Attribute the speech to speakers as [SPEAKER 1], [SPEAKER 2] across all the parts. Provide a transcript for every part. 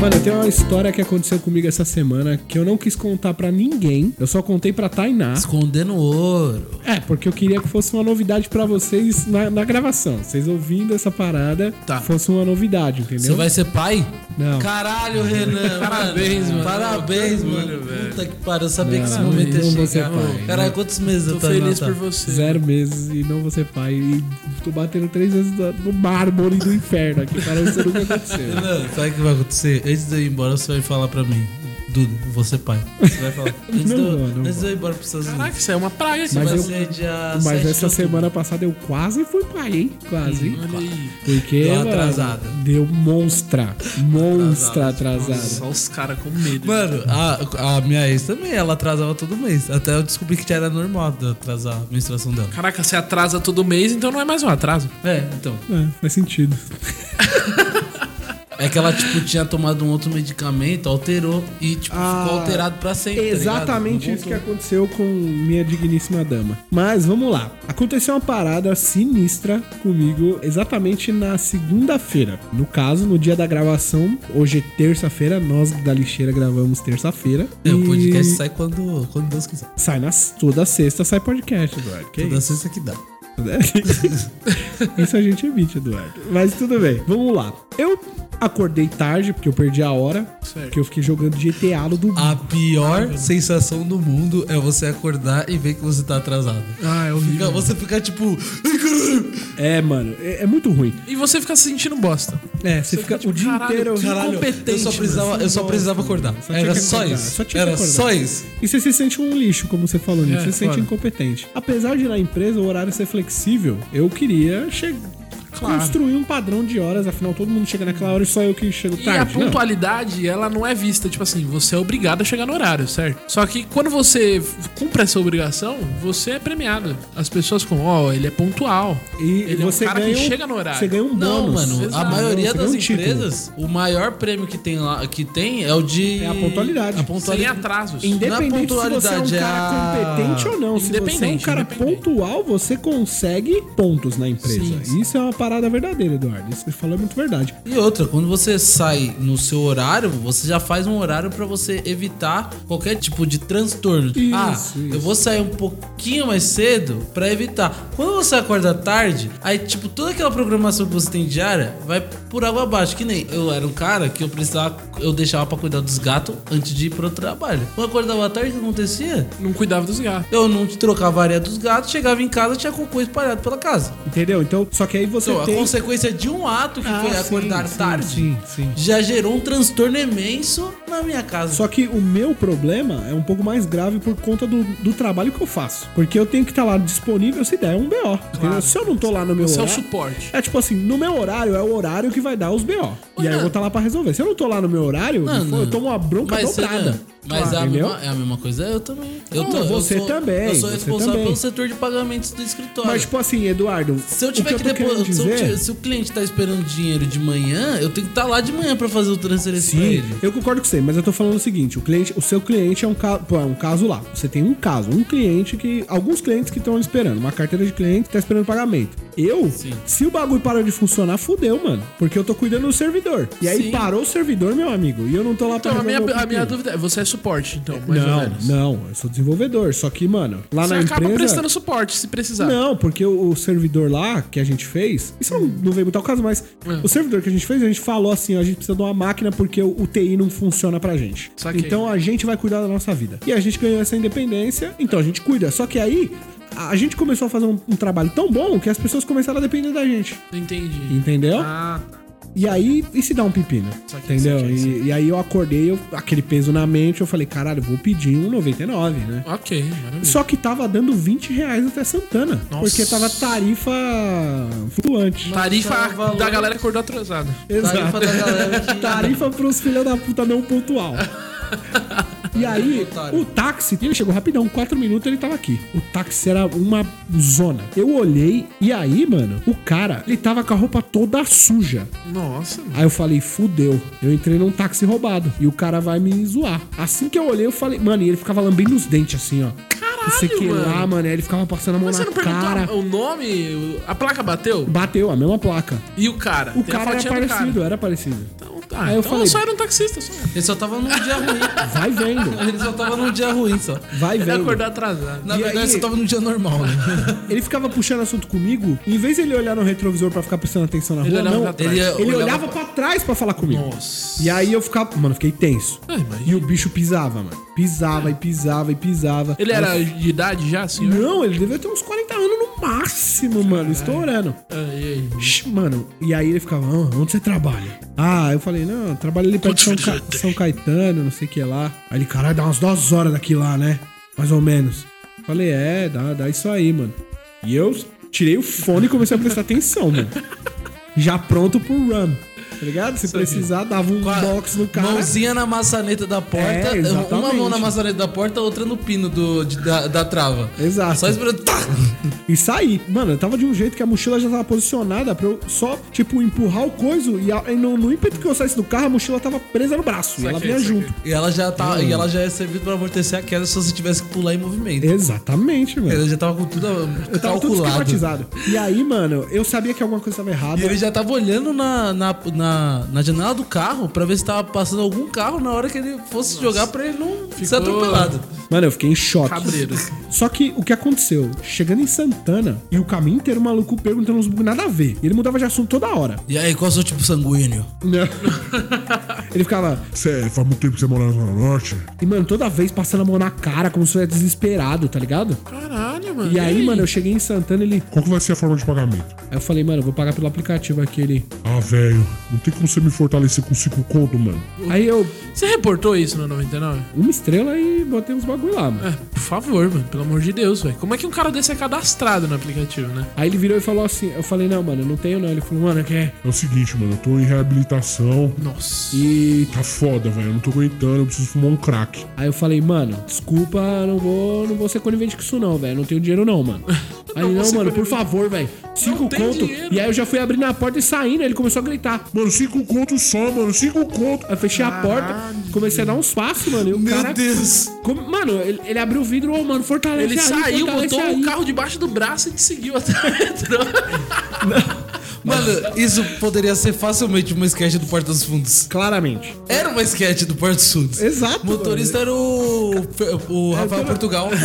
[SPEAKER 1] Mano, tem uma história que aconteceu comigo essa semana que eu não quis contar pra ninguém. Eu só contei pra Tainá.
[SPEAKER 2] Escondendo ouro.
[SPEAKER 1] É, porque eu queria que fosse uma novidade pra vocês na, na gravação. Vocês ouvindo essa parada,
[SPEAKER 2] Tá.
[SPEAKER 1] fosse uma novidade, entendeu?
[SPEAKER 2] Você vai ser pai?
[SPEAKER 1] Não.
[SPEAKER 2] Caralho, Renan.
[SPEAKER 3] Parabéns, mano.
[SPEAKER 2] Parabéns, mano.
[SPEAKER 3] velho.
[SPEAKER 2] Puta que pariu. Eu sabia que esse
[SPEAKER 1] Não,
[SPEAKER 2] momento ia
[SPEAKER 1] não vou
[SPEAKER 2] chegar.
[SPEAKER 1] ser pai.
[SPEAKER 2] Caralho, quantos meses
[SPEAKER 3] Tô
[SPEAKER 2] eu tô
[SPEAKER 3] feliz por você.
[SPEAKER 1] Zero meses e não vou ser pai. E tô batendo três vezes no- no mármore do inferno aqui. Parece que isso nunca aconteceu.
[SPEAKER 2] Renan, sabe o que vai acontecer? Antes de eu ir embora, você vai falar pra mim. Duda, eu vou ser pai. Você vai falar. Antes,
[SPEAKER 1] Não
[SPEAKER 2] de, eu,
[SPEAKER 1] vou, não
[SPEAKER 2] antes de
[SPEAKER 1] vou.
[SPEAKER 2] eu ir embora pros Estados Unidos.
[SPEAKER 3] Caraca, isso é uma praia.
[SPEAKER 1] Mas
[SPEAKER 2] vai
[SPEAKER 1] eu-
[SPEAKER 2] ser dia
[SPEAKER 1] Mas
[SPEAKER 2] sete de
[SPEAKER 1] essa
[SPEAKER 2] outubro.
[SPEAKER 1] semana passada eu quase fui pai, hein? Quase, hein?
[SPEAKER 3] Olha aí.
[SPEAKER 1] Porque.
[SPEAKER 2] Deu uma
[SPEAKER 1] mano,
[SPEAKER 2] atrasada.
[SPEAKER 1] Deu monstra. Monstra atrasada.
[SPEAKER 3] Só os caras com medo.
[SPEAKER 2] Mano, a, a minha ex também, ela atrasava todo mês. Até eu descobri que já era normal de atrasar a menstruação dela.
[SPEAKER 3] Caraca, você atrasa todo mês, então não é mais um atraso.
[SPEAKER 2] É, então.
[SPEAKER 1] É, faz sentido.
[SPEAKER 2] É que ela, tipo, tinha tomado um outro medicamento, alterou e, tipo,
[SPEAKER 1] Ah,
[SPEAKER 2] ficou alterado pra sempre. tá ligado?
[SPEAKER 1] Exatamente
[SPEAKER 2] Não
[SPEAKER 1] isso que
[SPEAKER 2] voltou.
[SPEAKER 1] aconteceu com minha digníssima dama. Mas vamos lá. Aconteceu uma parada sinistra comigo exatamente na segunda-feira. No caso, no dia da gravação, hoje é terça-feira, nós da lixeira gravamos terça-feira.
[SPEAKER 2] É, o
[SPEAKER 1] E
[SPEAKER 2] podcast sai quando, quando Deus quiser.
[SPEAKER 1] sai nas, toda sexta sai podcast, Eduardo. Que
[SPEAKER 2] Toda
[SPEAKER 1] É isso?
[SPEAKER 2] sexta que dá.
[SPEAKER 1] né? Isso a gente evite, Eduardo. Mas tudo bem, vamos lá. Eu acordei tarde, porque eu perdi a hora,
[SPEAKER 3] Certo.
[SPEAKER 1] porque eu fiquei jogando GTA no domingo.
[SPEAKER 2] A pior sensação do mundo é você acordar e ver que você tá atrasado.
[SPEAKER 1] Ah, é horrível.
[SPEAKER 2] Fica- Você fica tipo. "Ai, caralho".
[SPEAKER 1] É, mano, é, é muito ruim.
[SPEAKER 3] E você fica se sentindo bosta.
[SPEAKER 1] É, você, fica, o dia
[SPEAKER 3] caralho,
[SPEAKER 1] inteiro.
[SPEAKER 3] que
[SPEAKER 2] Caralho, eu
[SPEAKER 3] Incompetente,
[SPEAKER 2] só precisava, eu só precisava acordar.
[SPEAKER 1] Só tinha
[SPEAKER 2] Era
[SPEAKER 1] que
[SPEAKER 2] só
[SPEAKER 1] acordar,
[SPEAKER 2] isso.
[SPEAKER 1] só tinha que
[SPEAKER 2] Era
[SPEAKER 1] acordar.
[SPEAKER 2] só isso.
[SPEAKER 1] E você se sente um lixo, como você falou, Nico.
[SPEAKER 3] É,
[SPEAKER 1] você se sente
[SPEAKER 3] claro.
[SPEAKER 1] incompetente. Apesar de na empresa o horário ser flexível, eu queria che-
[SPEAKER 3] Claro.
[SPEAKER 1] Construir um padrão de horas, afinal todo mundo chega naquela hora e só eu que chego
[SPEAKER 3] E a
[SPEAKER 1] tarde. Não.
[SPEAKER 3] pontualidade, ela não é vista, tipo assim, você é obrigado a chegar no horário, certo? Só que quando você cumpre essa obrigação, você é premiado. As pessoas com, ó, ele é pontual.
[SPEAKER 1] E
[SPEAKER 3] ele
[SPEAKER 1] você
[SPEAKER 3] é um cara
[SPEAKER 1] ganha
[SPEAKER 3] que
[SPEAKER 1] um-
[SPEAKER 3] chega no horário.
[SPEAKER 1] Você ganha um
[SPEAKER 2] Não,
[SPEAKER 1] bônus.
[SPEAKER 2] mano, a
[SPEAKER 3] exato.
[SPEAKER 2] maioria
[SPEAKER 1] Você ganha
[SPEAKER 2] das
[SPEAKER 1] um título.
[SPEAKER 2] empresas, o maior prêmio que tem lá, que tem é o de
[SPEAKER 1] É a pontualidade.
[SPEAKER 2] A
[SPEAKER 3] Sem
[SPEAKER 2] pontualidade.
[SPEAKER 3] atrasos.
[SPEAKER 1] Independente
[SPEAKER 2] Não é
[SPEAKER 1] se você é um
[SPEAKER 2] pontualidade,
[SPEAKER 1] cara
[SPEAKER 2] é a-
[SPEAKER 1] competente ou não, se você é um
[SPEAKER 3] Independente,
[SPEAKER 1] cara
[SPEAKER 3] independente.
[SPEAKER 1] pontual, você consegue pontos na empresa.
[SPEAKER 3] Sim, sim.
[SPEAKER 1] Isso é uma parada verdadeira, Eduardo. Isso que você falou é muito verdade.
[SPEAKER 2] E outra, quando você sai no seu horário, você já faz um horário pra você evitar qualquer tipo de transtorno.
[SPEAKER 1] Isso,
[SPEAKER 2] ah,
[SPEAKER 1] isso.
[SPEAKER 2] eu vou sair um pouquinho mais cedo pra evitar. Quando você acorda tarde, aí tipo toda aquela programação que você tem diária vai por água abaixo. Que nem eu era um cara que eu precisava, eu deixava pra cuidar dos gatos antes de ir pro trabalho. Quando eu acordava tarde, o que acontecia?
[SPEAKER 3] Não cuidava dos gatos.
[SPEAKER 2] Eu não trocava a areia dos gatos, chegava em casa tinha cocô espalhado pela casa.
[SPEAKER 1] Entendeu? Então, só que aí você
[SPEAKER 2] Então, a
[SPEAKER 1] tem...
[SPEAKER 2] consequência de um ato que
[SPEAKER 1] Ah,
[SPEAKER 2] foi
[SPEAKER 1] sim,
[SPEAKER 2] acordar
[SPEAKER 1] sim,
[SPEAKER 2] tarde
[SPEAKER 1] sim, sim.
[SPEAKER 2] já gerou um transtorno imenso na minha casa.
[SPEAKER 1] Só que o meu problema é um pouco mais grave por conta do, do trabalho que eu faço. Porque eu tenho que estar lá disponível se der um BO. entendeu? Se eu não tô lá no meu
[SPEAKER 3] Você é o
[SPEAKER 1] horário.
[SPEAKER 3] suporte.
[SPEAKER 1] É tipo assim, no meu horário é o horário que vai dar os BO. e aí eu vou estar lá pra resolver. Se eu não tô lá no meu horário,
[SPEAKER 2] Não, não.
[SPEAKER 1] eu tomo uma bronca
[SPEAKER 2] Mas,
[SPEAKER 1] dobrada.
[SPEAKER 2] Renan,
[SPEAKER 1] Claro,
[SPEAKER 2] mas é, a
[SPEAKER 1] entendeu?
[SPEAKER 2] mesma, é a mesma coisa eu também. Eu
[SPEAKER 1] Não, você
[SPEAKER 2] sou,
[SPEAKER 1] também,
[SPEAKER 2] Eu sou
[SPEAKER 1] você
[SPEAKER 2] responsável
[SPEAKER 1] também.
[SPEAKER 2] pelo setor de pagamentos do escritório.
[SPEAKER 1] Mas, tipo assim, Eduardo.
[SPEAKER 2] se eu tiver
[SPEAKER 1] o
[SPEAKER 2] que,
[SPEAKER 1] que, eu tô querendo
[SPEAKER 2] depois, se, eu
[SPEAKER 1] dizer-
[SPEAKER 2] tiver- se o cliente tá esperando dinheiro de manhã, eu tenho que estar lá de manhã pra fazer o transferência pra
[SPEAKER 1] Sim,
[SPEAKER 2] ele.
[SPEAKER 1] eu concordo com você, mas eu tô falando o seguinte: o cliente, o seu cliente é um, ca- pô, é um caso lá. Você tem um caso, um cliente que. Alguns clientes que estão esperando, uma carteira de cliente que tá esperando pagamento. Eu,
[SPEAKER 2] Sim.
[SPEAKER 1] se o bagulho parar de funcionar, fudeu, mano. Porque eu tô cuidando do servidor. E aí
[SPEAKER 2] Sim.
[SPEAKER 1] parou o servidor, meu amigo, e eu não tô lá
[SPEAKER 3] Então, a minha,
[SPEAKER 1] resolver o
[SPEAKER 3] a minha
[SPEAKER 1] pepino.
[SPEAKER 3] dúvida é, você é suporte, então, mais ou
[SPEAKER 1] Não,
[SPEAKER 3] menos.
[SPEAKER 1] não, eu sou desenvolvedor. Só que, mano, lá
[SPEAKER 3] Você
[SPEAKER 1] na
[SPEAKER 3] acaba
[SPEAKER 1] empresa.
[SPEAKER 3] prestando suporte, se precisar.
[SPEAKER 1] Não, porque o, o servidor lá que a gente fez, isso não, não veio muito ao caso, mas
[SPEAKER 3] Hum.
[SPEAKER 1] o servidor que a gente fez, a gente falou assim, ó, a gente precisa de uma máquina porque o, o TI não funciona pra gente.
[SPEAKER 3] Saquei.
[SPEAKER 1] Então a gente vai cuidar da nossa vida. E a gente ganhou essa independência, então a gente cuida. Só que aí a a gente começou a fazer um, um trabalho tão bom que as pessoas começaram a depender da gente.
[SPEAKER 3] Entendi.
[SPEAKER 1] Entendeu?
[SPEAKER 3] Ah,
[SPEAKER 1] E aí, e se dá um pepino?
[SPEAKER 3] Saquei,
[SPEAKER 1] entendeu?
[SPEAKER 3] saquei,
[SPEAKER 1] E-
[SPEAKER 3] saquei.
[SPEAKER 1] E, aí eu acordei, eu- aquele peso na mente, eu falei, caralho, eu vou pedir um 99, né?
[SPEAKER 3] ok. maravilha.
[SPEAKER 1] Só que tava dando 20 reais até Santana.
[SPEAKER 3] Nossa.
[SPEAKER 1] Porque tava tarifa flutuante. tá
[SPEAKER 3] Tarifa
[SPEAKER 2] Nossa, valor.
[SPEAKER 3] da galera que acordou atrasada.
[SPEAKER 2] Tarifa da galera que-
[SPEAKER 1] tarifa pros filhos da puta não pontual. E aí,
[SPEAKER 2] Otário.
[SPEAKER 1] o táxi, ele chegou rapidão, 4 minutos ele tava aqui. O táxi era uma zona. Eu olhei, e aí, mano, o cara, ele tava com a roupa toda suja.
[SPEAKER 3] Nossa, mano.
[SPEAKER 1] Aí eu falei, fudeu. Eu entrei num táxi roubado. E o cara vai me zoar. Assim que eu olhei, eu falei, mano, e ele ficava lambendo os dentes assim, ó. Caralho, Não sei o que
[SPEAKER 3] mano.
[SPEAKER 1] lá, mano. Aí ele ficava passando a mão
[SPEAKER 3] Mas você
[SPEAKER 1] na
[SPEAKER 3] não perguntou
[SPEAKER 1] cara.
[SPEAKER 3] o nome? o- A placa bateu?
[SPEAKER 1] Bateu a mesma placa.
[SPEAKER 3] E o cara?
[SPEAKER 1] O
[SPEAKER 3] Tem a
[SPEAKER 1] cara era
[SPEAKER 3] fotinha do
[SPEAKER 1] parecido, era parecido.
[SPEAKER 3] Então, Ah,
[SPEAKER 1] Aí eu
[SPEAKER 3] então eu,
[SPEAKER 1] falei-
[SPEAKER 3] só era um taxista. Só.
[SPEAKER 2] Ele só tava num dia ruim.
[SPEAKER 1] Vai vendo,
[SPEAKER 2] Ele só tava num dia ruim só.
[SPEAKER 1] vai
[SPEAKER 3] Ele
[SPEAKER 1] vendo.
[SPEAKER 3] acordar atrasado.
[SPEAKER 2] Na
[SPEAKER 1] E
[SPEAKER 2] verdade,
[SPEAKER 1] aí-
[SPEAKER 2] só tava num dia normal. né?
[SPEAKER 1] Ele ficava puxando assunto comigo, em vez de ele olhar no retrovisor pra ficar prestando atenção na
[SPEAKER 3] Ele
[SPEAKER 1] rua,
[SPEAKER 3] olhava
[SPEAKER 1] não.
[SPEAKER 3] pra trás.
[SPEAKER 1] Ele,
[SPEAKER 2] olhava
[SPEAKER 1] olhava pra trás pra falar comigo.
[SPEAKER 3] Nossa.
[SPEAKER 1] E aí eu ficava. Mano, eu fiquei tenso.
[SPEAKER 3] Ah, imagina.
[SPEAKER 1] E o bicho pisava, mano. Pisava e pisava e pisava.
[SPEAKER 3] Ele
[SPEAKER 1] Eu
[SPEAKER 3] era de idade já, senhor?
[SPEAKER 1] Não, ele devia ter uns 40 anos no máximo, mano. Estourando.
[SPEAKER 3] Ah, e aí?
[SPEAKER 1] Shhh, Mano, e aí ele ficava, "Ah, onde você trabalha? Ah, eu falei, não, eu trabalho ali perto de São, Ca- São Caetano, não sei o que lá. Aí ele, caralho, dá umas duas horas daqui lá, né? Mais ou menos. Falei, é, dá, dá isso aí, mano. E eu tirei o fone e comecei a prestar atenção, mano. Já pronto pro run. Tá ligado? Se precisar, dava um box no cara.
[SPEAKER 2] Mãozinha na maçaneta da porta,
[SPEAKER 1] É,
[SPEAKER 2] uma mão na
[SPEAKER 1] exatamente.
[SPEAKER 2] maçaneta da porta, outra no pino do, de- da, da trava.
[SPEAKER 1] Exato.
[SPEAKER 2] Só esperando. Tá!
[SPEAKER 1] E saí. Mano, eu tava de um jeito que a mochila já tava posicionada pra eu só, tipo, empurrar o coiso e, a- e no, no ímpeto que eu saísse do carro, a mochila tava presa no braço. e ela
[SPEAKER 3] Saquei,
[SPEAKER 1] vinha
[SPEAKER 3] saquei.
[SPEAKER 1] junto.
[SPEAKER 2] E ela já tá,
[SPEAKER 1] Hum.
[SPEAKER 2] e ela já é servida pra amortecer a queda se você tivesse que pular em movimento.
[SPEAKER 1] Exatamente, mano.
[SPEAKER 2] Ela já tava com tudo
[SPEAKER 1] Eu tava tudo
[SPEAKER 2] calculado.
[SPEAKER 1] esquematizado. E aí, mano, eu sabia que alguma coisa tava errada.
[SPEAKER 2] E ele já tava olhando na, na, na, na janela do carro pra ver se tava passando algum carro na hora que ele fosse jogar pra ele não ser atropelado.
[SPEAKER 1] Mano, eu fiquei em choque.
[SPEAKER 3] Cabreiro.
[SPEAKER 1] Só que o que aconteceu? Chegando em Santana, e o caminho inteiro o maluco perguntando uns bug nada a ver. Ele mudava de assunto toda hora.
[SPEAKER 2] E aí, qual é o seu tipo sanguíneo?
[SPEAKER 1] ele ficava,
[SPEAKER 4] Cê, faz muito tempo que você mora na Zona Norte?
[SPEAKER 1] e mano, toda vez passando a mão na cara, como se eu ia desesperado, tá ligado?
[SPEAKER 3] Caralho, mano.
[SPEAKER 1] E aí, mano, eu cheguei em Santana ele.
[SPEAKER 4] Qual que vai ser a forma de pagamento?
[SPEAKER 1] Aí eu falei, mano, eu vou pagar pelo aplicativo aqui. Ele.
[SPEAKER 4] Ah, velho, não tem como você me fortalecer com cinco conto, mano.
[SPEAKER 1] Aí eu,
[SPEAKER 3] Você reportou isso no 99?
[SPEAKER 1] uma estrela e botei uns bagulho lá, mano.
[SPEAKER 3] É, por favor, mano. Pelo amor de Deus, velho. Como é que um cara desse é cadastrado no aplicativo, né?
[SPEAKER 1] Aí ele virou e falou assim: Eu falei, não, mano, eu não tenho não. Ele falou, mano, quer?
[SPEAKER 4] É o seguinte, mano, eu tô em reabilitação.
[SPEAKER 3] Nossa.
[SPEAKER 1] E
[SPEAKER 4] Tá foda, velho, eu não tô aguentando, eu preciso fumar um crack.
[SPEAKER 1] Aí eu falei, mano, desculpa, não vou, não vou ser conivente com isso não, velho. Não tenho dinheiro não, mano. Aí
[SPEAKER 3] Não
[SPEAKER 1] ele, não,
[SPEAKER 3] vou ser
[SPEAKER 1] mano, por
[SPEAKER 3] conivente.
[SPEAKER 1] favor, velho. Cinco
[SPEAKER 3] tem
[SPEAKER 1] conto.
[SPEAKER 3] dinheiro.
[SPEAKER 1] E aí eu já fui abrindo a porta e saindo, aí ele começou a gritar.
[SPEAKER 4] Mano, cinco conto só, mano, cinco conto.
[SPEAKER 1] Aí eu fechei a porta, comecei a dar uns passos, mano. E o cara.
[SPEAKER 2] Deus!
[SPEAKER 1] Como- mano, ele, ele abriu o vidro, ô, mano, fortalece
[SPEAKER 3] Ele
[SPEAKER 1] aí,
[SPEAKER 3] saiu,
[SPEAKER 1] fortalece
[SPEAKER 3] botou um
[SPEAKER 1] aí.
[SPEAKER 3] o carro debaixo do braço e te seguiu até o metrô.
[SPEAKER 2] Mano, isso poderia ser facilmente uma sketch do Porta dos Fundos.
[SPEAKER 1] Claramente.
[SPEAKER 2] Era uma sketch do Porta dos Fundos.
[SPEAKER 1] Exato.
[SPEAKER 2] O motorista era o, o Rafael Portugal.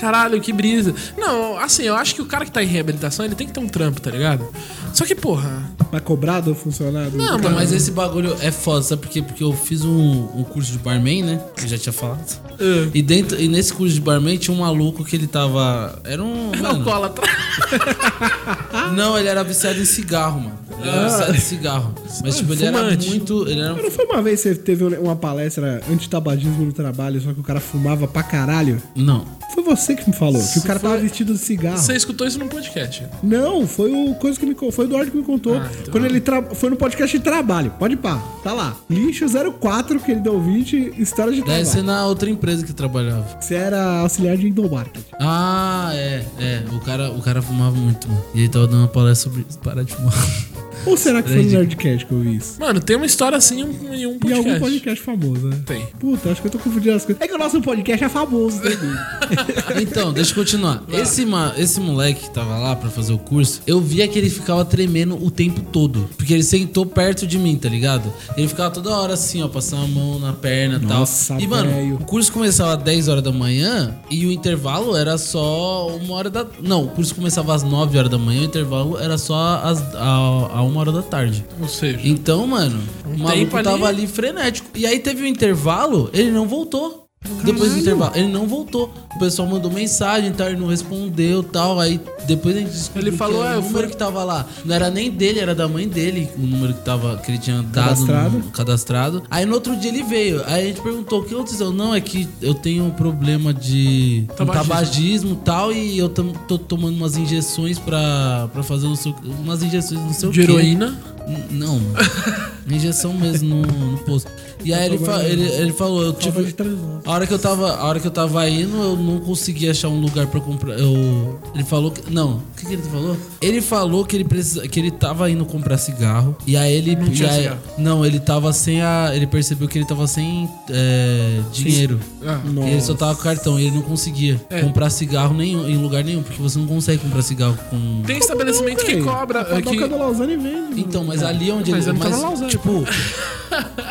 [SPEAKER 3] Caralho, que brisa. Não, assim, eu acho que o cara que tá em reabilitação, ele tem que ter um trampo, tá ligado? Só que, porra.
[SPEAKER 1] mano. Mas cobrado ou funcionário?
[SPEAKER 3] Não,
[SPEAKER 2] Puta,
[SPEAKER 3] mano.
[SPEAKER 2] mas esse bagulho é foda, sabe por quê? Porque eu fiz um, um curso de barman, né? Que eu já tinha falado.
[SPEAKER 3] É.
[SPEAKER 2] E, dentro, e nesse curso de barman tinha um maluco que ele tava. Era um. mano,
[SPEAKER 3] Alcoólatra.
[SPEAKER 2] não, ele era viciado em cigarro, mano. Ele era viciado em cigarro. Mas, tipo, ele era
[SPEAKER 3] Fumante.
[SPEAKER 2] muito. Ele era um
[SPEAKER 1] Não foi uma vez que você teve um, uma palestra antitabagismo no trabalho, só que o cara fumava pra caralho?
[SPEAKER 2] Não.
[SPEAKER 1] Foi você que me falou, que o cara tava vestido de cigarro.
[SPEAKER 3] Você escutou isso num podcast.
[SPEAKER 1] Não, foi o coisa que me con- foi o Eduardo que me contou.
[SPEAKER 3] Ah, então.
[SPEAKER 1] Quando ele tra- foi no podcast de trabalho. Pode pá, tá lá. Lixo 04 que ele deu 20, história de
[SPEAKER 2] Deve
[SPEAKER 1] trabalho.
[SPEAKER 2] ser é na outra empresa que eu trabalhava.
[SPEAKER 1] Você era auxiliar de endomarket.
[SPEAKER 2] Ah, é, é. O cara, o cara fumava muito, mano. E ele tava dando uma palestra sobre isso, parar de fumar.
[SPEAKER 1] Ou será que foi no Nerdcast que eu vi isso?
[SPEAKER 3] Mano, tem uma história assim em um, em um
[SPEAKER 1] E
[SPEAKER 3] podcast.
[SPEAKER 1] algum podcast famoso, né?
[SPEAKER 3] Tem.
[SPEAKER 1] Puta, acho que eu tô confundindo as coisas. É que o nosso podcast é famoso, né? amigo?
[SPEAKER 2] Então, deixa eu continuar. Esse, ma- esse moleque que tava lá pra fazer o curso, eu via que ele ficava tremendo o tempo todo. Porque ele sentou perto de mim, tá ligado? Ele ficava toda hora assim, ó, passando a mão na perna e tal.
[SPEAKER 1] Nossa,
[SPEAKER 2] E, mano,
[SPEAKER 1] velho.
[SPEAKER 2] o curso começava às 10 horas da manhã e o intervalo era só uma hora da. Não, o curso começava às 9 horas da manhã, o intervalo era só às, a, a uma hora da tarde.
[SPEAKER 3] Ou seja,
[SPEAKER 2] Então, mano, o
[SPEAKER 3] Um tempo
[SPEAKER 2] maluco
[SPEAKER 3] ali-
[SPEAKER 2] tava ali frenético. E aí teve um intervalo, ele não voltou. Depois do intervalo, ele não voltou. O pessoal mandou mensagem, então ele não respondeu tal. Aí depois a gente descobriu
[SPEAKER 3] Ele falou,
[SPEAKER 2] que era
[SPEAKER 3] "Ah, eu
[SPEAKER 2] o número
[SPEAKER 3] fui-
[SPEAKER 2] que tava lá. Não era nem dele, era da mãe dele, o número que tava que ele tinha dado
[SPEAKER 1] Cadastrado.
[SPEAKER 2] no- cadastrado. Aí no outro dia ele veio. Aí a gente perguntou: o que aconteceu? Não, é que eu tenho um problema de um
[SPEAKER 3] Tabagismo.
[SPEAKER 2] tabagismo e tal, e eu tam- tô tomando umas injeções pra, pra fazer não sei o que- umas injeções não sei o
[SPEAKER 3] de
[SPEAKER 2] que.
[SPEAKER 3] heroína.
[SPEAKER 2] N- Não, injeção mesmo no, no posto. E aí ele, fa- ele, ele falou, eu
[SPEAKER 3] Tipo,
[SPEAKER 1] Tava de
[SPEAKER 2] tive.
[SPEAKER 1] transão.
[SPEAKER 2] A hora que eu tava, a hora que eu tava indo, eu não consegui achar um lugar pra comprar. Eu, ele falou que não. O que, que ele falou? Ele falou que ele precisa, que ele tava indo comprar cigarro e aí ele e
[SPEAKER 3] tinha
[SPEAKER 2] aí-
[SPEAKER 3] cigarro.
[SPEAKER 2] não, ele tava sem a, ele percebeu que ele tava sem é, dinheiro.
[SPEAKER 3] Ah,
[SPEAKER 2] E ele só tava com cartão, e ele não conseguia
[SPEAKER 3] É.
[SPEAKER 2] comprar cigarro nenhum, em lugar nenhum, porque você não consegue comprar cigarro com
[SPEAKER 3] Tem estabelecimento que
[SPEAKER 1] Véi,
[SPEAKER 3] cobra.
[SPEAKER 1] A
[SPEAKER 3] é,
[SPEAKER 1] Padoca
[SPEAKER 3] que-
[SPEAKER 1] da Lausanne né, vende.
[SPEAKER 2] Então, mas mas ali onde
[SPEAKER 3] Hum. Mas
[SPEAKER 2] ele.
[SPEAKER 3] ele não tava
[SPEAKER 2] mas,
[SPEAKER 3] na Lausanne.
[SPEAKER 2] tipo,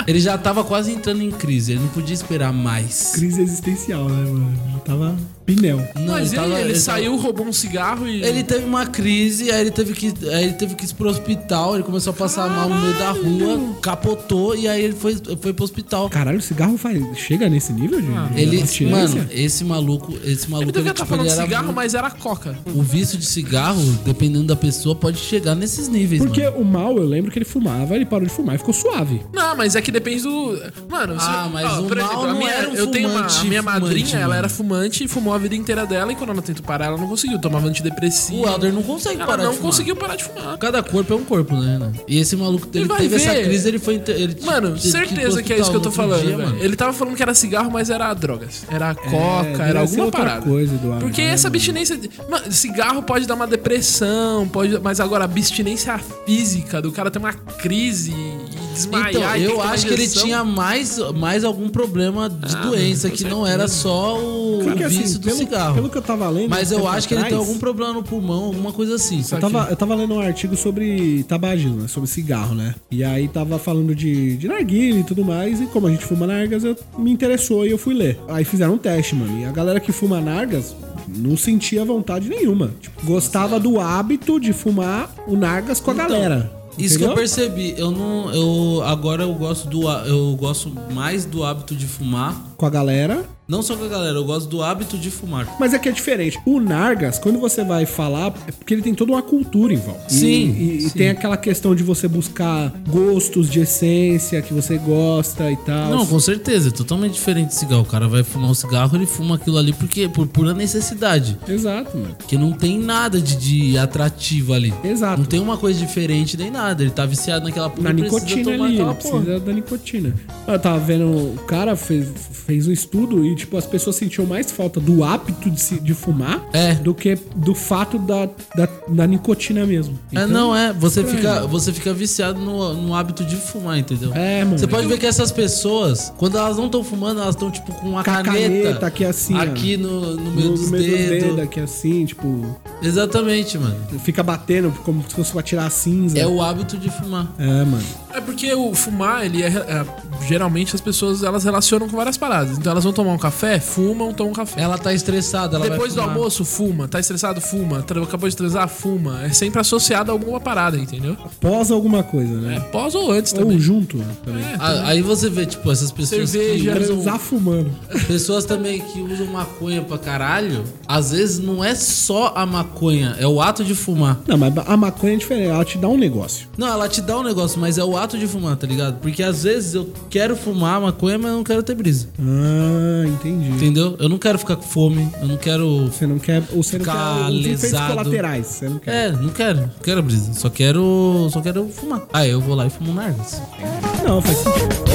[SPEAKER 2] ele já tava quase entrando em crise, ele não podia esperar mais.
[SPEAKER 1] Crise existencial, né, mano? Já tava pinel.
[SPEAKER 2] Não,
[SPEAKER 3] Mas ele,
[SPEAKER 2] tava-
[SPEAKER 3] ele
[SPEAKER 2] tava-
[SPEAKER 3] saiu, roubou um cigarro e.
[SPEAKER 2] Ele teve uma crise, aí ele teve que, aí ele teve que ir pro hospital, ele começou a passar mal no meio da rua, capotou e aí ele foi, foi pro hospital.
[SPEAKER 1] Caralho, o cigarro faz... chega nesse nível de.
[SPEAKER 3] Ah,
[SPEAKER 1] de
[SPEAKER 2] Ele,
[SPEAKER 1] abstinência?
[SPEAKER 2] mano, esse maluco, esse maluco,
[SPEAKER 3] é Ele devia
[SPEAKER 2] ele,
[SPEAKER 3] estar
[SPEAKER 2] tipo,
[SPEAKER 3] falando
[SPEAKER 2] ele era
[SPEAKER 3] cigarro,
[SPEAKER 2] muito-
[SPEAKER 3] mas era coca.
[SPEAKER 2] o vício de cigarro, dependendo da pessoa, pode chegar nesses níveis,
[SPEAKER 1] Porque
[SPEAKER 2] mano.
[SPEAKER 1] o mal, eu lembro que ele fumava, ele parou de fumar e ficou suave.
[SPEAKER 3] Não, mas é que depende do. Mano,
[SPEAKER 2] Ah,
[SPEAKER 3] você-
[SPEAKER 2] mas o
[SPEAKER 3] por
[SPEAKER 2] mal
[SPEAKER 3] a
[SPEAKER 2] não
[SPEAKER 3] minha,
[SPEAKER 2] era um
[SPEAKER 3] Eu tenho uma. A
[SPEAKER 2] fumante,
[SPEAKER 3] minha
[SPEAKER 2] fumante,
[SPEAKER 3] madrinha,
[SPEAKER 2] mano.
[SPEAKER 3] ela era fumante e fumou a vida inteira dela. E quando ela tentou parar, ela não conseguiu. Tomava antidepressivo.
[SPEAKER 2] O Elder não consegue
[SPEAKER 3] Ela
[SPEAKER 2] parar
[SPEAKER 3] não
[SPEAKER 2] de fumar.
[SPEAKER 3] conseguiu parar de fumar.
[SPEAKER 2] Cada corpo é um corpo, né, Renan? E esse maluco ele
[SPEAKER 3] vai
[SPEAKER 2] teve essa
[SPEAKER 3] ver.
[SPEAKER 2] crise, ele foi. inte- Ele
[SPEAKER 3] Mano,
[SPEAKER 2] teve ir pro
[SPEAKER 3] certeza que é isso que eu tô
[SPEAKER 2] hospital no
[SPEAKER 3] falando.
[SPEAKER 2] outro tá dia, É,
[SPEAKER 3] velho. Ele tava falando que era cigarro, mas era drogas. Era É, coca,
[SPEAKER 1] deve
[SPEAKER 3] era
[SPEAKER 1] ser
[SPEAKER 3] alguma
[SPEAKER 1] outra
[SPEAKER 3] parada.
[SPEAKER 1] coisa, Eduardo,
[SPEAKER 3] Porque
[SPEAKER 1] né,
[SPEAKER 3] essa
[SPEAKER 1] mano?
[SPEAKER 3] abstinência. de- Mano, cigarro pode dar uma depressão, pode. Mas agora, a abstinência física do cara ter uma crise e desmaiar.
[SPEAKER 2] Então,
[SPEAKER 3] e ter
[SPEAKER 2] eu
[SPEAKER 3] tomar
[SPEAKER 2] acho que ele
[SPEAKER 3] injeção.
[SPEAKER 2] tinha mais, mais algum problema
[SPEAKER 3] Ah,
[SPEAKER 2] de doença, que não era só o
[SPEAKER 1] Porque,
[SPEAKER 2] é um vício
[SPEAKER 1] assim,
[SPEAKER 2] do
[SPEAKER 1] pelo,
[SPEAKER 2] cigarro.
[SPEAKER 1] pelo que eu tava lendo.
[SPEAKER 2] Mas
[SPEAKER 1] um
[SPEAKER 2] eu
[SPEAKER 1] tempo
[SPEAKER 2] acho que ele tem
[SPEAKER 1] atrás,
[SPEAKER 2] algum problema no pulmão, alguma coisa assim.
[SPEAKER 1] Eu tava, eu tava lendo um artigo sobre tabagismo, né? sobre cigarro, né? E aí tava falando de, de narguilha e tudo mais. E como a gente fuma nargas, eu, me interessou e eu fui ler. Aí fizeram um teste, mano. E a galera que fuma nargas não sentia vontade nenhuma. Tipo, gostava do hábito de fumar o nargas com a galera.
[SPEAKER 2] Então, Isso que
[SPEAKER 1] entendeu?
[SPEAKER 2] eu percebi. Eu não. Eu, agora eu gosto do. há- Eu gosto mais do hábito de fumar.
[SPEAKER 1] Com a galera.
[SPEAKER 2] Não só com a galera, eu gosto do hábito de fumar.
[SPEAKER 1] Mas é que é diferente. O Nargas, quando você vai falar, é porque ele tem toda uma cultura em volta.
[SPEAKER 2] Sim,
[SPEAKER 1] E, e- e tem aquela questão de você buscar gostos de essência que você gosta e tal.
[SPEAKER 2] Não, com certeza, é totalmente diferente de cigarro. O cara vai fumar um cigarro, ele fuma aquilo ali porque por pura necessidade.
[SPEAKER 1] Exato, mano.
[SPEAKER 2] Porque não tem nada de, de atrativo ali.
[SPEAKER 1] Exato.
[SPEAKER 2] Não tem uma coisa diferente nem nada. Ele tá viciado naquela porra
[SPEAKER 1] Na
[SPEAKER 2] e precisa
[SPEAKER 1] nicotina
[SPEAKER 2] tomar
[SPEAKER 1] ali,
[SPEAKER 2] aquela
[SPEAKER 1] ele precisa da nicotina. Eu tava vendo, o cara fez, fez um estudo e, tipo, as pessoas sentiam mais falta do hábito de, se- de fumar
[SPEAKER 2] É.
[SPEAKER 1] do que do fato da, da, da nicotina mesmo.
[SPEAKER 2] É,
[SPEAKER 1] Então,
[SPEAKER 2] não, é. Você
[SPEAKER 1] estranho.
[SPEAKER 2] fica, você fica viciado no, no hábito de fumar, entendeu?
[SPEAKER 1] É, mano.
[SPEAKER 2] Você pode ver que essas pessoas, quando elas não estão fumando, elas estão tipo com uma
[SPEAKER 1] Com a
[SPEAKER 2] caneta,
[SPEAKER 1] caneta aqui assim, ó.
[SPEAKER 2] Aqui no, no é meio
[SPEAKER 1] No,
[SPEAKER 2] dos
[SPEAKER 1] no meio dos
[SPEAKER 2] dedos.
[SPEAKER 1] dedos aqui assim, tipo,
[SPEAKER 2] Exatamente, mano.
[SPEAKER 1] fica batendo como se fosse pra tirar a cinza.
[SPEAKER 2] É o hábito de fumar.
[SPEAKER 1] É, mano.
[SPEAKER 3] É porque o fumar, ele é, é- Geralmente as pessoas elas relacionam com várias paradas. Então elas vão tomar um café, fumam, tomam um café.
[SPEAKER 2] Ela tá estressada, ela
[SPEAKER 3] Depois do
[SPEAKER 2] vai fumar.
[SPEAKER 3] almoço, fuma. Tá estressado, fuma. Tra- Acabou de transar, fuma. É sempre associado a alguma parada, entendeu?
[SPEAKER 1] Pós alguma coisa, né?
[SPEAKER 3] É pós ou antes
[SPEAKER 1] Ou
[SPEAKER 3] também.
[SPEAKER 1] junto né, também.
[SPEAKER 2] A- Aí você vê, tipo, essas pessoas
[SPEAKER 3] Cerveja.
[SPEAKER 2] que usam-
[SPEAKER 1] Transar tá fumando.
[SPEAKER 2] Pessoas também que usam maconha pra caralho, às vezes não é só a maconha, é o ato de fumar.
[SPEAKER 1] Não, mas a maconha é diferente. Ela te dá um negócio.
[SPEAKER 2] Não, ela te dá um negócio, mas é o ato de fumar, tá ligado? Porque às vezes eu quero fumar maconha, mas eu não quero ter brisa.
[SPEAKER 1] Ah, entendi.
[SPEAKER 2] Entendeu? Eu não quero ficar com fome, eu não quero.
[SPEAKER 1] Você não quer. Ou você não
[SPEAKER 2] Ficar
[SPEAKER 1] quer os efeitos
[SPEAKER 2] lesado.
[SPEAKER 1] colaterais. Você não quer.
[SPEAKER 2] É, não quero, não quero brisa. Só quero. Só quero fumar. Aí eu vou lá e fumo um nargas.
[SPEAKER 1] Não, faz sentido.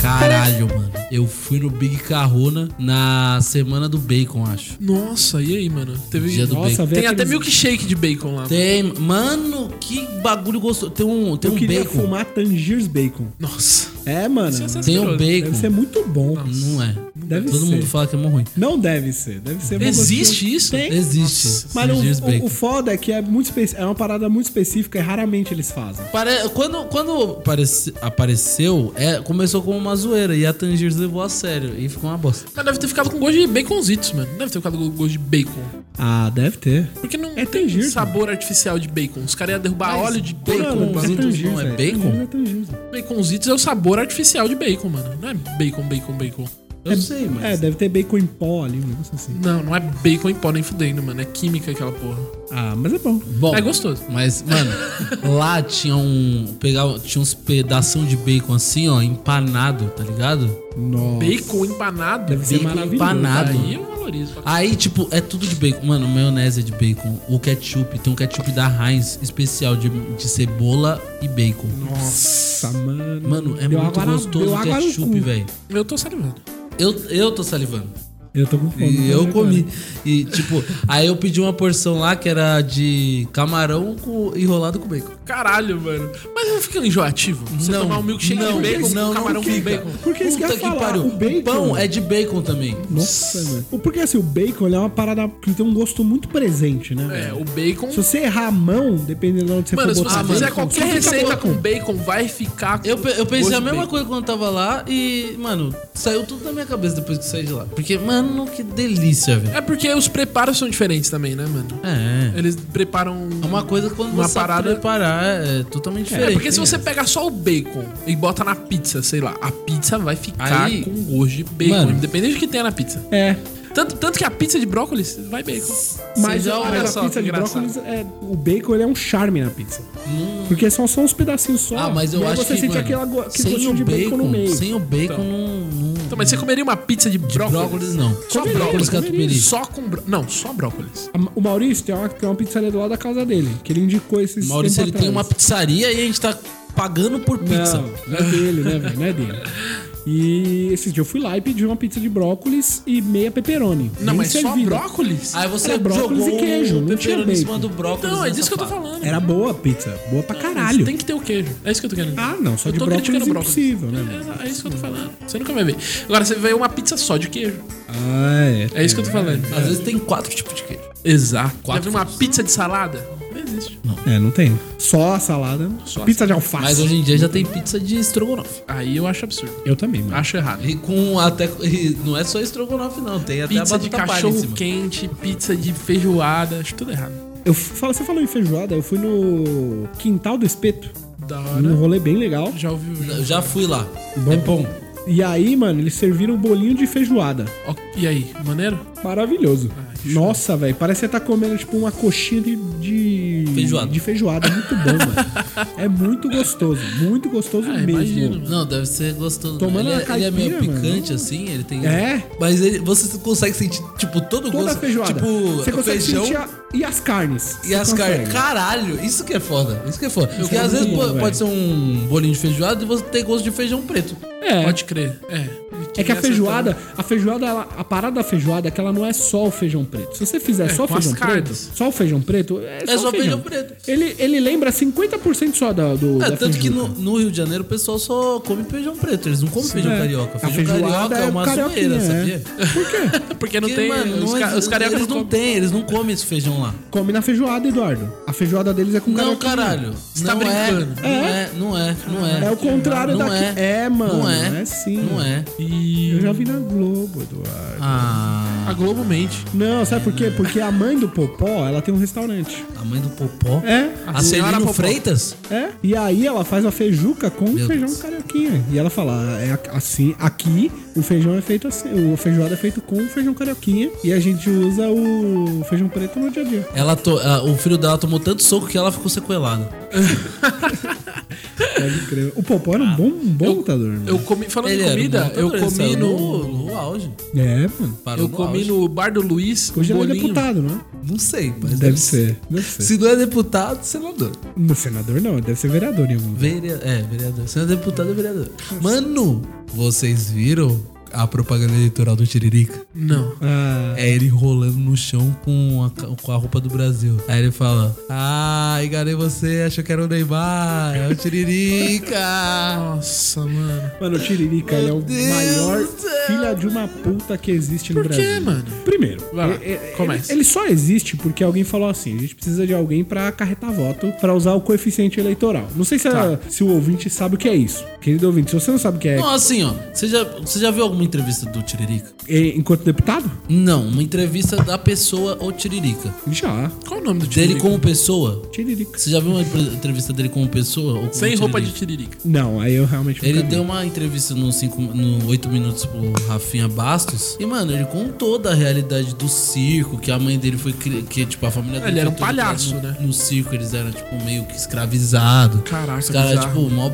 [SPEAKER 2] Caralho, mano. Eu fui no Big Carrona na semana do bacon, acho.
[SPEAKER 3] Nossa, e aí, mano? Teve...
[SPEAKER 2] Dia do
[SPEAKER 1] Nossa,
[SPEAKER 2] bacon.
[SPEAKER 1] velho.
[SPEAKER 3] Tem até
[SPEAKER 1] aqueles-
[SPEAKER 3] milkshake de bacon lá.
[SPEAKER 2] Tem. Mano, que bagulho gostoso. Tem um, tem
[SPEAKER 1] Eu
[SPEAKER 2] um
[SPEAKER 1] queria
[SPEAKER 2] bacon.
[SPEAKER 1] fumar Tangiers Bacon.
[SPEAKER 3] Nossa.
[SPEAKER 1] É, mano.
[SPEAKER 3] Isso é
[SPEAKER 2] Tem um
[SPEAKER 3] Mano,
[SPEAKER 2] bacon.
[SPEAKER 1] Deve ser muito bom.
[SPEAKER 2] Não é.
[SPEAKER 1] Deve
[SPEAKER 2] Todo
[SPEAKER 1] ser.
[SPEAKER 2] mundo fala que é mó ruim.
[SPEAKER 1] Não deve ser. Deve ser bom
[SPEAKER 3] Existe
[SPEAKER 1] gostoso.
[SPEAKER 3] isso?
[SPEAKER 1] Tem.
[SPEAKER 2] Existe.
[SPEAKER 1] Mas não-
[SPEAKER 2] Tanger's
[SPEAKER 1] o,
[SPEAKER 2] bacon.
[SPEAKER 1] o foda é que é, muito espe- é uma parada muito específica e raramente eles fazem.
[SPEAKER 2] Pare- Quando, quando parece- apareceu, é, começou como uma zoeira e a Tangiers levou a sério e ficou uma bosta.
[SPEAKER 3] Mas deve ter ficado com gosto de baconzitos, mano. Não Deve ter ficado com gosto de bacon.
[SPEAKER 1] Ah, deve ter.
[SPEAKER 3] Porque não
[SPEAKER 1] É
[SPEAKER 3] tem
[SPEAKER 1] tangier,
[SPEAKER 3] sabor artificial de bacon. Os caras iam derrubar
[SPEAKER 2] Mas
[SPEAKER 3] óleo de
[SPEAKER 2] tem
[SPEAKER 3] bacon.
[SPEAKER 2] um-
[SPEAKER 3] mano.
[SPEAKER 2] Tanger's, não é
[SPEAKER 1] velho.
[SPEAKER 2] bacon?
[SPEAKER 1] Tanger's é Tanger's.
[SPEAKER 3] Baconzitos é o sabor artificial de bacon, mano. Não é bacon, bacon, bacon.
[SPEAKER 2] Eu sei, mas.
[SPEAKER 1] É, deve ter bacon em pó ali, um negócio assim.
[SPEAKER 3] Não, não é bacon em pó nem fudendo, mano. É química aquela porra.
[SPEAKER 1] Ah, mas é bom.
[SPEAKER 2] Bom,
[SPEAKER 3] É gostoso.
[SPEAKER 2] Mas, mano, lá tinha um. Pegava, tinha uns pedação de bacon assim, ó, empanado, tá ligado?
[SPEAKER 1] Nossa.
[SPEAKER 3] Bacon empanado.
[SPEAKER 1] Deve ser
[SPEAKER 2] Bacon
[SPEAKER 1] maravilhoso.
[SPEAKER 2] empanado.
[SPEAKER 3] Aí é uma valorizo. pra
[SPEAKER 2] Aí, tipo, é tudo de bacon. Mano, maionese é de bacon. O ketchup, tem um ketchup da Heinz especial de, de cebola e bacon.
[SPEAKER 1] Nossa, mano.
[SPEAKER 2] Mano, é
[SPEAKER 1] Deu
[SPEAKER 2] muito
[SPEAKER 1] água na-
[SPEAKER 2] gostoso
[SPEAKER 1] deu
[SPEAKER 2] o
[SPEAKER 1] água no
[SPEAKER 2] ketchup,
[SPEAKER 1] cu.
[SPEAKER 2] velho.
[SPEAKER 3] caralho. Eu tô salivando.
[SPEAKER 2] Eu, eu tô salivando.
[SPEAKER 1] Eu tô com fome. é
[SPEAKER 2] E
[SPEAKER 1] também
[SPEAKER 2] eu
[SPEAKER 1] agora.
[SPEAKER 2] comi. E, tipo, aí eu pedi uma porção lá que era de camarão com- enrolado com bacon.
[SPEAKER 3] Caralho, mano. Mas não fica enjoativo? Você
[SPEAKER 2] não,
[SPEAKER 3] tomar um milkshake
[SPEAKER 2] não,
[SPEAKER 3] de bacon,
[SPEAKER 2] não,
[SPEAKER 3] com camarão
[SPEAKER 2] não
[SPEAKER 3] com
[SPEAKER 2] fica.
[SPEAKER 3] bacon.
[SPEAKER 1] Porque isso que eu ia falar, o bacon-
[SPEAKER 2] pão é de bacon também.
[SPEAKER 1] Nossa, mano. Porque assim, o bacon ele é uma parada que tem um gosto muito presente, né?
[SPEAKER 3] É,
[SPEAKER 1] velho?
[SPEAKER 3] o bacon.
[SPEAKER 1] Se você errar a mão, dependendo de onde você
[SPEAKER 3] Mano, se
[SPEAKER 1] for
[SPEAKER 3] você
[SPEAKER 1] botar.
[SPEAKER 3] fizer
[SPEAKER 1] mano,
[SPEAKER 3] qualquer
[SPEAKER 1] só fica
[SPEAKER 3] receita
[SPEAKER 1] bacon.
[SPEAKER 3] com bacon, vai ficar com
[SPEAKER 2] Eu, pe- eu pensei
[SPEAKER 3] gosto
[SPEAKER 2] a
[SPEAKER 3] de
[SPEAKER 2] mesma
[SPEAKER 3] bacon.
[SPEAKER 2] coisa quando eu tava lá e, mano, saiu tudo da minha cabeça depois que eu saí de lá. Porque, mano, que delícia, velho.
[SPEAKER 3] É porque os preparos são diferentes também, né, mano?
[SPEAKER 2] É.
[SPEAKER 3] Eles preparam.
[SPEAKER 2] É uma coisa quando
[SPEAKER 3] Uma
[SPEAKER 2] você
[SPEAKER 3] parada-
[SPEAKER 2] preparar é totalmente
[SPEAKER 3] É,
[SPEAKER 2] diferente.
[SPEAKER 3] porque se
[SPEAKER 2] né?
[SPEAKER 3] você pegar só o bacon e bota na pizza, sei lá, a pizza vai ficar
[SPEAKER 2] Aí-
[SPEAKER 3] com gosto de bacon,
[SPEAKER 2] Mano.
[SPEAKER 3] independente do que tenha na pizza.
[SPEAKER 1] É,
[SPEAKER 3] Tanto, tanto que a pizza de brócolis vai bacon.
[SPEAKER 1] mas
[SPEAKER 2] já
[SPEAKER 1] a,
[SPEAKER 2] olha
[SPEAKER 1] a
[SPEAKER 2] só
[SPEAKER 1] pizza
[SPEAKER 3] que
[SPEAKER 1] de brócolis, é, o bacon ele é um charme na pizza. Porque são só uns pedacinhos só.
[SPEAKER 2] Hum. Ah, mas eu
[SPEAKER 1] e aí
[SPEAKER 2] acho
[SPEAKER 1] você
[SPEAKER 2] que,
[SPEAKER 1] sente
[SPEAKER 2] mano,
[SPEAKER 1] aquela go- aquele
[SPEAKER 2] sem
[SPEAKER 1] gostinho
[SPEAKER 2] o
[SPEAKER 1] de bacon, no meio.
[SPEAKER 2] Sem o bacon não... não...
[SPEAKER 3] Então, mas você comeria uma pizza de
[SPEAKER 2] De
[SPEAKER 3] brócolis?
[SPEAKER 2] brócolis não.
[SPEAKER 3] Só
[SPEAKER 1] Comeria,
[SPEAKER 3] brócolis,
[SPEAKER 1] comeria.
[SPEAKER 3] catupiry. Só com brócolis. Não, só brócolis.
[SPEAKER 1] A- O Maurício tem uma, tem uma pizzaria do lado da casa dele, que ele indicou esses
[SPEAKER 2] Maurício, ele
[SPEAKER 1] tempos
[SPEAKER 2] tem uma
[SPEAKER 1] atrás.
[SPEAKER 2] pizzaria e a gente tá pagando por pizza.
[SPEAKER 1] Não, não é dele, né, velho? Não é dele. E esse dia eu fui lá e pedi uma pizza de brócolis e meia pepperoni.
[SPEAKER 3] Não,
[SPEAKER 1] Bem
[SPEAKER 3] mas só
[SPEAKER 1] servida.
[SPEAKER 3] brócolis?
[SPEAKER 2] Aí você
[SPEAKER 1] Era brócolis
[SPEAKER 2] jogou
[SPEAKER 1] e queijo,
[SPEAKER 2] o
[SPEAKER 1] não tinha
[SPEAKER 2] pepperoni em
[SPEAKER 1] bacon.
[SPEAKER 2] cima do brócolis.
[SPEAKER 3] Não, é
[SPEAKER 2] né,
[SPEAKER 3] disso que eu tô
[SPEAKER 2] safado?
[SPEAKER 3] falando.
[SPEAKER 1] Era boa a pizza. Boa pra caralho.
[SPEAKER 3] Tem que ter o queijo. É isso que eu tô querendo.
[SPEAKER 1] Ah, não, só
[SPEAKER 3] Eu
[SPEAKER 1] de
[SPEAKER 3] tô
[SPEAKER 1] brócolis
[SPEAKER 3] criticando
[SPEAKER 1] é impossível, né? mano?
[SPEAKER 3] É, é isso que eu tô falando. Você nunca vai ver. Agora, você vê uma pizza só de queijo.
[SPEAKER 1] Ah,
[SPEAKER 3] É isso que eu tô falando.
[SPEAKER 2] Às vezes tem quatro tipos de queijo.
[SPEAKER 3] Exato. Já
[SPEAKER 2] Quatro
[SPEAKER 3] viu uma pizza de salada? Não existe.
[SPEAKER 1] É, não tem. Só a salada.
[SPEAKER 3] Só a
[SPEAKER 1] pizza de alface.
[SPEAKER 2] Mas hoje em dia já tem pizza de estrogonofe.
[SPEAKER 3] Aí eu acho absurdo.
[SPEAKER 1] Eu também, mano.
[SPEAKER 3] Acho errado.
[SPEAKER 2] E com até. e não é só estrogonofe, não. Tem até a
[SPEAKER 3] Pizza de
[SPEAKER 2] batata palha em
[SPEAKER 3] cachorro
[SPEAKER 2] cima.
[SPEAKER 3] quente, pizza de feijoada, acho tudo errado.
[SPEAKER 1] Ah, Eu falo, você falou em feijoada, eu fui no Quintal do Espeto.
[SPEAKER 3] Da
[SPEAKER 1] Um
[SPEAKER 3] hora.
[SPEAKER 1] rolê bem legal.
[SPEAKER 3] Já ouviu? já.
[SPEAKER 2] Eu já fui lá.
[SPEAKER 1] Bom.
[SPEAKER 2] É bom.
[SPEAKER 1] E aí, mano, eles serviram um bolinho de feijoada.
[SPEAKER 3] Ó, E aí, maneiro?
[SPEAKER 1] Maravilhoso.
[SPEAKER 3] Ai,
[SPEAKER 1] Nossa, velho. Parece que você tá comendo, tipo, uma coxinha de. de
[SPEAKER 2] Feijoada.
[SPEAKER 1] De feijoada. Muito bom, mano. É muito gostoso. Muito gostoso
[SPEAKER 3] Ah,
[SPEAKER 1] mesmo.
[SPEAKER 3] imagino, mano.
[SPEAKER 2] Não, deve ser gostoso.
[SPEAKER 1] Tomando
[SPEAKER 2] ele, é-
[SPEAKER 1] uma
[SPEAKER 2] ele é meio
[SPEAKER 1] caipira,
[SPEAKER 2] picante, assim, ele tem.
[SPEAKER 1] É?
[SPEAKER 2] Mas ele, você consegue sentir, tipo, todo o
[SPEAKER 1] Toda a
[SPEAKER 2] gosto.
[SPEAKER 1] feijoada.
[SPEAKER 2] Tipo,
[SPEAKER 1] você consegue
[SPEAKER 2] feijão.
[SPEAKER 1] sentir a- E as carnes.
[SPEAKER 2] E
[SPEAKER 1] Você
[SPEAKER 2] as carnes.
[SPEAKER 1] consegue.
[SPEAKER 2] Caralho, isso que é foda. Isso que é foda. Porque
[SPEAKER 1] é
[SPEAKER 2] às vezes
[SPEAKER 1] muito
[SPEAKER 2] po-
[SPEAKER 1] bom, velho.
[SPEAKER 2] pode ser um bolinho de feijoada e você tem gosto de feijão preto.
[SPEAKER 1] É.
[SPEAKER 3] Pode crer. É.
[SPEAKER 1] É que a
[SPEAKER 3] Essa
[SPEAKER 1] feijoada, a feijoada, ela- a parada da feijoada é que ela não é só o feijão preto. Se você fizer só o
[SPEAKER 3] É, com as
[SPEAKER 1] feijão preto,
[SPEAKER 3] carnes.
[SPEAKER 1] só o feijão preto, é, só,
[SPEAKER 2] só
[SPEAKER 1] o feijão.
[SPEAKER 2] feijão preto.
[SPEAKER 1] Ele, ele lembra 50% só da, do.
[SPEAKER 2] É,
[SPEAKER 1] da
[SPEAKER 2] tanto que no,
[SPEAKER 1] feijuca.
[SPEAKER 2] no Rio de Janeiro o pessoal só come feijão preto, eles não comem feijão
[SPEAKER 1] É.
[SPEAKER 2] carioca.
[SPEAKER 1] A
[SPEAKER 2] Feijão
[SPEAKER 1] feijoada
[SPEAKER 2] carioca é
[SPEAKER 1] é
[SPEAKER 2] uma
[SPEAKER 1] carioquinha,
[SPEAKER 2] zoeira,
[SPEAKER 1] é.
[SPEAKER 2] sabia?
[SPEAKER 1] Por quê?
[SPEAKER 3] também. É Porque não é
[SPEAKER 2] Porque,
[SPEAKER 3] tem.
[SPEAKER 2] mano,
[SPEAKER 3] os,
[SPEAKER 2] não,
[SPEAKER 3] ca os cariocas
[SPEAKER 2] eles
[SPEAKER 3] não
[SPEAKER 2] não
[SPEAKER 3] comem.
[SPEAKER 2] têm, eles não comem esse feijão lá.
[SPEAKER 1] Come na feijoada, Eduardo. A feijoada deles é com
[SPEAKER 2] Não,
[SPEAKER 1] carioquinha.
[SPEAKER 2] um caralho.
[SPEAKER 3] tá
[SPEAKER 2] não, é,
[SPEAKER 3] brincando.
[SPEAKER 2] não é, não é, não é.
[SPEAKER 1] É o contrário
[SPEAKER 2] não
[SPEAKER 1] daqui.
[SPEAKER 2] É.
[SPEAKER 1] É, mano.
[SPEAKER 2] Não é.
[SPEAKER 1] É sim.
[SPEAKER 2] Não é.
[SPEAKER 1] Eu
[SPEAKER 3] E.
[SPEAKER 1] já vi na Globo, Eduardo.
[SPEAKER 2] Ah,
[SPEAKER 3] A Globo mente.
[SPEAKER 1] Não, sabe por quê? Porque a mãe do Popó, ela tem um restaurante.
[SPEAKER 2] a mãe do Popó.
[SPEAKER 1] É.
[SPEAKER 2] A
[SPEAKER 3] senhora
[SPEAKER 2] Celino
[SPEAKER 3] Popó.
[SPEAKER 2] Freitas?
[SPEAKER 1] É, e aí ela faz a feijuca com
[SPEAKER 2] Meu
[SPEAKER 1] feijão
[SPEAKER 2] Deus.
[SPEAKER 1] carioquinha. E ela fala, é a- assim, aqui o feijão é feito assim, o feijoada é feito com feijão carioquinha e a gente usa o feijão preto no dia a dia.
[SPEAKER 2] Ela to- ah, o filho dela tomou tanto soco que ela ficou sequelada.
[SPEAKER 1] Pode crer. O Popó era um bom, um bom lutador, mano.
[SPEAKER 3] Eu comi. Falando em
[SPEAKER 2] era um
[SPEAKER 3] comida,
[SPEAKER 2] lutador,
[SPEAKER 3] eu
[SPEAKER 2] ele
[SPEAKER 3] comi
[SPEAKER 2] saiu
[SPEAKER 3] no.
[SPEAKER 2] no, no auge.
[SPEAKER 1] É, mano.
[SPEAKER 2] Parou
[SPEAKER 3] Eu comi
[SPEAKER 2] auge.
[SPEAKER 3] no bar do Luiz. um
[SPEAKER 1] Hoje ele é
[SPEAKER 3] bolinho.
[SPEAKER 1] deputado, não é?
[SPEAKER 2] Não sei, mas
[SPEAKER 1] Deve, ser. Deve ser.
[SPEAKER 2] Se não é deputado, senador.
[SPEAKER 1] No senador não, deve ser vereador em algum lugar.
[SPEAKER 2] Vereador. É, vereador. Se não é deputado, é vereador. Mano, vocês viram a propaganda eleitoral do Tiririca?
[SPEAKER 3] Não.
[SPEAKER 1] Ah,
[SPEAKER 2] É ele rolando no chão com a, ca- com a roupa do Brasil. Aí ele fala: Ah, enganei você, achou que era o Neymar, é o Tiririca.
[SPEAKER 3] Nossa, mano.
[SPEAKER 1] mano, o Tiririca ele é o
[SPEAKER 2] Deus
[SPEAKER 1] maior
[SPEAKER 2] do céu.
[SPEAKER 1] filha de uma puta que existe no
[SPEAKER 3] Por
[SPEAKER 1] Brasil.
[SPEAKER 3] quê, mano?
[SPEAKER 1] Primeiro,
[SPEAKER 3] Vai lá,
[SPEAKER 1] e- e-
[SPEAKER 3] começa.
[SPEAKER 1] Ele, ele só existe porque alguém falou assim: a gente precisa de alguém pra acarretar voto, pra usar o coeficiente eleitoral. Não sei se, a- se o ouvinte sabe o que é isso. Querido ouvinte, se você não sabe o que é
[SPEAKER 2] Não, assim, ó. Você já, você já viu alguma entrevista do Tiririca?
[SPEAKER 1] e- é enquanto deputado?
[SPEAKER 2] Não, uma entrevista da pessoa ou Tiririca.
[SPEAKER 1] Já.
[SPEAKER 3] Qual o nome do
[SPEAKER 2] Dele
[SPEAKER 3] tiririca?
[SPEAKER 2] como pessoa?
[SPEAKER 1] Tiririca.
[SPEAKER 2] Você já viu uma empre- entrevista dele como pessoa? ou como
[SPEAKER 3] Sem roupa de
[SPEAKER 2] Tiririca?
[SPEAKER 3] tiririca.
[SPEAKER 1] Não, aí eu realmente.
[SPEAKER 2] Ele
[SPEAKER 1] nunca vi.
[SPEAKER 2] deu um uma entrevista no, cinco, no 8 minutos pro Rafinha Bastos. E, mano, ele contou da realidade do circo, que a mãe dele foi. cri- Que, tipo, a família dele.
[SPEAKER 3] Ele era
[SPEAKER 2] foi
[SPEAKER 3] um
[SPEAKER 2] toda
[SPEAKER 3] palhaço,
[SPEAKER 2] criada
[SPEAKER 3] né?
[SPEAKER 2] No, no circo, eles eram, tipo, meio que escravizados.
[SPEAKER 3] Caraca, é
[SPEAKER 2] Os caras,
[SPEAKER 3] bizarro.
[SPEAKER 2] tipo, mó,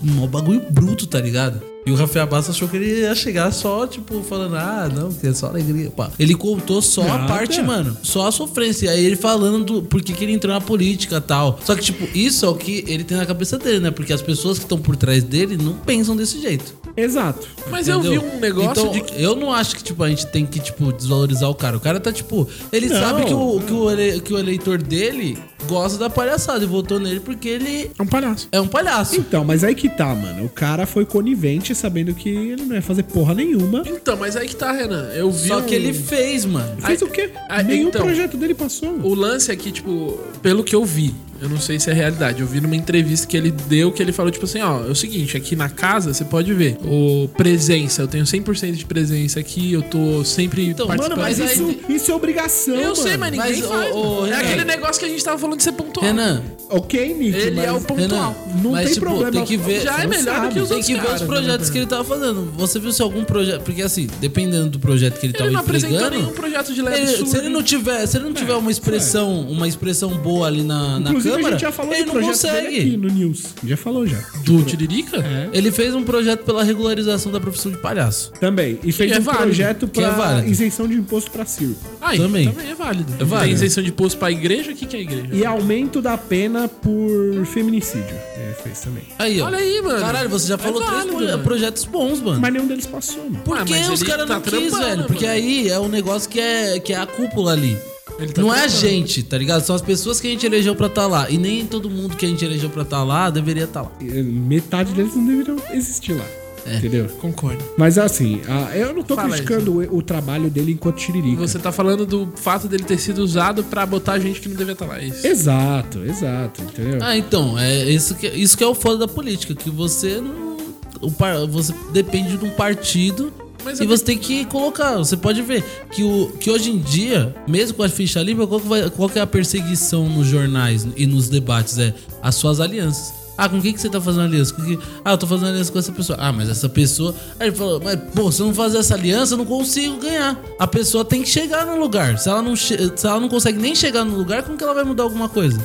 [SPEAKER 2] mó bagulho bruto, tá ligado? E o Rafael Bastos achou que ele ia chegar só, tipo, falando, ah, não, que é só alegria, pá. Ele contou só a
[SPEAKER 1] Nada.
[SPEAKER 2] parte, mano, só a sofrência. E aí ele falando do por que que ele entrou na política e tal. Só que, tipo, isso é o que ele tem na cabeça dele, né? Porque as pessoas que estão por trás dele não pensam desse jeito.
[SPEAKER 1] Exato.
[SPEAKER 3] Mas eu
[SPEAKER 2] Entendeu?
[SPEAKER 3] vi um negócio
[SPEAKER 2] então,
[SPEAKER 3] de que.
[SPEAKER 2] Eu não acho que, tipo, a gente tem que, tipo, desvalorizar o cara. O cara tá, tipo... Ele
[SPEAKER 1] Não.
[SPEAKER 2] sabe que o, que, o ele- que o eleitor dele gosta da palhaçada e votou nele porque ele
[SPEAKER 3] É um palhaço.
[SPEAKER 2] é um palhaço.
[SPEAKER 1] Então, mas aí que tá, mano. O cara foi conivente sabendo que ele não ia fazer porra nenhuma.
[SPEAKER 3] Então, mas aí que tá, Renan. Eu vi.
[SPEAKER 2] Só
[SPEAKER 3] um-
[SPEAKER 2] que ele fez, mano.
[SPEAKER 1] Fez
[SPEAKER 3] Aí-
[SPEAKER 1] o quê?
[SPEAKER 3] aí,
[SPEAKER 1] Nenhum
[SPEAKER 3] então.
[SPEAKER 1] projeto dele passou.
[SPEAKER 3] O lance é que, tipo, pelo que eu vi, eu não sei se é realidade. Eu vi numa entrevista que ele deu que ele falou, tipo assim, ó, é o seguinte, aqui na casa você pode ver. O presença, eu tenho 100% de presença aqui, eu tô sempre
[SPEAKER 2] Então, mano,
[SPEAKER 3] participando.
[SPEAKER 1] Mas
[SPEAKER 2] mas aí-
[SPEAKER 1] isso, isso é obrigação,
[SPEAKER 3] eu
[SPEAKER 1] mano.
[SPEAKER 3] sei, mas ninguém
[SPEAKER 2] Mas, ô,
[SPEAKER 3] faz.
[SPEAKER 2] ô,
[SPEAKER 3] mano. é
[SPEAKER 2] Renan.
[SPEAKER 3] aquele negócio que a gente tava falando de ser pontual.
[SPEAKER 2] Renan,
[SPEAKER 1] Ok, Nick,
[SPEAKER 3] Ele
[SPEAKER 1] mas...
[SPEAKER 3] é o
[SPEAKER 2] Renan,
[SPEAKER 3] pontual.
[SPEAKER 1] Não
[SPEAKER 2] mas,
[SPEAKER 1] tem
[SPEAKER 2] tipo,
[SPEAKER 1] problema.
[SPEAKER 2] tem que ver...
[SPEAKER 3] Já é
[SPEAKER 1] não
[SPEAKER 3] melhor
[SPEAKER 1] sabe.
[SPEAKER 3] do que os
[SPEAKER 2] Tem
[SPEAKER 3] outros
[SPEAKER 2] que ver
[SPEAKER 3] caras,
[SPEAKER 2] os
[SPEAKER 3] né,
[SPEAKER 2] projetos
[SPEAKER 3] mano?
[SPEAKER 2] que ele tava fazendo. Você viu se algum projeto... Porque, assim, dependendo do projeto que ele,
[SPEAKER 3] Ele
[SPEAKER 2] tava
[SPEAKER 3] não apresentou
[SPEAKER 2] entregando...
[SPEAKER 3] nenhum projeto de leve
[SPEAKER 2] tá Ele-
[SPEAKER 3] absurdo. É,
[SPEAKER 2] se ele não tiver, se ele não tiver uma expressão, uma expressão boa ali na, na
[SPEAKER 1] Inclusive,
[SPEAKER 2] câmara,
[SPEAKER 1] a gente já falou
[SPEAKER 2] ele
[SPEAKER 1] do
[SPEAKER 2] não
[SPEAKER 1] projeto dele aqui
[SPEAKER 2] consegue.
[SPEAKER 1] no News. Já falou, já.
[SPEAKER 3] Do Tiririca? É.
[SPEAKER 2] Ele fez um projeto pela regularização da profissão de palhaço.
[SPEAKER 1] Também. E fez
[SPEAKER 3] é
[SPEAKER 1] um
[SPEAKER 3] válido,
[SPEAKER 1] projeto
[SPEAKER 2] que é
[SPEAKER 1] pra
[SPEAKER 2] válido.
[SPEAKER 1] isenção de imposto pra circo.
[SPEAKER 3] Aí,
[SPEAKER 2] Também.
[SPEAKER 3] também. é válido.
[SPEAKER 2] É válido.
[SPEAKER 3] Tem isenção de imposto pra igreja? O que, que é igreja?
[SPEAKER 1] E aumento da pena por feminicídio. Ele fez também.
[SPEAKER 2] Aí, ó.
[SPEAKER 3] Olha aí, mano.
[SPEAKER 2] Caralho, você já
[SPEAKER 3] É
[SPEAKER 2] falou três
[SPEAKER 3] válido,
[SPEAKER 2] proje-
[SPEAKER 3] mano.
[SPEAKER 2] projetos bons, mano.
[SPEAKER 1] Mas nenhum deles passou, mano.
[SPEAKER 2] Por
[SPEAKER 3] Ah,
[SPEAKER 2] que
[SPEAKER 3] mas
[SPEAKER 2] os
[SPEAKER 3] ele
[SPEAKER 2] caras
[SPEAKER 3] tá
[SPEAKER 2] não quis,
[SPEAKER 3] trampando,
[SPEAKER 2] velho? Porque
[SPEAKER 3] mano.
[SPEAKER 2] aí é um negócio que é, que é a cúpula ali.
[SPEAKER 3] Ele tá
[SPEAKER 2] não é a
[SPEAKER 3] trampando.
[SPEAKER 2] gente, tá ligado? São as pessoas que a gente elegeu pra estar tá lá. E nem todo mundo que a gente elegeu pra estar tá lá deveria estar tá lá.
[SPEAKER 1] Eh, Metade deles não deveriam existir lá. Entendeu?
[SPEAKER 3] Concordo.
[SPEAKER 1] Mas assim, a- eu não tô
[SPEAKER 3] É. Fala aí,
[SPEAKER 1] criticando o, o trabalho dele enquanto tiririca.
[SPEAKER 3] Você tá falando do fato dele ter sido usado pra botar gente que não devia estar lá. é Isso.
[SPEAKER 1] Exato, exato, entendeu?
[SPEAKER 2] Ah, então, é isso que, isso que é o foda da política, que você não. o par- você depende de um partido
[SPEAKER 3] Mas
[SPEAKER 2] e
[SPEAKER 3] é-
[SPEAKER 2] você tem que colocar. Você pode ver que, o, que hoje em dia, mesmo com a ficha limpa, qual que, vai- qual que é a perseguição nos jornais e nos debates? É as suas alianças. Ah, com quem que você tá fazendo aliança? Com que... Ah, eu tô fazendo aliança com essa pessoa. Ah, mas essa pessoa. Aí ele falou, mas pô, se eu não fazer essa aliança, eu não consigo ganhar. A pessoa tem que chegar no lugar. Se ela não, che- se ela não consegue nem chegar no lugar, como que ela vai mudar alguma coisa?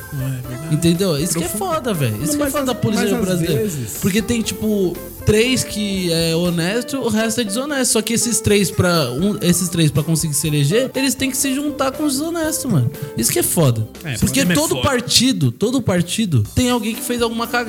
[SPEAKER 2] Entendeu? Isso que é foda, velho.
[SPEAKER 1] Não,
[SPEAKER 2] Isso que é
[SPEAKER 1] mas
[SPEAKER 2] foda da
[SPEAKER 1] às- mas
[SPEAKER 2] polícia
[SPEAKER 1] às
[SPEAKER 2] brasileira.
[SPEAKER 1] vezes-
[SPEAKER 2] Porque tem, tipo, três que é honesto, o resto é desonesto. Só que esses três, pra, um- esses três pra conseguir se eleger, eles têm que se juntar com os desonestos, mano. Isso que é foda. Porque
[SPEAKER 3] foda.
[SPEAKER 2] todo
[SPEAKER 3] É foda.
[SPEAKER 2] partido, todo partido tem alguém que fez alguma cagada.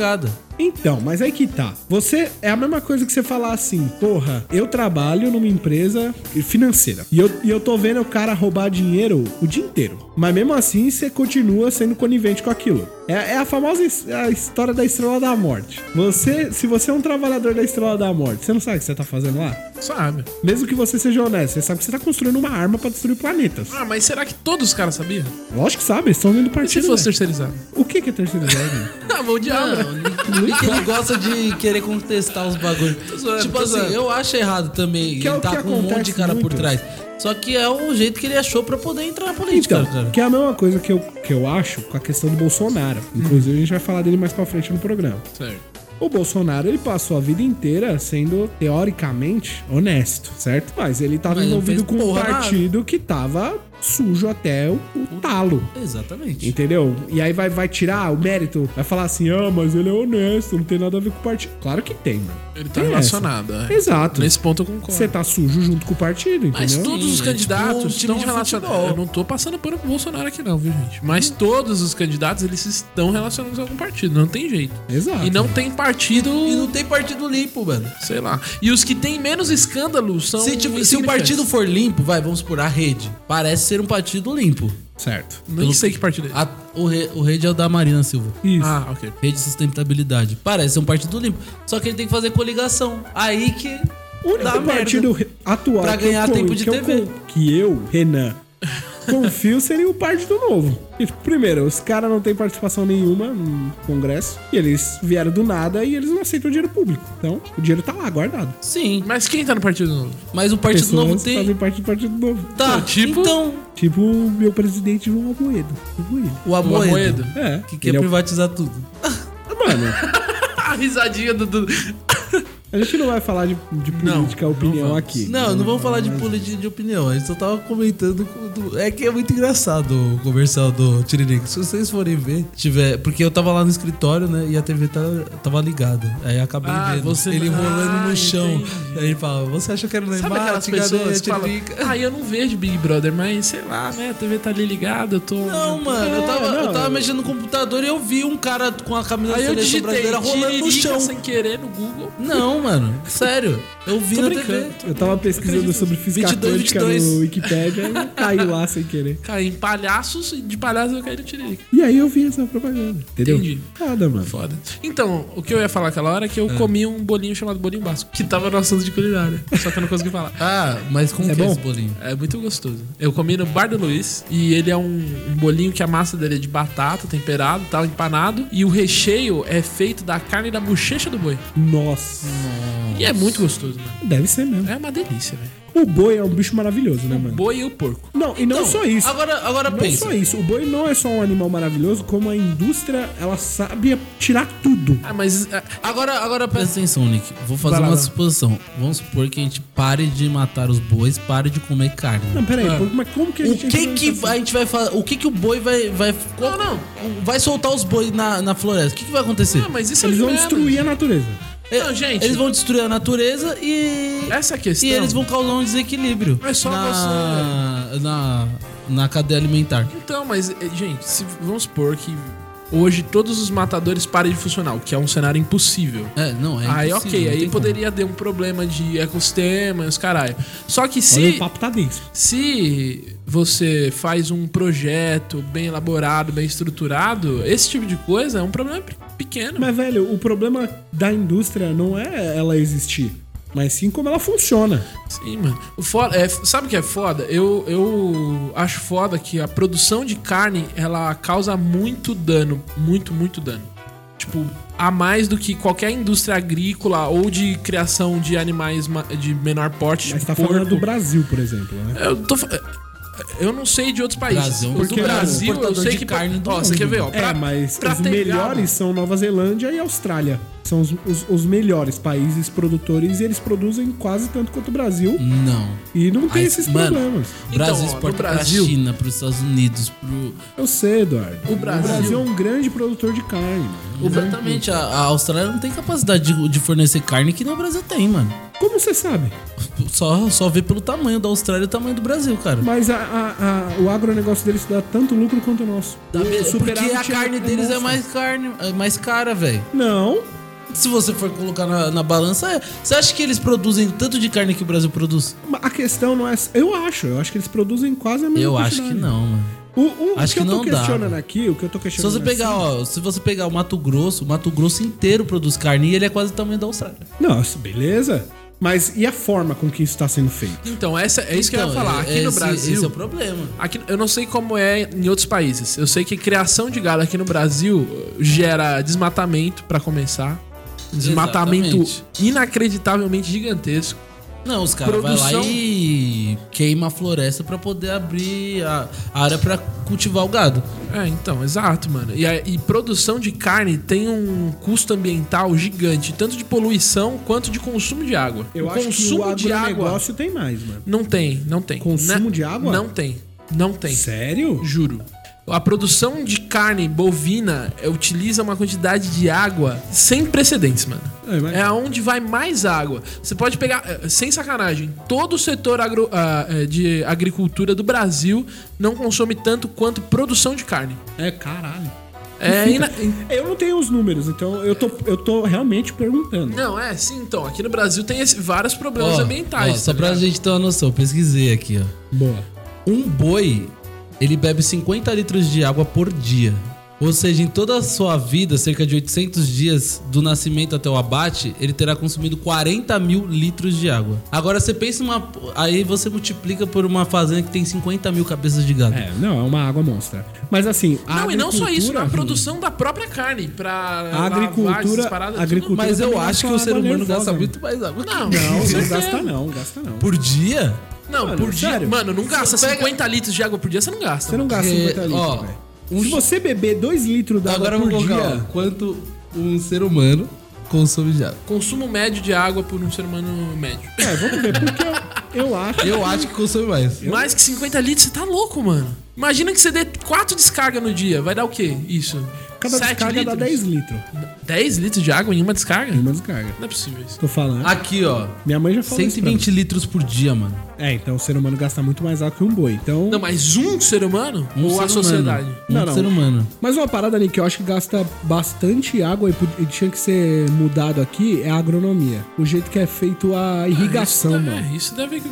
[SPEAKER 1] Então, mas aí que tá. Você é a mesma coisa que você falar assim, porra, eu trabalho numa empresa financeira e eu, e eu tô vendo o cara roubar dinheiro o dia inteiro. Mas mesmo assim você continua sendo conivente com aquilo. É, é a famosa his- a história da Estrela da Morte. Você, se você é um trabalhador da Estrela da Morte, você não sabe o que você tá fazendo lá?
[SPEAKER 3] Sabe.
[SPEAKER 1] Mesmo que você seja honesto, você sabe que você tá construindo uma arma pra destruir planetas.
[SPEAKER 3] Ah, mas será que todos os caras sabiam?
[SPEAKER 1] Lógico que sabe, eles estão dentro do
[SPEAKER 3] E se
[SPEAKER 1] partido. né?
[SPEAKER 3] fosse
[SPEAKER 1] velho.
[SPEAKER 3] terceirizado?
[SPEAKER 1] O que que é terceirizado?
[SPEAKER 3] Ah, vou odiar,
[SPEAKER 2] Não,
[SPEAKER 3] mano.
[SPEAKER 2] e que ele gosta de querer contestar os bagulhos.
[SPEAKER 3] zoando,
[SPEAKER 2] tipo
[SPEAKER 3] tô
[SPEAKER 2] assim,
[SPEAKER 3] zoando.
[SPEAKER 2] eu acho errado também
[SPEAKER 1] Que é o
[SPEAKER 2] ele tá
[SPEAKER 1] que
[SPEAKER 2] com um monte de
[SPEAKER 1] acontece
[SPEAKER 2] cara por
[SPEAKER 1] muito.
[SPEAKER 2] trás. Só que é o jeito que ele achou pra poder entrar na política,
[SPEAKER 1] Então,
[SPEAKER 2] cara.
[SPEAKER 1] que é a mesma coisa que eu, que eu acho com a questão do Bolsonaro. Inclusive, a gente vai falar dele mais pra frente no programa.
[SPEAKER 3] Certo.
[SPEAKER 1] O Bolsonaro, ele passou a vida inteira sendo, teoricamente, honesto, certo? Mas ele tava
[SPEAKER 2] Mas ele
[SPEAKER 1] envolvido
[SPEAKER 2] fez
[SPEAKER 1] com um
[SPEAKER 2] porra nada.
[SPEAKER 1] partido que tava sujo até o, o talo.
[SPEAKER 2] Exatamente.
[SPEAKER 1] Entendeu? E aí vai, vai tirar o mérito, vai falar assim, ah, mas ele é honesto, não tem nada a ver com o partido. Claro que tem, mano.
[SPEAKER 3] Ele tá
[SPEAKER 1] Tem
[SPEAKER 3] relacionado.
[SPEAKER 1] essa.
[SPEAKER 3] é.
[SPEAKER 1] Exato.
[SPEAKER 3] Nesse ponto eu concordo.
[SPEAKER 1] Você tá sujo junto com o partido, entendeu?
[SPEAKER 3] Mas todos os
[SPEAKER 2] Sim,
[SPEAKER 3] candidatos
[SPEAKER 2] é tipo um time
[SPEAKER 3] estão
[SPEAKER 2] de
[SPEAKER 3] relacionados.
[SPEAKER 2] futebol.
[SPEAKER 3] Eu não tô passando pano pro Bolsonaro aqui, não, viu, gente? Mas
[SPEAKER 1] Hum.
[SPEAKER 3] todos os candidatos, eles estão relacionados a algum partido. Não tem jeito.
[SPEAKER 1] Exato.
[SPEAKER 3] E não tem partido.
[SPEAKER 2] E não tem partido limpo, mano.
[SPEAKER 3] Sei lá. E os que têm menos escândalo são.
[SPEAKER 2] Se, tipo, se o partido for limpo, vai, vamos por a rede. Parece ser um partido limpo.
[SPEAKER 1] Certo.
[SPEAKER 3] Não sei que partido é. esse.
[SPEAKER 2] A- o, re- o rede é o da Marina Silva.
[SPEAKER 1] Isso.
[SPEAKER 3] Ah, ok.
[SPEAKER 2] Rede de sustentabilidade. Parece ser um partido limpo. Só que ele tem que fazer coligação. Aí que.
[SPEAKER 1] O único
[SPEAKER 2] dá merda.
[SPEAKER 1] partido re- atual
[SPEAKER 2] Pra
[SPEAKER 1] que eu
[SPEAKER 2] ganhar
[SPEAKER 1] con-
[SPEAKER 2] tempo de
[SPEAKER 1] que eu
[SPEAKER 2] TV.
[SPEAKER 1] con- que eu, Renan, confio seria o Partido Novo. E, primeiro, os caras não têm participação nenhuma no Congresso. E eles vieram do nada e eles não aceitam dinheiro público. Então, o dinheiro tá lá, guardado.
[SPEAKER 2] Sim,
[SPEAKER 3] Mas quem tá no partido novo?
[SPEAKER 2] mas o Partido
[SPEAKER 1] Pessoas
[SPEAKER 2] Novo tem.
[SPEAKER 1] fazem parte do Partido Novo.
[SPEAKER 2] Tá,
[SPEAKER 3] Não, tipo-
[SPEAKER 2] então.
[SPEAKER 1] Tipo o meu presidente João Amoedo. Tipo ele.
[SPEAKER 2] O Amoedo.
[SPEAKER 3] Amoedo.
[SPEAKER 1] É.
[SPEAKER 2] Que quer
[SPEAKER 1] ele é o-
[SPEAKER 2] privatizar tudo.
[SPEAKER 3] Ah,
[SPEAKER 1] Mano,
[SPEAKER 3] A risadinha do. do...
[SPEAKER 1] A gente não vai falar de, de
[SPEAKER 3] Não,
[SPEAKER 1] política
[SPEAKER 3] não
[SPEAKER 1] opinião
[SPEAKER 3] vamos.
[SPEAKER 1] aqui.
[SPEAKER 2] Não, não vamos falar de política de opinião. A gente só tava comentando. com- do- É que é muito engraçado o comercial do Tiririca. Se vocês forem ver, tiver. Porque eu tava lá no escritório, né? E a TV tava, tava ligada. Aí eu acabei
[SPEAKER 3] Ah,
[SPEAKER 2] vendo
[SPEAKER 3] você-
[SPEAKER 2] ele
[SPEAKER 3] Ah,
[SPEAKER 2] rolando no chão.
[SPEAKER 3] entendi.
[SPEAKER 2] Aí ele fala: Você acha que era no
[SPEAKER 3] Sabe aquelas pessoas que falam, ah, eu não vejo Big Brother, mas sei lá, né? A TV tá ali ligada, eu tô...
[SPEAKER 2] Não, mano, eu tava,
[SPEAKER 1] não.
[SPEAKER 2] eu tava mexendo no computador e eu vi um cara com a camisa da
[SPEAKER 3] Aí eu
[SPEAKER 2] seleção
[SPEAKER 3] digitei
[SPEAKER 2] brasileira rolando no
[SPEAKER 3] Tiririca
[SPEAKER 2] chão.
[SPEAKER 3] sem querer no Google.
[SPEAKER 2] Não, mano, sério. Eu vi
[SPEAKER 3] Tô
[SPEAKER 2] na
[SPEAKER 3] brincando.
[SPEAKER 2] TV.
[SPEAKER 1] Eu tava pesquisando sobre física
[SPEAKER 2] 22,
[SPEAKER 1] quântica
[SPEAKER 2] 22.
[SPEAKER 1] no Wikipedia e caiu lá sem querer.
[SPEAKER 3] Caí em palhaços e de palhaços eu caí no Tiririca.
[SPEAKER 1] E aí eu vi essa propaganda. Entendeu?
[SPEAKER 3] Entendi.
[SPEAKER 1] Nada, mano.
[SPEAKER 3] Foda. Então, o que eu ia falar aquela hora é que eu
[SPEAKER 2] Ah.
[SPEAKER 3] comi um bolinho chamado bolinho basco, que tava no assunto de culinária, só que eu não consegui falar.
[SPEAKER 2] Ah, mas como
[SPEAKER 1] É
[SPEAKER 2] que é
[SPEAKER 1] bom?
[SPEAKER 2] esse bolinho?
[SPEAKER 3] É muito gostoso. Eu comi no Bar do Luiz e ele é um, um bolinho que a massa dele é de batata, temperado, tal, empanado. E o recheio é feito da carne da bochecha do boi.
[SPEAKER 1] Nossa.
[SPEAKER 3] E é muito gostoso, mano.
[SPEAKER 1] Deve ser mesmo.
[SPEAKER 3] É uma delícia, velho.
[SPEAKER 1] O boi é um bicho maravilhoso, né, mano?
[SPEAKER 3] Boi e o porco.
[SPEAKER 1] Não, e não só isso.
[SPEAKER 2] Então, Agora, agora
[SPEAKER 1] Não
[SPEAKER 2] pensa.
[SPEAKER 1] só isso. O boi não é só um animal maravilhoso, como a indústria, ela sabe tirar tudo.
[SPEAKER 3] Ah, mas ah,
[SPEAKER 2] Agora, agora presta atenção, Nick. Vou fazer
[SPEAKER 3] Vai lá,
[SPEAKER 2] uma
[SPEAKER 3] vai.
[SPEAKER 2] suposição. Vamos supor que a gente pare de matar os bois, pare de comer carne.
[SPEAKER 1] Não, peraí,
[SPEAKER 3] Ah.
[SPEAKER 1] pô, mas como que a
[SPEAKER 2] O
[SPEAKER 1] gente...
[SPEAKER 2] que que
[SPEAKER 3] tá
[SPEAKER 2] a gente vai fazer? O que que o boi vai vai qual- vai soltar os bois na, na floresta? O que que vai acontecer?
[SPEAKER 3] ah, mas isso é
[SPEAKER 1] Eles
[SPEAKER 3] de
[SPEAKER 1] vão
[SPEAKER 3] menos.
[SPEAKER 1] destruir a natureza.
[SPEAKER 2] É,
[SPEAKER 3] não, gente.
[SPEAKER 2] Eles vão destruir a natureza e
[SPEAKER 3] Essa é questão.
[SPEAKER 2] e eles vão causar um desequilíbrio.
[SPEAKER 3] É só
[SPEAKER 2] na, na na cadeia alimentar.
[SPEAKER 3] Então, mas, eh, gente, se, vamos supor que hoje todos os matadores parem de funcionar, o que é um cenário impossível.
[SPEAKER 2] É, não, é
[SPEAKER 3] aí,
[SPEAKER 2] impossível,
[SPEAKER 3] ok,
[SPEAKER 2] não
[SPEAKER 3] aí
[SPEAKER 2] tem
[SPEAKER 3] poderia ter um problema de ecossistema e os caralho. Só que se.
[SPEAKER 1] Olha, o papo tá denso.
[SPEAKER 3] Se você faz um projeto bem elaborado, bem estruturado, esse tipo de coisa é um problema pe- pequeno.
[SPEAKER 1] Mas, velho, o problema da indústria não é ela existir, mas sim como ela funciona.
[SPEAKER 3] Sim, mano. O foda, é, sabe o que é foda? Eu, eu acho foda que a produção de carne, ela causa muito dano. Muito, muito dano. Tipo, a mais do que qualquer indústria agrícola ou de criação de animais ma- de menor porte.
[SPEAKER 1] Mas
[SPEAKER 3] tipo
[SPEAKER 1] tá falando
[SPEAKER 3] porco.
[SPEAKER 1] do Brasil, por exemplo, né?
[SPEAKER 3] Eu tô. fa- Eu não sei de outros países.
[SPEAKER 2] Brasil é um
[SPEAKER 3] Porque o
[SPEAKER 2] dos
[SPEAKER 3] Brasil, eu
[SPEAKER 2] exportadores
[SPEAKER 3] sei
[SPEAKER 2] de
[SPEAKER 3] que.
[SPEAKER 2] carne do
[SPEAKER 3] ó, você
[SPEAKER 2] mundo.
[SPEAKER 3] quer ver, ó. pra-
[SPEAKER 1] é, mas
[SPEAKER 3] pra
[SPEAKER 1] os
[SPEAKER 3] ter
[SPEAKER 1] melhores
[SPEAKER 3] gado-
[SPEAKER 1] são Nova Zelândia e Austrália. São os, os- os melhores países produtores e eles produzem quase tanto quanto o Brasil.
[SPEAKER 2] Não.
[SPEAKER 1] E não tem
[SPEAKER 2] Aí,
[SPEAKER 1] esses
[SPEAKER 2] mano,
[SPEAKER 1] problemas.
[SPEAKER 2] O Brasil
[SPEAKER 3] Então, ó, no
[SPEAKER 2] exporta
[SPEAKER 3] Brasil-
[SPEAKER 2] pra China, pros Estados Unidos, pro
[SPEAKER 1] Eu sei, Eduardo.
[SPEAKER 3] O Brasil-
[SPEAKER 1] é um grande produtor de carne. mano.
[SPEAKER 2] Exatamente, a, a Austrália não tem capacidade de, de fornecer carne que nem o Brasil tem, mano.
[SPEAKER 1] Como você sabe?
[SPEAKER 2] Só, só vê pelo tamanho da Austrália e o tamanho do Brasil, cara.
[SPEAKER 1] Mas a- a- a- o agronegócio deles dá tanto lucro quanto o nosso.
[SPEAKER 2] Tá
[SPEAKER 1] O
[SPEAKER 2] mesmo, porque
[SPEAKER 1] superávit
[SPEAKER 2] a carne
[SPEAKER 1] um
[SPEAKER 2] deles é
[SPEAKER 1] monstro.
[SPEAKER 2] mais carne, é mais cara, velho.
[SPEAKER 1] Não,
[SPEAKER 2] Se você for colocar na, na balança, é. Você acha que eles produzem tanto de carne que o Brasil produz?
[SPEAKER 1] a questão não é. Eu acho, eu acho que eles produzem quase a mesma
[SPEAKER 2] Eu acho que
[SPEAKER 1] quantidade.
[SPEAKER 2] não, mano.
[SPEAKER 1] O, o
[SPEAKER 2] Acho
[SPEAKER 1] que,
[SPEAKER 2] que
[SPEAKER 1] eu tô
[SPEAKER 2] não dá,
[SPEAKER 1] questionando
[SPEAKER 2] mano.
[SPEAKER 1] aqui, o que eu tô
[SPEAKER 2] Se
[SPEAKER 1] questionando.
[SPEAKER 2] você pegar, ó, se você pegar o Mato Grosso, o Mato Grosso inteiro produz carne e ele é quase o tamanho da Austrália.
[SPEAKER 1] assim- Nossa, beleza. Mas e a forma com que isso tá sendo feito?
[SPEAKER 3] Então, essa, é isso que eu ia
[SPEAKER 2] Então,
[SPEAKER 3] falar.
[SPEAKER 2] é-
[SPEAKER 3] Aqui
[SPEAKER 2] é
[SPEAKER 3] no
[SPEAKER 2] esse-
[SPEAKER 3] Brasil.
[SPEAKER 2] Esse é o problema.
[SPEAKER 3] Aqui, eu não sei como é em outros países. Eu sei que criação de gado aqui no Brasil eh, gera desmatamento, pra começar. Desmatamento
[SPEAKER 2] Exatamente.
[SPEAKER 3] inacreditavelmente gigantesco.
[SPEAKER 2] Não, os caras vão lá
[SPEAKER 3] Produção-
[SPEAKER 2] e queima a floresta pra poder abrir a, a área pra cultivar o gado.
[SPEAKER 3] É, então, exato, mano. E, a- e produção de carne tem um custo ambiental gigante, tanto de poluição quanto de consumo de água.
[SPEAKER 1] Eu
[SPEAKER 3] o
[SPEAKER 1] acho que o
[SPEAKER 3] consumo de água
[SPEAKER 1] agronegócio tem mais, mano.
[SPEAKER 3] não tem, não tem.
[SPEAKER 1] Consumo
[SPEAKER 3] Na-
[SPEAKER 1] de água?
[SPEAKER 3] Não tem, não tem.
[SPEAKER 1] Sério?
[SPEAKER 3] Juro. A produção de carne bovina é, utiliza uma quantidade de água sem precedentes, mano.
[SPEAKER 1] É, mas-
[SPEAKER 3] É aonde vai mais água. Você pode pegar, eh, sem sacanagem, todo o setor agro- ah, eh, de agricultura do Brasil não consome tanto quanto produção de carne.
[SPEAKER 1] É, caralho.
[SPEAKER 3] É ina-
[SPEAKER 1] Eu não tenho os números, então eu tô, eu tô realmente perguntando.
[SPEAKER 3] Não, é, sim, então. Aqui no Brasil tem esse- vários problemas
[SPEAKER 2] Ó,
[SPEAKER 3] ambientais.
[SPEAKER 2] ó, só
[SPEAKER 3] tá
[SPEAKER 2] pra
[SPEAKER 3] ligado?
[SPEAKER 2] gente ter uma noção, eu pesquisei aqui, ó.
[SPEAKER 1] Boa.
[SPEAKER 2] Um boi, ele bebe 50 litros de água por dia. Ou seja, em toda a sua vida, cerca de 800 dias do nascimento até o abate, ele terá consumido 40 mil litros de água. Agora você pensa uma. Aí você multiplica por uma fazenda que tem 50 mil cabeças de gado.
[SPEAKER 1] É, não, é uma água monstra. Mas assim, a
[SPEAKER 3] Não, e não só isso,
[SPEAKER 1] agricultura,
[SPEAKER 3] na produção da própria carne. Pra
[SPEAKER 1] A
[SPEAKER 3] lavagem,
[SPEAKER 1] agricultura-
[SPEAKER 3] essas paradas, tudo.
[SPEAKER 1] agricultura-
[SPEAKER 2] Mas eu
[SPEAKER 1] também
[SPEAKER 2] acho
[SPEAKER 1] gasta
[SPEAKER 2] que o ser
[SPEAKER 1] água
[SPEAKER 2] humano
[SPEAKER 1] nervosa,
[SPEAKER 2] gasta
[SPEAKER 1] né?
[SPEAKER 2] muito mais água.
[SPEAKER 1] Não,
[SPEAKER 3] Não, com
[SPEAKER 1] não
[SPEAKER 3] certeza.
[SPEAKER 1] gasta não, gasta não.
[SPEAKER 2] Por dia?
[SPEAKER 3] Não,
[SPEAKER 1] Mano,
[SPEAKER 3] por dia.
[SPEAKER 1] sério?
[SPEAKER 3] Mano, não gasta
[SPEAKER 2] pega-
[SPEAKER 3] 50 litros de água por dia, você não gasta.
[SPEAKER 1] Você não gasta
[SPEAKER 2] Porque,
[SPEAKER 1] 50 litros,
[SPEAKER 2] ó,
[SPEAKER 1] velho.
[SPEAKER 2] um
[SPEAKER 1] Se
[SPEAKER 2] ch-
[SPEAKER 1] você beber 2 litros d'água
[SPEAKER 2] Agora eu
[SPEAKER 1] por
[SPEAKER 2] vou colocar ó,
[SPEAKER 1] dia...
[SPEAKER 2] quanto um ser humano Consumo de água.
[SPEAKER 3] Consumo médio de água por um ser humano médio.
[SPEAKER 1] É, vamos ver, porque eu, eu acho.
[SPEAKER 2] Eu acho que consome mais.
[SPEAKER 3] Mais que 50 litros, você tá louco, mano. Imagina que você dê 4 descargas no dia. Vai dar o quê? Isso.
[SPEAKER 1] Cada
[SPEAKER 3] Sete
[SPEAKER 1] descarga dá 10 litros.
[SPEAKER 3] 10 litros de água em uma descarga?
[SPEAKER 1] Tem uma descarga.
[SPEAKER 3] Não é possível isso.
[SPEAKER 1] Tô falando.
[SPEAKER 2] Aqui, ó.
[SPEAKER 1] Minha mãe já falou isso pra
[SPEAKER 2] 120 litros por dia, mano.
[SPEAKER 1] mim. É, então o ser humano gasta muito mais água que um boi. Então.
[SPEAKER 3] Não, mas um ser humano?
[SPEAKER 2] Um
[SPEAKER 3] ou
[SPEAKER 2] ser
[SPEAKER 3] a sociedade?
[SPEAKER 2] Humano.
[SPEAKER 1] Não,
[SPEAKER 2] um
[SPEAKER 1] não.
[SPEAKER 2] ser humano.
[SPEAKER 1] Mas uma parada ali que eu acho que gasta bastante água e pod- e tinha que ser mudado aqui é a agronomia. O jeito que é feito a irrigação,
[SPEAKER 3] Ah, Isso deve-
[SPEAKER 1] mano.
[SPEAKER 3] É, isso deve.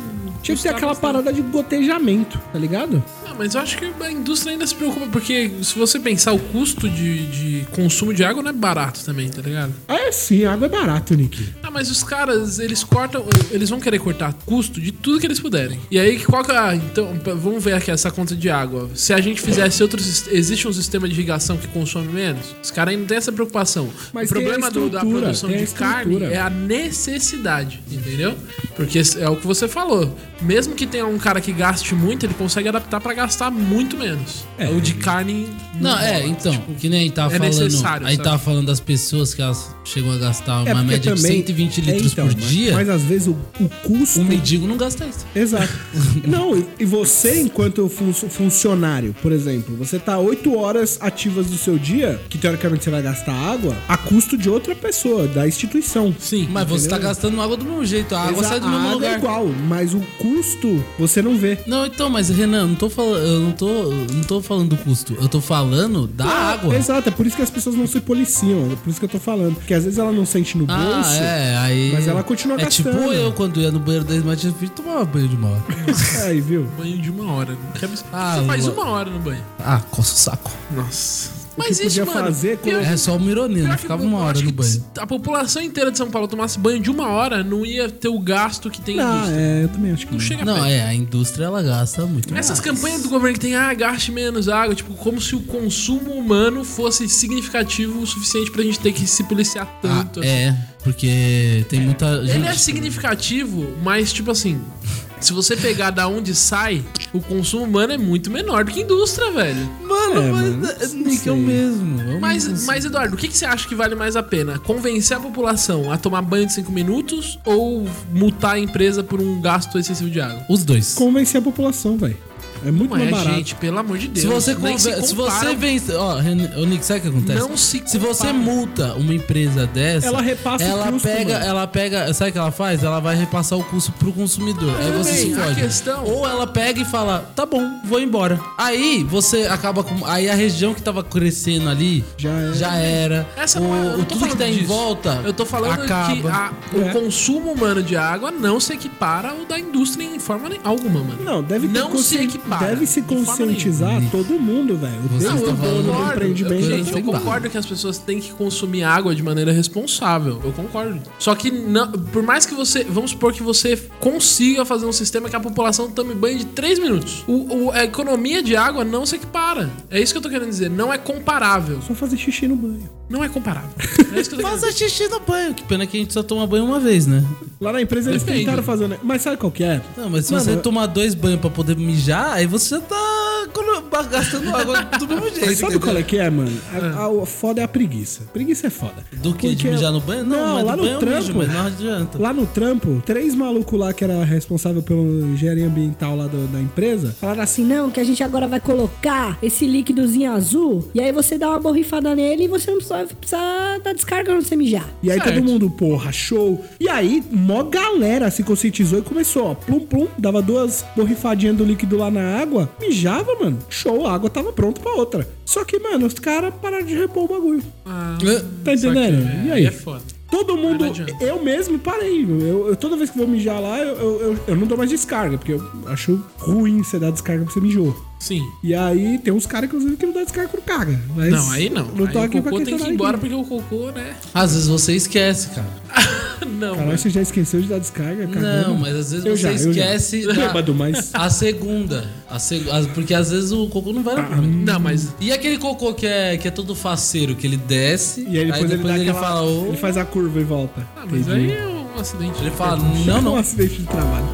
[SPEAKER 1] Tinha que ter
[SPEAKER 3] custar
[SPEAKER 1] aquela
[SPEAKER 3] bastante.
[SPEAKER 1] parada de gotejamento, tá ligado?
[SPEAKER 3] Ah, mas eu acho que a indústria ainda se preocupa, porque se você pensar o custo de, de consumo de água não é barato também, tá ligado?
[SPEAKER 1] Ah, é sim, água é barato, Nick.
[SPEAKER 3] Ah, mas os caras, eles cortam, eles vão querer cortar custo de tudo que eles puderem. E aí, qual que é. a- Então, p- vamos ver aqui essa conta de água. Se a gente fizesse outros. sis- Existe um sistema de irrigação que consome menos? Os caras ainda têm essa preocupação.
[SPEAKER 1] Mas
[SPEAKER 3] o
[SPEAKER 1] tem a
[SPEAKER 3] problema do- da
[SPEAKER 1] estrutura,
[SPEAKER 3] produção
[SPEAKER 1] tem a
[SPEAKER 3] de carne
[SPEAKER 1] estrutura.
[SPEAKER 3] é a necessidade, entendeu? Porque é o que você falou. Mesmo que tenha um cara que gaste muito, ele consegue adaptar pra gastar muito menos.
[SPEAKER 1] É.
[SPEAKER 3] o de carne.
[SPEAKER 2] Não, é, então,
[SPEAKER 1] tipo,
[SPEAKER 2] que nem tava
[SPEAKER 3] é
[SPEAKER 2] falando.
[SPEAKER 3] necessário,
[SPEAKER 2] Aí
[SPEAKER 3] sabe?
[SPEAKER 2] tava falando das pessoas que elas chegam a gastar uma
[SPEAKER 1] É porque
[SPEAKER 2] média de 120
[SPEAKER 1] é,
[SPEAKER 2] litros
[SPEAKER 1] então,
[SPEAKER 2] por
[SPEAKER 1] mas-
[SPEAKER 2] dia. Um
[SPEAKER 1] Mas assim, às vezes o, o custo.
[SPEAKER 2] O mendigo não gasta isso.
[SPEAKER 1] Exato. Não, e- e você, enquanto fun- funcionário, por exemplo, você tá 8 horas ativas do seu dia, que teoricamente você vai gastar água, a custo de outra pessoa, da instituição.
[SPEAKER 3] Sim.
[SPEAKER 2] Mas você tá gastando água do mesmo jeito. A água
[SPEAKER 1] Exa-
[SPEAKER 2] sai Ah, do
[SPEAKER 1] a
[SPEAKER 2] mesmo
[SPEAKER 1] água
[SPEAKER 2] lugar.
[SPEAKER 1] é igual, mas o custo você não vê.
[SPEAKER 2] Não, então, mas Renan, não tô falando, eu não tô, eu não tô falando do custo. Eu tô falando da água.
[SPEAKER 1] Exato, é por isso que as pessoas não se policiam, é por isso que eu tô falando. Porque às vezes ela não sente no
[SPEAKER 2] Ah,
[SPEAKER 1] bolso.
[SPEAKER 2] é, aí.
[SPEAKER 1] mas ela continua
[SPEAKER 2] É
[SPEAKER 1] gastando.
[SPEAKER 2] tipo eu, quando ia no banheiro da Smart Fit, tomava banho de mal.
[SPEAKER 1] Aí, viu?
[SPEAKER 3] Banho de uma hora. Que absurdo.
[SPEAKER 2] Ah,
[SPEAKER 3] você faz
[SPEAKER 2] Lu-
[SPEAKER 3] uma hora no banho.
[SPEAKER 2] Ah, coça o saco.
[SPEAKER 3] Nossa.
[SPEAKER 1] que podia fazer com-
[SPEAKER 3] eu-
[SPEAKER 2] É só uma ironia,
[SPEAKER 3] Pior
[SPEAKER 2] não
[SPEAKER 3] que
[SPEAKER 2] ficava
[SPEAKER 3] eu
[SPEAKER 2] uma hora
[SPEAKER 3] acho
[SPEAKER 2] no
[SPEAKER 3] que
[SPEAKER 2] banho.
[SPEAKER 3] se A população inteira de São Paulo tomasse banho de uma hora, não ia ter o gasto que tem
[SPEAKER 1] Ah,
[SPEAKER 3] indústria.
[SPEAKER 1] é, eu também acho que
[SPEAKER 3] Não
[SPEAKER 1] não.
[SPEAKER 3] chega
[SPEAKER 2] Não,
[SPEAKER 3] perto.
[SPEAKER 2] é, a indústria ela gasta muito.
[SPEAKER 3] Essas
[SPEAKER 2] mais.
[SPEAKER 3] campanhas do governo que tem, ah, gaste menos água, tipo, como se o consumo humano fosse significativo o suficiente pra gente ter que se policiar
[SPEAKER 2] Ah,
[SPEAKER 3] tanto. assim.
[SPEAKER 2] é, porque tem muita gente.
[SPEAKER 3] Ele é significativo, mas, tipo assim, se você pegar da onde sai, o consumo humano é muito menor do que a indústria, velho.
[SPEAKER 2] Mano,
[SPEAKER 1] É,
[SPEAKER 2] mas Nick é
[SPEAKER 1] sei.
[SPEAKER 2] o mesmo. é o mesmo.
[SPEAKER 3] Mas, mas Eduardo, o que, que você acha que vale mais a pena? Convencer a população a tomar banho de 5 minutos ou multar a empresa por um gasto excessivo de água?
[SPEAKER 2] Os dois.
[SPEAKER 1] Convencer a população, velho. É muito
[SPEAKER 3] Não é,
[SPEAKER 1] mais barato.
[SPEAKER 3] gente, pelo amor de Deus.
[SPEAKER 2] Se você,
[SPEAKER 3] nem
[SPEAKER 2] conver- se, você
[SPEAKER 3] compara.
[SPEAKER 2] vence. Ó, Ren- ô, Nick, sabe o que acontece?
[SPEAKER 3] Não se
[SPEAKER 2] Se você
[SPEAKER 3] compara.
[SPEAKER 2] multa uma empresa dessa,
[SPEAKER 1] Ela repassa o
[SPEAKER 2] ela
[SPEAKER 1] custo,
[SPEAKER 2] pega,
[SPEAKER 1] mano.
[SPEAKER 2] ela pega, sabe o que ela faz? Ela vai repassar o custo pro consumidor. Aí
[SPEAKER 3] tudo
[SPEAKER 2] você se
[SPEAKER 3] bem, a
[SPEAKER 2] fode.
[SPEAKER 3] questão-
[SPEAKER 2] Ou ela pega e fala: "Tá bom, vou embora". Aí você acaba com aí a região que tava crescendo ali
[SPEAKER 1] Já era.
[SPEAKER 2] era.
[SPEAKER 3] né? Essa
[SPEAKER 2] o,
[SPEAKER 3] não é- eu
[SPEAKER 2] o
[SPEAKER 3] não tô
[SPEAKER 2] tudo que
[SPEAKER 3] falando
[SPEAKER 2] tá em
[SPEAKER 3] disso.
[SPEAKER 2] volta.
[SPEAKER 3] Eu tô falando
[SPEAKER 2] acaba.
[SPEAKER 3] que a-
[SPEAKER 1] É.
[SPEAKER 3] o consumo humano de água não se equipara ao da indústria em forma nem- alguma, mano.
[SPEAKER 1] Não, deve ter
[SPEAKER 3] Não se
[SPEAKER 1] consci-
[SPEAKER 3] equipara.
[SPEAKER 1] Deve se
[SPEAKER 3] de forma nenhuma.
[SPEAKER 1] conscientizar todo mundo, velho. Desde
[SPEAKER 2] Você
[SPEAKER 3] Não,
[SPEAKER 1] o
[SPEAKER 3] eu
[SPEAKER 2] tá falando
[SPEAKER 1] dono
[SPEAKER 2] do
[SPEAKER 1] do
[SPEAKER 3] concordo. Eu,
[SPEAKER 1] empreendimento.
[SPEAKER 3] eu
[SPEAKER 2] sem barra.
[SPEAKER 3] concordo que as pessoas têm que consumir água de maneira responsável. Eu concordo. Só que não- por mais que você. Vamos supor que você consiga fazer um sistema que a população tome banho de 3 minutos. O- o- a economia de água não se equipara. É isso que eu tô querendo dizer. Não é comparável.
[SPEAKER 1] Só fazer xixi no banho.
[SPEAKER 3] Não é comparável. É isso que eu tô querendo dizer.
[SPEAKER 2] Faça xixi no banho. Que pena que a gente só toma banho uma vez, né?
[SPEAKER 1] Lá na empresa eles
[SPEAKER 3] Depende.
[SPEAKER 1] tentaram fazer. né? Mas sabe qual que é?
[SPEAKER 2] Não, mas se
[SPEAKER 1] Mano,
[SPEAKER 2] você
[SPEAKER 1] eu-
[SPEAKER 2] tomar dois banhos pra poder mijar, aí você já tá colo- gastando água do mesmo jeito.
[SPEAKER 1] Mas sabe
[SPEAKER 2] entendeu?
[SPEAKER 1] qual é que é, mano? A, a- o foda é a preguiça. Preguiça é foda.
[SPEAKER 2] Do que? De
[SPEAKER 1] Porque-
[SPEAKER 2] mijar no banho? Não, mas
[SPEAKER 1] lá
[SPEAKER 2] do
[SPEAKER 1] no
[SPEAKER 2] banho eu
[SPEAKER 1] trampo.
[SPEAKER 2] mijo, mas não adianta.
[SPEAKER 1] Lá no trampo, três malucos lá que era responsável pela engenharia ambiental lá do- da empresa, falaram assim,
[SPEAKER 5] assim, não, que a gente agora vai colocar esse líquidozinho azul, e aí você dá uma borrifada nele e você não precisa, precisa dar descarga no você mijar.
[SPEAKER 1] E aí
[SPEAKER 3] Certo.
[SPEAKER 1] todo mundo, porra, show. E aí, mó galera se conscientizou e começou, ó, plum plum, dava duas borrifadinhas do líquido lá na água, mijava, mano. Show, a água tava pronta pra outra. Só que, mano, os caras pararam de repor o bagulho. Tá
[SPEAKER 3] Ah, Só que,
[SPEAKER 1] entendendo?
[SPEAKER 3] é,
[SPEAKER 1] e aí?
[SPEAKER 3] É foda.
[SPEAKER 1] Todo mundo,
[SPEAKER 3] não adianta.
[SPEAKER 1] eu mesmo parei. Eu, eu- toda vez que vou mijar lá, eu, eu, eu- eu não dou mais descarga, porque eu acho ruim você dar descarga porque você mijou.
[SPEAKER 3] Sim.
[SPEAKER 1] E aí tem uns caras, inclusive, que não dá descarga quando caga. Mas
[SPEAKER 3] Não, aí não.
[SPEAKER 1] Não tô
[SPEAKER 3] aí
[SPEAKER 1] aqui
[SPEAKER 3] o
[SPEAKER 1] pra
[SPEAKER 3] cocô tem que
[SPEAKER 1] questionar
[SPEAKER 3] ir embora
[SPEAKER 1] ninguém.
[SPEAKER 3] porque o cocô, né?
[SPEAKER 2] Às vezes você esquece, cara.
[SPEAKER 3] Não.
[SPEAKER 1] Caralho, você já esqueceu de dar descarga, cara?
[SPEAKER 2] Não, mas às vezes
[SPEAKER 1] Eu
[SPEAKER 2] você
[SPEAKER 1] já, eu já.
[SPEAKER 2] esquece da-
[SPEAKER 1] Bêbado, mas...
[SPEAKER 2] a segunda. A seg... a- Porque às vezes o cocô não vai na primeira.
[SPEAKER 3] Não, mas.
[SPEAKER 2] E aquele cocô que é, que é todo faceiro, que ele desce,
[SPEAKER 1] E aí depois, ele, dá aquela-
[SPEAKER 2] fala, ô.
[SPEAKER 1] ele
[SPEAKER 2] Ele,
[SPEAKER 1] faz a curva e volta.
[SPEAKER 3] Ah, mas aí é um acidente.
[SPEAKER 2] fala, não,
[SPEAKER 1] Um
[SPEAKER 2] não.
[SPEAKER 1] acidente de trabalho.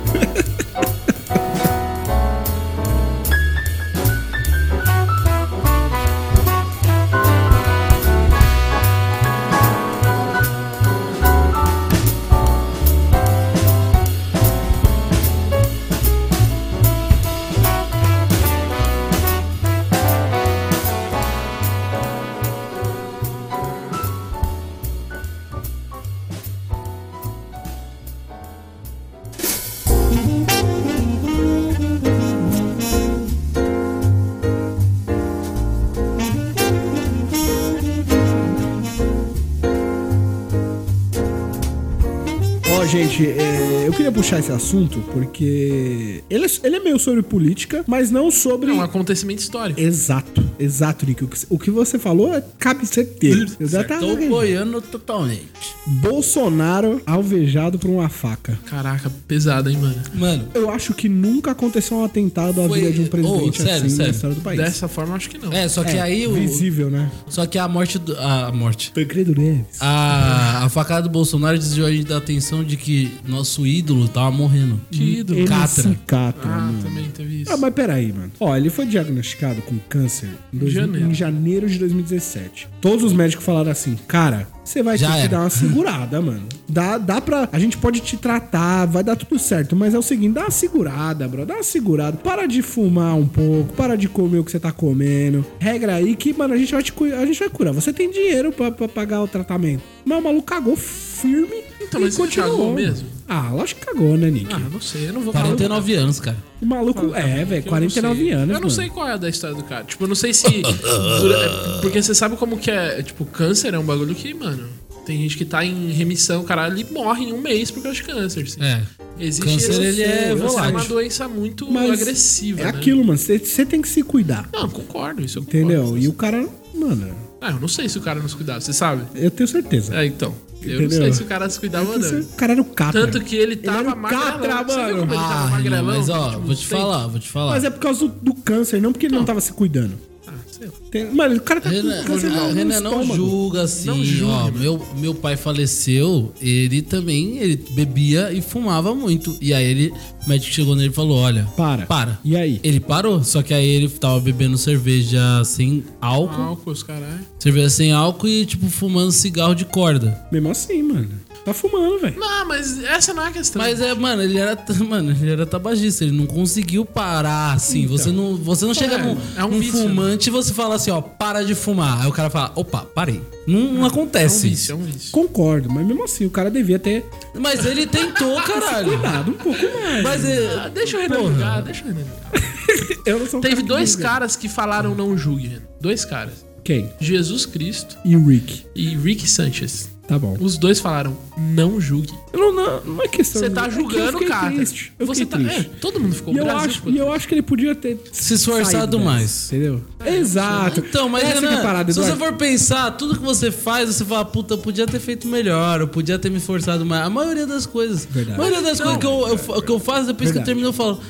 [SPEAKER 1] gente, é, eu queria puxar esse assunto porque ele é, ele é meio sobre política, mas não sobre.
[SPEAKER 3] É um acontecimento histórico.
[SPEAKER 1] Exato, exato, Nick. O que, o que você falou é cabe certeiro.
[SPEAKER 2] Tô
[SPEAKER 1] Exatamente.
[SPEAKER 2] boiando totalmente.
[SPEAKER 1] Bolsonaro alvejado por uma faca.
[SPEAKER 3] Caraca, pesada, hein, mano?
[SPEAKER 2] Mano,
[SPEAKER 1] Eu acho que nunca aconteceu um atentado à
[SPEAKER 2] Foi-
[SPEAKER 1] vida de um presidente
[SPEAKER 2] Ô, sério,
[SPEAKER 1] assim na
[SPEAKER 2] sério.
[SPEAKER 1] história do país.
[SPEAKER 3] Dessa forma, acho que não.
[SPEAKER 2] é, só que
[SPEAKER 1] É,
[SPEAKER 2] aí o.
[SPEAKER 1] Visível, né?
[SPEAKER 2] Só que a morte do. A morte.
[SPEAKER 1] Foi Credo Neves.
[SPEAKER 2] A, a facada do Bolsonaro desviou a gente da atenção de que nosso ídolo tava morrendo. Hum,
[SPEAKER 3] Que ídolo.
[SPEAKER 1] MC
[SPEAKER 2] Catra. tá.
[SPEAKER 1] Catra, né?
[SPEAKER 3] Ah,
[SPEAKER 2] Hum.
[SPEAKER 1] mano.
[SPEAKER 3] também teve isso.
[SPEAKER 1] Ah, mas peraí, mano. Ó, ele foi diagnosticado com câncer em, dois-
[SPEAKER 3] Janeiro.
[SPEAKER 1] em janeiro de 2017. Todos os médicos falaram assim, cara, você vai
[SPEAKER 2] Já
[SPEAKER 1] ter que
[SPEAKER 2] era.
[SPEAKER 1] dar uma segurada, mano. Dá, dá pra... A gente pode te tratar, vai dar tudo certo, mas é o seguinte, dá uma segurada, bro. Dá uma segurada. Para de fumar um pouco, para de comer o que você tá comendo. Regra aí que, mano, a gente vai, te, cu- a gente vai curar. Você tem dinheiro pra, pra pagar o tratamento. Mas o maluco cagou firme
[SPEAKER 3] Então, mas ele cagou mesmo?
[SPEAKER 1] Ah, lógico que cagou, né, Nick?
[SPEAKER 3] Ah, não sei, eu não vou
[SPEAKER 2] 49 anos, cara.
[SPEAKER 1] O maluco, é, velho,
[SPEAKER 3] Eu não sei.
[SPEAKER 1] 49 anos.
[SPEAKER 3] Eu não
[SPEAKER 1] mano.
[SPEAKER 3] sei qual é da história do cara. Tipo, eu não sei se. dura- é, Porque você sabe como que é. Tipo, câncer é um bagulho que, mano. Tem gente que tá em remissão, caralho, e morre em um mês por causa de câncer.
[SPEAKER 1] tá
[SPEAKER 3] assim.
[SPEAKER 2] É.
[SPEAKER 3] Existe
[SPEAKER 2] Câncer,
[SPEAKER 3] esse-
[SPEAKER 2] ele é
[SPEAKER 3] câncer É uma
[SPEAKER 2] volátil.
[SPEAKER 3] doença muito
[SPEAKER 1] Mas
[SPEAKER 3] agressiva.
[SPEAKER 1] É
[SPEAKER 3] né?
[SPEAKER 1] aquilo, mano. Você tem que se cuidar.
[SPEAKER 3] Não, concordo, isso eu concordo.
[SPEAKER 1] Entendeu? E o cara, mano,
[SPEAKER 3] Ah, eu não sei se o cara não se cuidava, você sabe?
[SPEAKER 1] eu tenho certeza.
[SPEAKER 3] É, então. Eu não
[SPEAKER 1] Entendeu? É
[SPEAKER 3] sei se o cara se cuidava ou não.
[SPEAKER 1] Esse cara era o catra.
[SPEAKER 3] Tanto que ele
[SPEAKER 1] era
[SPEAKER 3] tava
[SPEAKER 1] o
[SPEAKER 3] magrelão.
[SPEAKER 1] catra,
[SPEAKER 3] Você viu como
[SPEAKER 1] mano.
[SPEAKER 3] ele tava magrelão?
[SPEAKER 2] não, Ah, mas
[SPEAKER 3] nos
[SPEAKER 2] ó,
[SPEAKER 3] últimos
[SPEAKER 2] vou te
[SPEAKER 3] tempos?
[SPEAKER 2] falar, vou te falar.
[SPEAKER 1] tipo, Mas é por causa do, do câncer, não porque ele não
[SPEAKER 3] Então.
[SPEAKER 1] tava se cuidando.
[SPEAKER 3] Ah, sei lá.
[SPEAKER 1] Tem- mano, o cara tá
[SPEAKER 2] Renan,
[SPEAKER 1] com câncer no,
[SPEAKER 2] Renan,
[SPEAKER 1] no
[SPEAKER 2] Renan, não
[SPEAKER 1] estômago.
[SPEAKER 2] julga assim,
[SPEAKER 3] Não julgue,
[SPEAKER 2] ó.
[SPEAKER 3] mano.
[SPEAKER 2] Meu, meu pai faleceu, ele também ele bebia e fumava muito. E aí ele, o médico chegou nele e falou: olha,
[SPEAKER 1] Para.
[SPEAKER 2] para.
[SPEAKER 1] E aí?
[SPEAKER 2] Ele parou, só que aí ele tava bebendo cerveja sem álcool,
[SPEAKER 3] Álcool, os caralho.
[SPEAKER 1] Ah.
[SPEAKER 2] cerveja sem álcool e, tipo, fumando cigarro de corda.
[SPEAKER 1] Mesmo assim, mano. Tá fumando, velho.
[SPEAKER 3] Não, mas essa não é a questão.
[SPEAKER 2] Mas é, mano, ele era, t- mano, ele era tabagista, ele não conseguiu parar assim. você não, você não chega
[SPEAKER 3] é,
[SPEAKER 2] num
[SPEAKER 3] é um
[SPEAKER 2] num
[SPEAKER 3] vício,
[SPEAKER 2] fumante e você fala assim, ó, para de fumar. Aí o cara fala, opa, parei. Não, não
[SPEAKER 3] é um
[SPEAKER 2] acontece.
[SPEAKER 3] vício, é um vício.
[SPEAKER 1] Concordo, mas mesmo assim, o cara devia ter
[SPEAKER 2] Mas ele tentou, caralho.
[SPEAKER 1] cuidado um pouco mais.
[SPEAKER 2] Mas é-
[SPEAKER 3] Ah, deixa o Renan
[SPEAKER 2] Porra.
[SPEAKER 3] julgar, deixa o Renan julgar.
[SPEAKER 1] Eu não sou um
[SPEAKER 3] Teve
[SPEAKER 1] cara que
[SPEAKER 3] dois
[SPEAKER 1] julga.
[SPEAKER 3] caras que falaram não julgue, Renan. Dois caras.
[SPEAKER 1] Quem?
[SPEAKER 3] Jesus Cristo
[SPEAKER 1] E o Rick.
[SPEAKER 3] e Rick Sanchez.
[SPEAKER 1] Tá bom.
[SPEAKER 3] Os dois falaram, não julgue.
[SPEAKER 1] Eu Não, não, não é questão.
[SPEAKER 3] Você
[SPEAKER 1] de-
[SPEAKER 3] tá
[SPEAKER 1] Então, é que eu
[SPEAKER 3] julgando,
[SPEAKER 1] fiquei
[SPEAKER 3] cara.
[SPEAKER 1] Triste. Eu
[SPEAKER 3] Você
[SPEAKER 1] fiquei
[SPEAKER 3] tá. É,
[SPEAKER 1] triste.
[SPEAKER 3] todo mundo ficou
[SPEAKER 1] E eu,
[SPEAKER 3] Brasil
[SPEAKER 1] acho,
[SPEAKER 3] ficou
[SPEAKER 1] e eu acho que ele podia ter
[SPEAKER 2] Se esforçado
[SPEAKER 1] saído dessa,
[SPEAKER 2] mais.
[SPEAKER 1] Entendeu? É. Exato.
[SPEAKER 2] Então, mas
[SPEAKER 1] Essa que é
[SPEAKER 2] Renan,
[SPEAKER 1] a parada,
[SPEAKER 2] se você
[SPEAKER 1] Eduardo.
[SPEAKER 2] for pensar, tudo que você faz, você fala, puta, eu podia ter feito melhor, eu podia ter me esforçado mais. A maioria das coisas.
[SPEAKER 1] Verdade.
[SPEAKER 2] A maioria das coisas que eu, eu fa- que eu faço, depois
[SPEAKER 1] Verdade.
[SPEAKER 2] que eu termino, eu falo,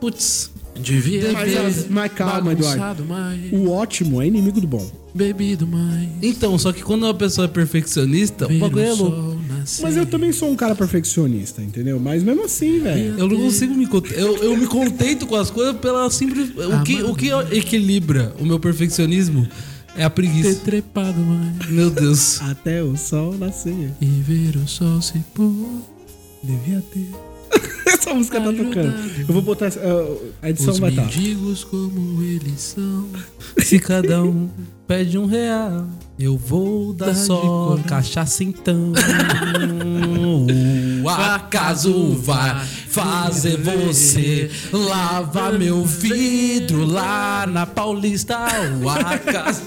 [SPEAKER 2] putz,
[SPEAKER 3] Devia
[SPEAKER 1] Mas, as- mas calma, Eduardo.
[SPEAKER 3] bagunçado mais,
[SPEAKER 1] O ótimo é inimigo do bom.
[SPEAKER 3] bebido mais,
[SPEAKER 2] Então, só que quando uma pessoa é perfeccionista, o bagulho é louco.
[SPEAKER 1] Mas eu também sou um cara perfeccionista, entendeu? Mas mesmo assim, velho.
[SPEAKER 2] Eu não consigo me contentar. Eu, eu me contento com as coisas pela simples.
[SPEAKER 3] Ah,
[SPEAKER 2] O que, o que equilibra o meu perfeccionismo é a preguiça.
[SPEAKER 3] trepado mais
[SPEAKER 2] Meu Deus.
[SPEAKER 1] Até o sol nascer,
[SPEAKER 3] e ver o sol se pôr.
[SPEAKER 1] devia ter. Essa música tá tocando. Eu vou botar. essa- ah, a edição
[SPEAKER 3] Os
[SPEAKER 1] vai estar.
[SPEAKER 3] mendigos como eles são.
[SPEAKER 2] Se cada um pede um real, eu vou dar
[SPEAKER 3] Dá de
[SPEAKER 2] só
[SPEAKER 3] coração.
[SPEAKER 2] cachaça então. O acaso vai fazer você lavar meu vidro lá na Paulista? O acaso.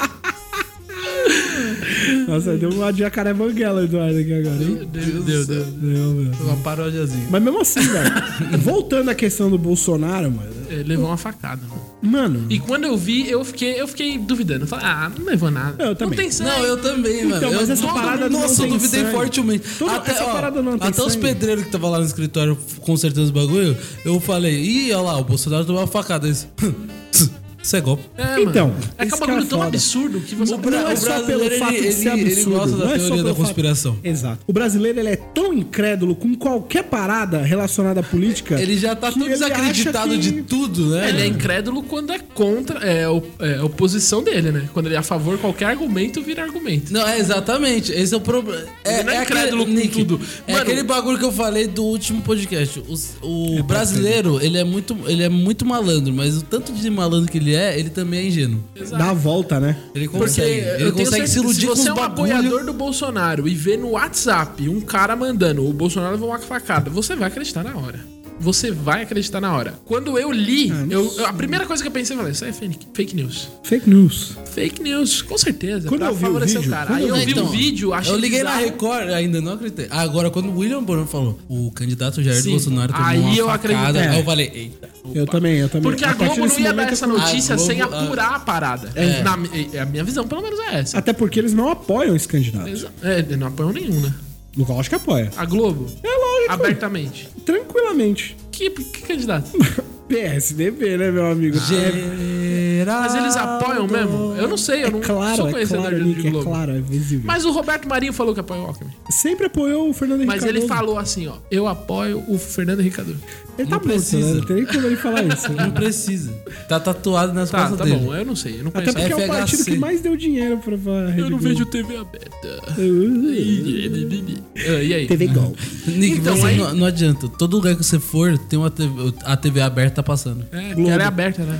[SPEAKER 1] Nossa, deu uma de jacaré banguela, Eduardo, aqui agora, hein?
[SPEAKER 3] Meu Deus, Deus.
[SPEAKER 1] Deu, meu.
[SPEAKER 2] Uma parodiazinha.
[SPEAKER 1] Mas mesmo assim, velho. voltando à questão do Bolsonaro, mano.
[SPEAKER 3] Ele levou uma facada, mano.
[SPEAKER 1] Mano.
[SPEAKER 3] E quando eu vi, eu fiquei, eu fiquei duvidando. Eu falei, ah, não levou nada.
[SPEAKER 1] Eu também.
[SPEAKER 3] Não tem sangue.
[SPEAKER 2] Não, eu também, mano.
[SPEAKER 1] Então, mas
[SPEAKER 2] eu,
[SPEAKER 1] essa
[SPEAKER 2] todo
[SPEAKER 1] parada
[SPEAKER 2] mundo-
[SPEAKER 1] não
[SPEAKER 2] Nossa, eu
[SPEAKER 1] tem
[SPEAKER 2] duvidei
[SPEAKER 1] sangue.
[SPEAKER 2] fortemente.
[SPEAKER 1] Todo-
[SPEAKER 2] até
[SPEAKER 1] essa
[SPEAKER 2] ó,
[SPEAKER 1] parada não tem
[SPEAKER 2] até os
[SPEAKER 1] sangue.
[SPEAKER 2] pedreiros que estavam lá no escritório consertando os bagulho, eu falei, ih, olha lá, o Bolsonaro tomou uma facada. Eles, Isso é golpe.
[SPEAKER 3] É,
[SPEAKER 1] Então,
[SPEAKER 3] É
[SPEAKER 1] esse
[SPEAKER 3] que é um
[SPEAKER 1] cara é
[SPEAKER 3] bagulho tão
[SPEAKER 1] foda.
[SPEAKER 3] absurdo que você.
[SPEAKER 2] O Bra-
[SPEAKER 1] Não é
[SPEAKER 2] o
[SPEAKER 1] só
[SPEAKER 2] brasileiro,
[SPEAKER 1] pelo
[SPEAKER 2] ele-
[SPEAKER 1] fato de ser
[SPEAKER 2] ele- ele
[SPEAKER 1] absurdo.
[SPEAKER 2] gosta da
[SPEAKER 1] não é só
[SPEAKER 2] teoria
[SPEAKER 1] pelo
[SPEAKER 2] da
[SPEAKER 1] fato-
[SPEAKER 2] conspiração.
[SPEAKER 1] Exato. O brasileiro ele é tão incrédulo com qualquer parada relacionada à política.
[SPEAKER 2] Ele já tá
[SPEAKER 1] que
[SPEAKER 2] tão
[SPEAKER 1] ele acha
[SPEAKER 2] desacreditado
[SPEAKER 1] que-
[SPEAKER 2] de tudo, né?
[SPEAKER 3] Ele é incrédulo quando é contra é, o- é, a oposição dele, né? Quando ele é a favor, qualquer argumento vira argumento.
[SPEAKER 2] Não, é exatamente. Esse é o problema. É,
[SPEAKER 3] Ele não é
[SPEAKER 2] é
[SPEAKER 3] incrédulo
[SPEAKER 2] aquele,
[SPEAKER 3] com
[SPEAKER 2] Nick,
[SPEAKER 3] tudo.
[SPEAKER 2] É
[SPEAKER 3] Mano-
[SPEAKER 2] aquele bagulho que eu falei do último podcast. Os- O,
[SPEAKER 1] tá
[SPEAKER 2] brasileiro, ele é, muito, ele é muito malandro, mas o tanto de malandro que ele é, ele também é ingênuo.
[SPEAKER 1] Dá a volta, né?
[SPEAKER 2] Ele
[SPEAKER 3] Porque
[SPEAKER 2] consegue,
[SPEAKER 3] eu
[SPEAKER 2] ele
[SPEAKER 3] tenho
[SPEAKER 2] consegue se
[SPEAKER 3] certeza,
[SPEAKER 2] iludir
[SPEAKER 3] se
[SPEAKER 2] com os
[SPEAKER 3] você é um
[SPEAKER 2] bagulho.
[SPEAKER 3] apoiador do Bolsonaro e vê no WhatsApp um cara mandando o Bolsonaro levou uma facada, você vai acreditar na hora. você vai acreditar na hora. Quando eu li,
[SPEAKER 1] Ah, não
[SPEAKER 3] eu, eu- a primeira coisa que eu pensei, eu falei, isso aí é fake, fake news.
[SPEAKER 1] Fake news.
[SPEAKER 3] Fake news, com certeza.
[SPEAKER 1] Quando eu vi o
[SPEAKER 3] favorecer
[SPEAKER 1] vídeo,
[SPEAKER 3] cara.
[SPEAKER 1] quando
[SPEAKER 3] Aí eu,
[SPEAKER 1] eu
[SPEAKER 3] vi
[SPEAKER 2] Então,
[SPEAKER 3] um vídeo, achei
[SPEAKER 2] Eu liguei na
[SPEAKER 3] bizarro.
[SPEAKER 2] Record, ainda não acreditei. Ah, Agora, quando o William Bonner falou, o candidato Jair
[SPEAKER 3] Sim.
[SPEAKER 2] Bolsonaro tomou
[SPEAKER 3] Aí
[SPEAKER 2] uma
[SPEAKER 3] eu é.
[SPEAKER 2] facada,
[SPEAKER 3] acreditei.
[SPEAKER 2] aí eu falei, eita.
[SPEAKER 1] Eu também, eu também.
[SPEAKER 3] Porque a,
[SPEAKER 1] partir
[SPEAKER 3] Globo não
[SPEAKER 1] desse
[SPEAKER 3] ia
[SPEAKER 1] momento
[SPEAKER 3] dar
[SPEAKER 1] eu
[SPEAKER 3] essa
[SPEAKER 1] falo-
[SPEAKER 3] notícia
[SPEAKER 2] A Globo,
[SPEAKER 3] sem
[SPEAKER 2] ah,
[SPEAKER 3] apurar a parada. Na- é- a minha visão, pelo menos, é essa.
[SPEAKER 1] Até porque eles não apoiam esse candidato.
[SPEAKER 3] Exa- É, não apoiam nenhum, né?
[SPEAKER 1] No qual acho que apoia.
[SPEAKER 3] A Globo,
[SPEAKER 1] É lógico.
[SPEAKER 3] abertamente.
[SPEAKER 1] Tranquilamente.
[SPEAKER 3] Que, que candidato?
[SPEAKER 1] PSDB, né, meu amigo? É-
[SPEAKER 3] Mas eles apoiam mesmo? Eu não sei, eu não
[SPEAKER 1] é claro,
[SPEAKER 3] sou
[SPEAKER 1] é
[SPEAKER 3] conhecedor
[SPEAKER 1] claro,
[SPEAKER 3] de
[SPEAKER 1] Nick, é
[SPEAKER 3] Globo.
[SPEAKER 1] claro, é visível.
[SPEAKER 3] Mas o Roberto Marinho falou que apoia o Alckmin.
[SPEAKER 1] Sempre apoiou o Fernando Henrique
[SPEAKER 3] Mas ele
[SPEAKER 1] Cardoso.
[SPEAKER 3] falou assim, ó. Eu apoio o Fernando Henrique Cardoso.
[SPEAKER 1] Ele tá morto,
[SPEAKER 2] Não precisa.
[SPEAKER 1] né? Não tem nem como ele falar isso. né?
[SPEAKER 2] Não precisa. Tá tatuado nas
[SPEAKER 3] Tá,
[SPEAKER 2] costas
[SPEAKER 3] tá
[SPEAKER 2] dele.
[SPEAKER 3] bom. Eu não sei. Eu não
[SPEAKER 1] Até
[SPEAKER 3] conheço. É,
[SPEAKER 1] porque é o
[SPEAKER 2] FHC.
[SPEAKER 1] partido que mais deu dinheiro pra, pra Rede
[SPEAKER 3] Eu não
[SPEAKER 1] Globo.
[SPEAKER 3] vejo TV aberta.
[SPEAKER 1] Uh,
[SPEAKER 3] Ah, E aí?
[SPEAKER 1] TV Gol.
[SPEAKER 2] Nick,
[SPEAKER 3] Então,
[SPEAKER 2] você
[SPEAKER 3] aí-
[SPEAKER 2] não, não adianta. Todo lugar que você for, tem uma TV, a TV aberta tá passando.
[SPEAKER 3] É, que ela é aberta, né?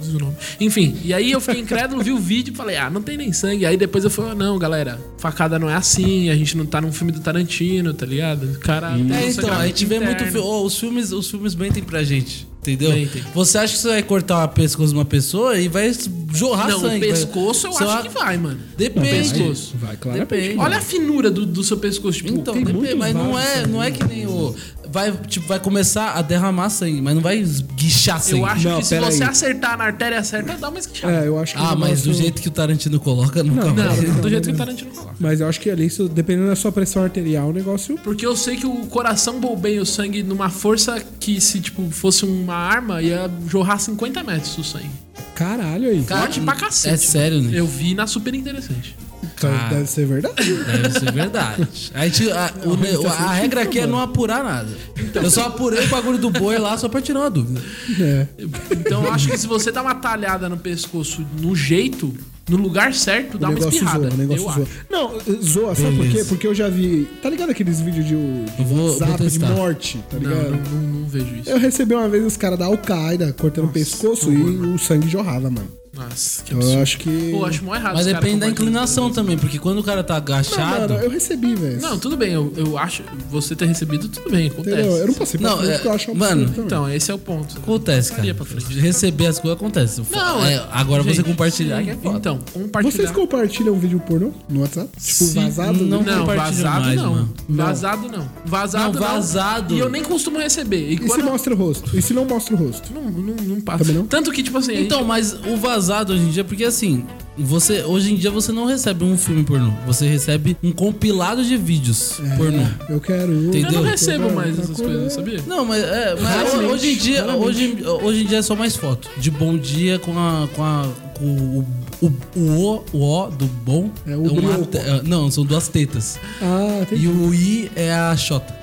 [SPEAKER 3] Diz o nome. Enfim, e aí eu fiquei incrédulo, vi o vídeo e falei, ah, não tem nem sangue. Aí depois eu falei, "Ah, não, galera, facada não é assim, a gente não tá num filme do Tarantino, tá ligado? Cara, tem
[SPEAKER 2] É,
[SPEAKER 3] um
[SPEAKER 2] então, a gente vê
[SPEAKER 3] sangramento
[SPEAKER 2] muito. fi-
[SPEAKER 3] interno.
[SPEAKER 2] Ô, os, filmes, os filmes mentem pra gente. Entendeu?
[SPEAKER 3] Mentem.
[SPEAKER 2] Você acha que você vai cortar uma pescoço de uma pessoa e vai jorrar
[SPEAKER 3] Não,
[SPEAKER 2] sangue?
[SPEAKER 3] o pescoço eu
[SPEAKER 2] Você
[SPEAKER 3] acho
[SPEAKER 2] vai-
[SPEAKER 3] que vai, mano.
[SPEAKER 2] Depende.
[SPEAKER 3] pescoço.
[SPEAKER 1] Vai, claro.
[SPEAKER 2] Depende.
[SPEAKER 3] Olha a finura do, do seu pescoço, tipo,
[SPEAKER 2] Então,
[SPEAKER 1] tem
[SPEAKER 2] depende,
[SPEAKER 1] muitos
[SPEAKER 2] mas não
[SPEAKER 1] vários
[SPEAKER 2] é, não é que nem o. Vai, tipo, vai começar a derramar sangue, mas não vai guichar sangue.
[SPEAKER 3] eu acho
[SPEAKER 1] Não,
[SPEAKER 3] que se
[SPEAKER 1] pera
[SPEAKER 3] você
[SPEAKER 1] aí.
[SPEAKER 3] acertar na artéria certa, dá uma esquichada.
[SPEAKER 1] É, eu acho que
[SPEAKER 2] Ah,
[SPEAKER 1] o
[SPEAKER 2] mas do
[SPEAKER 1] negócio-
[SPEAKER 2] jeito que o Tarantino coloca, nunca vai.
[SPEAKER 3] Não, do jeito que o Tarantino coloca.
[SPEAKER 1] Mas eu acho que ali, isso- dependendo da sua pressão arterial, o negócio.
[SPEAKER 3] Porque eu sei que o coração bombeia o sangue numa força que, se tipo, fosse uma arma, ia jorrar 50 metros o sangue.
[SPEAKER 1] Caralho aí.
[SPEAKER 2] Cara,
[SPEAKER 3] Forte pra cacete,
[SPEAKER 2] É sério, né?
[SPEAKER 3] Eu vi na super interessante.
[SPEAKER 1] Então,
[SPEAKER 2] cara.
[SPEAKER 1] Deve ser verdade.
[SPEAKER 2] Deve ser verdade. A, gente, a, o ne- a regra aqui é não apurar nada.
[SPEAKER 3] Então,
[SPEAKER 2] Eu só apurei o bagulho do boi lá só pra tirar uma dúvida.
[SPEAKER 1] é.
[SPEAKER 3] Então eu acho que se você dá uma talhada no pescoço no jeito, no lugar certo, dá
[SPEAKER 1] o
[SPEAKER 3] uma
[SPEAKER 1] negócio
[SPEAKER 3] espirrada.
[SPEAKER 1] zoa, o negócio
[SPEAKER 3] eu
[SPEAKER 1] zoa.
[SPEAKER 3] acho.
[SPEAKER 1] Não, zoa, sabe por
[SPEAKER 2] Beleza.
[SPEAKER 1] quê? Porque eu já vi. Tá ligado aqueles vídeos de, de
[SPEAKER 2] Eu vou-
[SPEAKER 1] WhatsApp
[SPEAKER 2] vou
[SPEAKER 1] de
[SPEAKER 2] testar.
[SPEAKER 1] morte, tá
[SPEAKER 3] Não,
[SPEAKER 1] ligado?
[SPEAKER 3] não, não- não vejo isso.
[SPEAKER 1] Eu recebi uma vez os caras da Al-Qaeda cortando o pescoço e o sangue jorrava, mano.
[SPEAKER 3] Nossa, que
[SPEAKER 1] Então
[SPEAKER 3] absurdo.
[SPEAKER 1] eu acho que.
[SPEAKER 3] Pô, acho mó errado.
[SPEAKER 2] Mas depende
[SPEAKER 3] os caras
[SPEAKER 2] da
[SPEAKER 3] compartilhando
[SPEAKER 2] inclinação também, porque quando o cara tá
[SPEAKER 1] Não, Ah, mano,
[SPEAKER 2] agachado.
[SPEAKER 1] eu recebi, velho.
[SPEAKER 3] Não, tudo bem, eu, eu acho. Você ter recebido, tudo bem, acontece.
[SPEAKER 1] entendeu? Eu não passei por
[SPEAKER 2] Não,
[SPEAKER 1] tudo
[SPEAKER 2] é-
[SPEAKER 1] porque eu acho
[SPEAKER 2] mano,
[SPEAKER 1] absurdo também.
[SPEAKER 3] Então, esse é o ponto.
[SPEAKER 2] Acontece,
[SPEAKER 3] Faria
[SPEAKER 2] cara.
[SPEAKER 3] pra frente.
[SPEAKER 2] Receber as coisas acontece.
[SPEAKER 3] Não,
[SPEAKER 2] É,
[SPEAKER 3] é-
[SPEAKER 2] agora você
[SPEAKER 3] Gente,
[SPEAKER 2] compartilhar
[SPEAKER 3] sim,
[SPEAKER 2] que é foda.
[SPEAKER 3] Então, compartilhar.
[SPEAKER 1] Vocês compartilham vídeo pornô no WhatsApp? Tipo,
[SPEAKER 2] Sim,
[SPEAKER 1] vazado?
[SPEAKER 2] não.
[SPEAKER 3] Não,
[SPEAKER 2] compartilha
[SPEAKER 3] vazado
[SPEAKER 2] mais,
[SPEAKER 3] não.
[SPEAKER 2] mano.
[SPEAKER 3] Vazado não. Vazado
[SPEAKER 2] Não,
[SPEAKER 3] não.
[SPEAKER 2] vazado.
[SPEAKER 3] E eu nem costumo receber. E,
[SPEAKER 1] E se
[SPEAKER 3] quando.
[SPEAKER 1] mostra o rosto? E se não mostra o rosto?
[SPEAKER 3] Não, não, não passa.
[SPEAKER 1] Também não?
[SPEAKER 3] Tanto que, tipo assim.
[SPEAKER 2] Então, mas o vazado hoje em dia, porque assim, você hoje em dia você não recebe um filme pornô, você recebe um compilado de vídeos
[SPEAKER 1] É.
[SPEAKER 2] pornô.
[SPEAKER 1] Eu quero. um.
[SPEAKER 3] eu
[SPEAKER 2] Entendeu?
[SPEAKER 3] não recebo
[SPEAKER 1] Tá
[SPEAKER 3] mais
[SPEAKER 1] vendo?
[SPEAKER 3] essas
[SPEAKER 1] Tá
[SPEAKER 3] coisas,
[SPEAKER 1] vendo?
[SPEAKER 3] sabia?
[SPEAKER 2] Não, mas, é, mas hoje em dia, hoje, hoje em dia é só mais foto. De bom dia com a com a com o o, o, o, o do bom.
[SPEAKER 1] É o
[SPEAKER 2] uma
[SPEAKER 1] brioco.
[SPEAKER 2] te- é, não, são duas tetas.
[SPEAKER 1] Ah, tem.
[SPEAKER 2] E o i é a xota.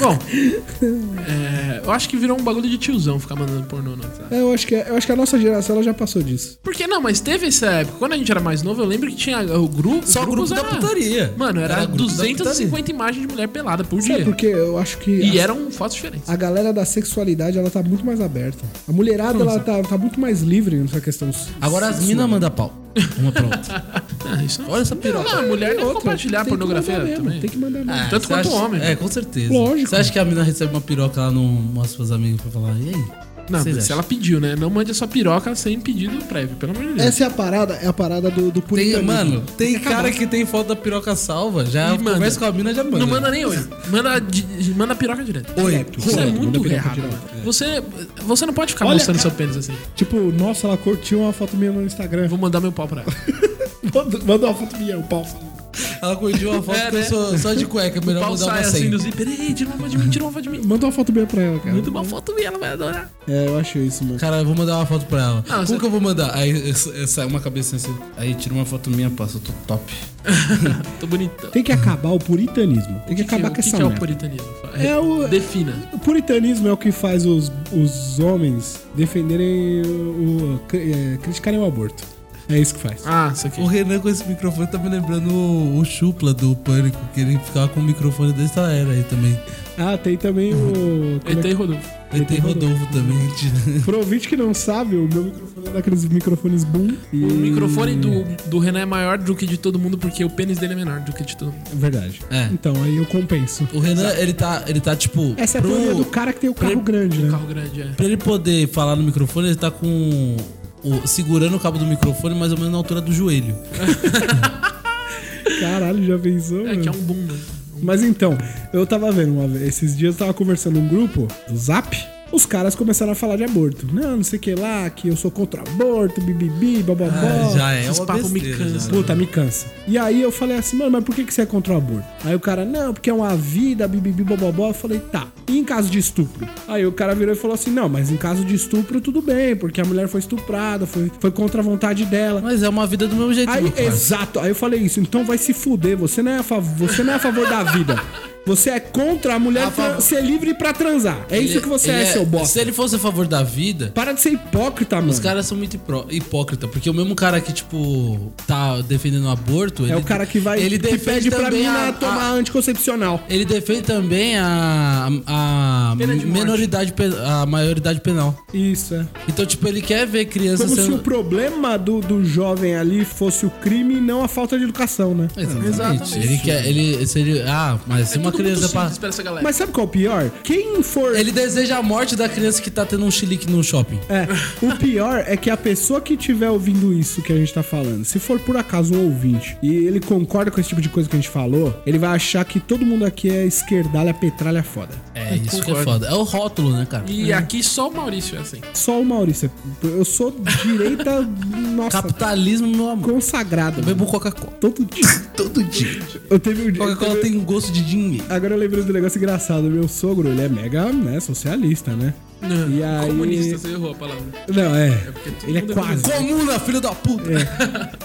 [SPEAKER 3] Bom, é, eu acho que virou um bagulho de tiozão ficar mandando pornô no WhatsApp.
[SPEAKER 1] É, eu, acho que, eu acho que a nossa geração ela já passou disso.
[SPEAKER 3] Porque não, mas teve essa época. Quando a gente era mais novo, eu lembro que tinha o grupo.
[SPEAKER 2] Só o grupo
[SPEAKER 3] grupos
[SPEAKER 2] da
[SPEAKER 3] era-
[SPEAKER 2] putaria.
[SPEAKER 3] Mano, era,
[SPEAKER 2] Era grupo da
[SPEAKER 3] 250 imagens de mulher pelada por
[SPEAKER 1] Sabe
[SPEAKER 3] dia.
[SPEAKER 1] por quê? Eu acho que.
[SPEAKER 3] E é-
[SPEAKER 1] a-
[SPEAKER 3] eram fotos diferentes.
[SPEAKER 1] A galera da sexualidade, ela tá muito mais aberta. A mulherada, ela tá, tá muito mais livre nessa questão.
[SPEAKER 2] Agora as minas mandam pau. Uma pra outra.
[SPEAKER 3] Ah, isso não.
[SPEAKER 1] é
[SPEAKER 2] Olha essa piroca.
[SPEAKER 3] Não, a mulher deve
[SPEAKER 1] Outra,
[SPEAKER 3] compartilhar
[SPEAKER 1] tem que
[SPEAKER 3] pornografia
[SPEAKER 1] mandar mesmo,
[SPEAKER 3] também.
[SPEAKER 1] Tem que mandar mesmo.
[SPEAKER 2] Ah,
[SPEAKER 3] Tanto
[SPEAKER 2] você
[SPEAKER 3] quanto
[SPEAKER 2] acha-
[SPEAKER 3] homem. né?
[SPEAKER 2] É, com certeza.
[SPEAKER 1] né? Lógico.
[SPEAKER 2] Você acha que a mina recebe uma piroca lá, não mostra pros amigos pra falar, e aí?
[SPEAKER 1] É,
[SPEAKER 3] Não,
[SPEAKER 2] Vocês
[SPEAKER 3] se
[SPEAKER 2] acham?
[SPEAKER 3] ela pediu, né? Não mande a sua piroca sem pedido prévio, pelo amor de Deus.
[SPEAKER 1] Essa é a parada, é a parada do, do
[SPEAKER 2] Tem,
[SPEAKER 1] puritanismo.
[SPEAKER 2] mano, tem cara que tem foto da piroca salva, já
[SPEAKER 3] E manda.
[SPEAKER 2] conversa com a mina, já manda.
[SPEAKER 3] Não manda nem oi. Manda, di- manda a piroca direto.
[SPEAKER 1] Oi,
[SPEAKER 3] Isso é
[SPEAKER 1] direto, manda
[SPEAKER 3] muito
[SPEAKER 1] piroca
[SPEAKER 3] errado,
[SPEAKER 1] direto. É.
[SPEAKER 3] mano. Você, você não pode ficar
[SPEAKER 1] Olha,
[SPEAKER 3] mostrando
[SPEAKER 1] cara.
[SPEAKER 3] seu pênis assim.
[SPEAKER 1] Tipo, nossa, ela curtiu uma foto minha no Instagram.
[SPEAKER 3] Eu vou mandar meu pau pra ela.
[SPEAKER 1] Manda manda uma foto minha, o pau.
[SPEAKER 2] Ela curtiu uma foto
[SPEAKER 3] É,
[SPEAKER 2] que eu
[SPEAKER 3] né?
[SPEAKER 2] sou só de cueca, é
[SPEAKER 3] O
[SPEAKER 2] melhor
[SPEAKER 3] pau
[SPEAKER 2] mudar uma
[SPEAKER 3] sai assim
[SPEAKER 2] senha.
[SPEAKER 3] do zíper. Ei, tira uma foto de mim, tira uma foto de mim.
[SPEAKER 1] Manda uma foto minha pra ela, cara.
[SPEAKER 3] Manda uma foto minha, ela vai adorar.
[SPEAKER 1] É, eu acho isso, mano.
[SPEAKER 2] Cara, eu vou mandar uma foto pra ela.
[SPEAKER 3] Não,
[SPEAKER 2] Como
[SPEAKER 3] você-
[SPEAKER 2] que eu vou mandar? Aí eh, eh, sai uma cabeça assim. Aí tira uma foto minha, passa, eu tô top.
[SPEAKER 3] Tô bonitão.
[SPEAKER 1] Tem que acabar o puritanismo. Tem que, acabar
[SPEAKER 3] o
[SPEAKER 1] com
[SPEAKER 3] que,
[SPEAKER 1] essa
[SPEAKER 3] que é o
[SPEAKER 1] merda.
[SPEAKER 3] puritanismo?
[SPEAKER 1] É o-
[SPEAKER 3] Defina.
[SPEAKER 1] O puritanismo é o que faz os, os homens defenderem o. o- cri- é, criticarem o aborto. É isso que faz.
[SPEAKER 3] Ah, isso aqui.
[SPEAKER 2] O Renan com esse microfone tá me lembrando o, o Chupla do Pânico, que ele ficava com o microfone dessa era aí também.
[SPEAKER 1] Ah, tem também o. como é
[SPEAKER 3] ET
[SPEAKER 1] que-
[SPEAKER 3] e Rodolfo.
[SPEAKER 2] Aí tem Rodolfo também. gente.
[SPEAKER 1] Pro ouvinte que não sabe, o meu microfone é daqueles microfones boom. E...
[SPEAKER 3] O microfone do, do Renan é maior do que de todo mundo, porque o pênis dele é menor do que de todo mundo.
[SPEAKER 1] É verdade.
[SPEAKER 2] É.
[SPEAKER 1] Então, aí eu compenso.
[SPEAKER 2] O Renan, ele tá, ele tá tipo.
[SPEAKER 1] Essa é a teoria do cara que tem o carro grande,
[SPEAKER 3] Um
[SPEAKER 1] né?
[SPEAKER 3] carro grande, é.
[SPEAKER 2] Pra ele poder falar no microfone, ele tá com. o- segurando o cabo do microfone mais ou menos na altura do joelho.
[SPEAKER 1] Caralho, já pensou?
[SPEAKER 3] É que é
[SPEAKER 1] mano?
[SPEAKER 3] um boom, né?
[SPEAKER 1] Mas então, eu tava vendo uma vez, esses dias eu tava conversando num grupo do Zap. Os caras começaram a falar de aborto. Não, não sei o que lá, que eu sou contra aborto, bibibi, bababó.
[SPEAKER 2] Ah, já é
[SPEAKER 3] esses
[SPEAKER 2] uma
[SPEAKER 3] papo me
[SPEAKER 2] besteira.
[SPEAKER 3] cansa.
[SPEAKER 2] já, né?
[SPEAKER 1] Puta, me cansa. E aí eu falei assim, mano, mas por que que você é contra o aborto? Aí o cara, não, porque é uma vida, bibibi, bobobó. Eu falei, tá. E em caso de estupro? Aí o cara virou e falou assim, não, mas em caso de estupro, tudo bem, porque a mulher foi estuprada, foi, foi contra a vontade dela.
[SPEAKER 2] Mas é uma vida do mesmo jeito.
[SPEAKER 1] Aí,
[SPEAKER 2] meu parça.
[SPEAKER 1] exato. Aí eu falei isso. Então vai se fuder. Você não é a, fav você não é a favor da vida. Você é contra a mulher
[SPEAKER 2] A favor.
[SPEAKER 1] tran- ser livre pra transar. É isso
[SPEAKER 2] Ele-
[SPEAKER 1] que você
[SPEAKER 2] ele
[SPEAKER 1] é, seu bosta.
[SPEAKER 2] Se ele fosse a favor da vida,
[SPEAKER 1] Para de ser hipócrita, mano.
[SPEAKER 2] os caras são muito hipro- hipócritas. Porque o mesmo cara que, tipo, tá defendendo o aborto.
[SPEAKER 1] É o cara que vai
[SPEAKER 2] Ele
[SPEAKER 1] que
[SPEAKER 2] defende
[SPEAKER 1] pede pra
[SPEAKER 2] também
[SPEAKER 1] mina
[SPEAKER 2] a-
[SPEAKER 1] tomar
[SPEAKER 2] a-
[SPEAKER 1] anticoncepcional.
[SPEAKER 2] Ele defende também a, a, a
[SPEAKER 3] Pena de morte.
[SPEAKER 2] menoridade, pe- a maioridade penal.
[SPEAKER 1] Isso, é.
[SPEAKER 2] Então, tipo, ele quer ver crianças
[SPEAKER 1] Como se o
[SPEAKER 2] sendo.
[SPEAKER 1] problema do, do jovem ali fosse o crime e não a falta de educação, né?
[SPEAKER 2] Exatamente.
[SPEAKER 3] Exatamente.
[SPEAKER 2] Ele quer. Ele, se ele- ah, mas se
[SPEAKER 3] É
[SPEAKER 2] uma
[SPEAKER 3] tudo muito
[SPEAKER 2] criança. pa-
[SPEAKER 3] simples pra essa galera.
[SPEAKER 1] Mas sabe qual é o pior? Quem for.
[SPEAKER 2] Ele deseja a morte da criança que tá tendo um chilique no shopping.
[SPEAKER 1] É, o pior é que a pessoa que estiver ouvindo isso que a gente tá falando, se for por acaso um ouvinte e ele concorda com esse tipo de coisa que a gente falou, ele vai achar que todo mundo aqui é esquerdalha, petralha foda.
[SPEAKER 2] É, isso que é
[SPEAKER 3] concordo.
[SPEAKER 2] foda. É o rótulo, né, cara?
[SPEAKER 3] E
[SPEAKER 1] Uhum.
[SPEAKER 3] aqui só o Maurício é assim.
[SPEAKER 1] Só o Maurício. Eu sou direita, nossa,
[SPEAKER 2] Capitalismo, meu amor.
[SPEAKER 1] consagrado.
[SPEAKER 2] Eu
[SPEAKER 1] mano.
[SPEAKER 2] bebo Coca-Cola.
[SPEAKER 1] Todo dia.
[SPEAKER 2] Todo dia.
[SPEAKER 1] Eu teve um dia. eu
[SPEAKER 2] Coca-Cola
[SPEAKER 1] teve-
[SPEAKER 2] tem um gosto de dinheiro.
[SPEAKER 1] Agora eu lembrei do negócio engraçado. Meu sogro, ele é mega, né, socialista, né? E aí-
[SPEAKER 3] Comunista, você errou a palavra.
[SPEAKER 1] Não, é.
[SPEAKER 3] porque todo
[SPEAKER 1] Ele é
[SPEAKER 3] mundo é
[SPEAKER 1] quase.
[SPEAKER 2] Comuna, filho da puta.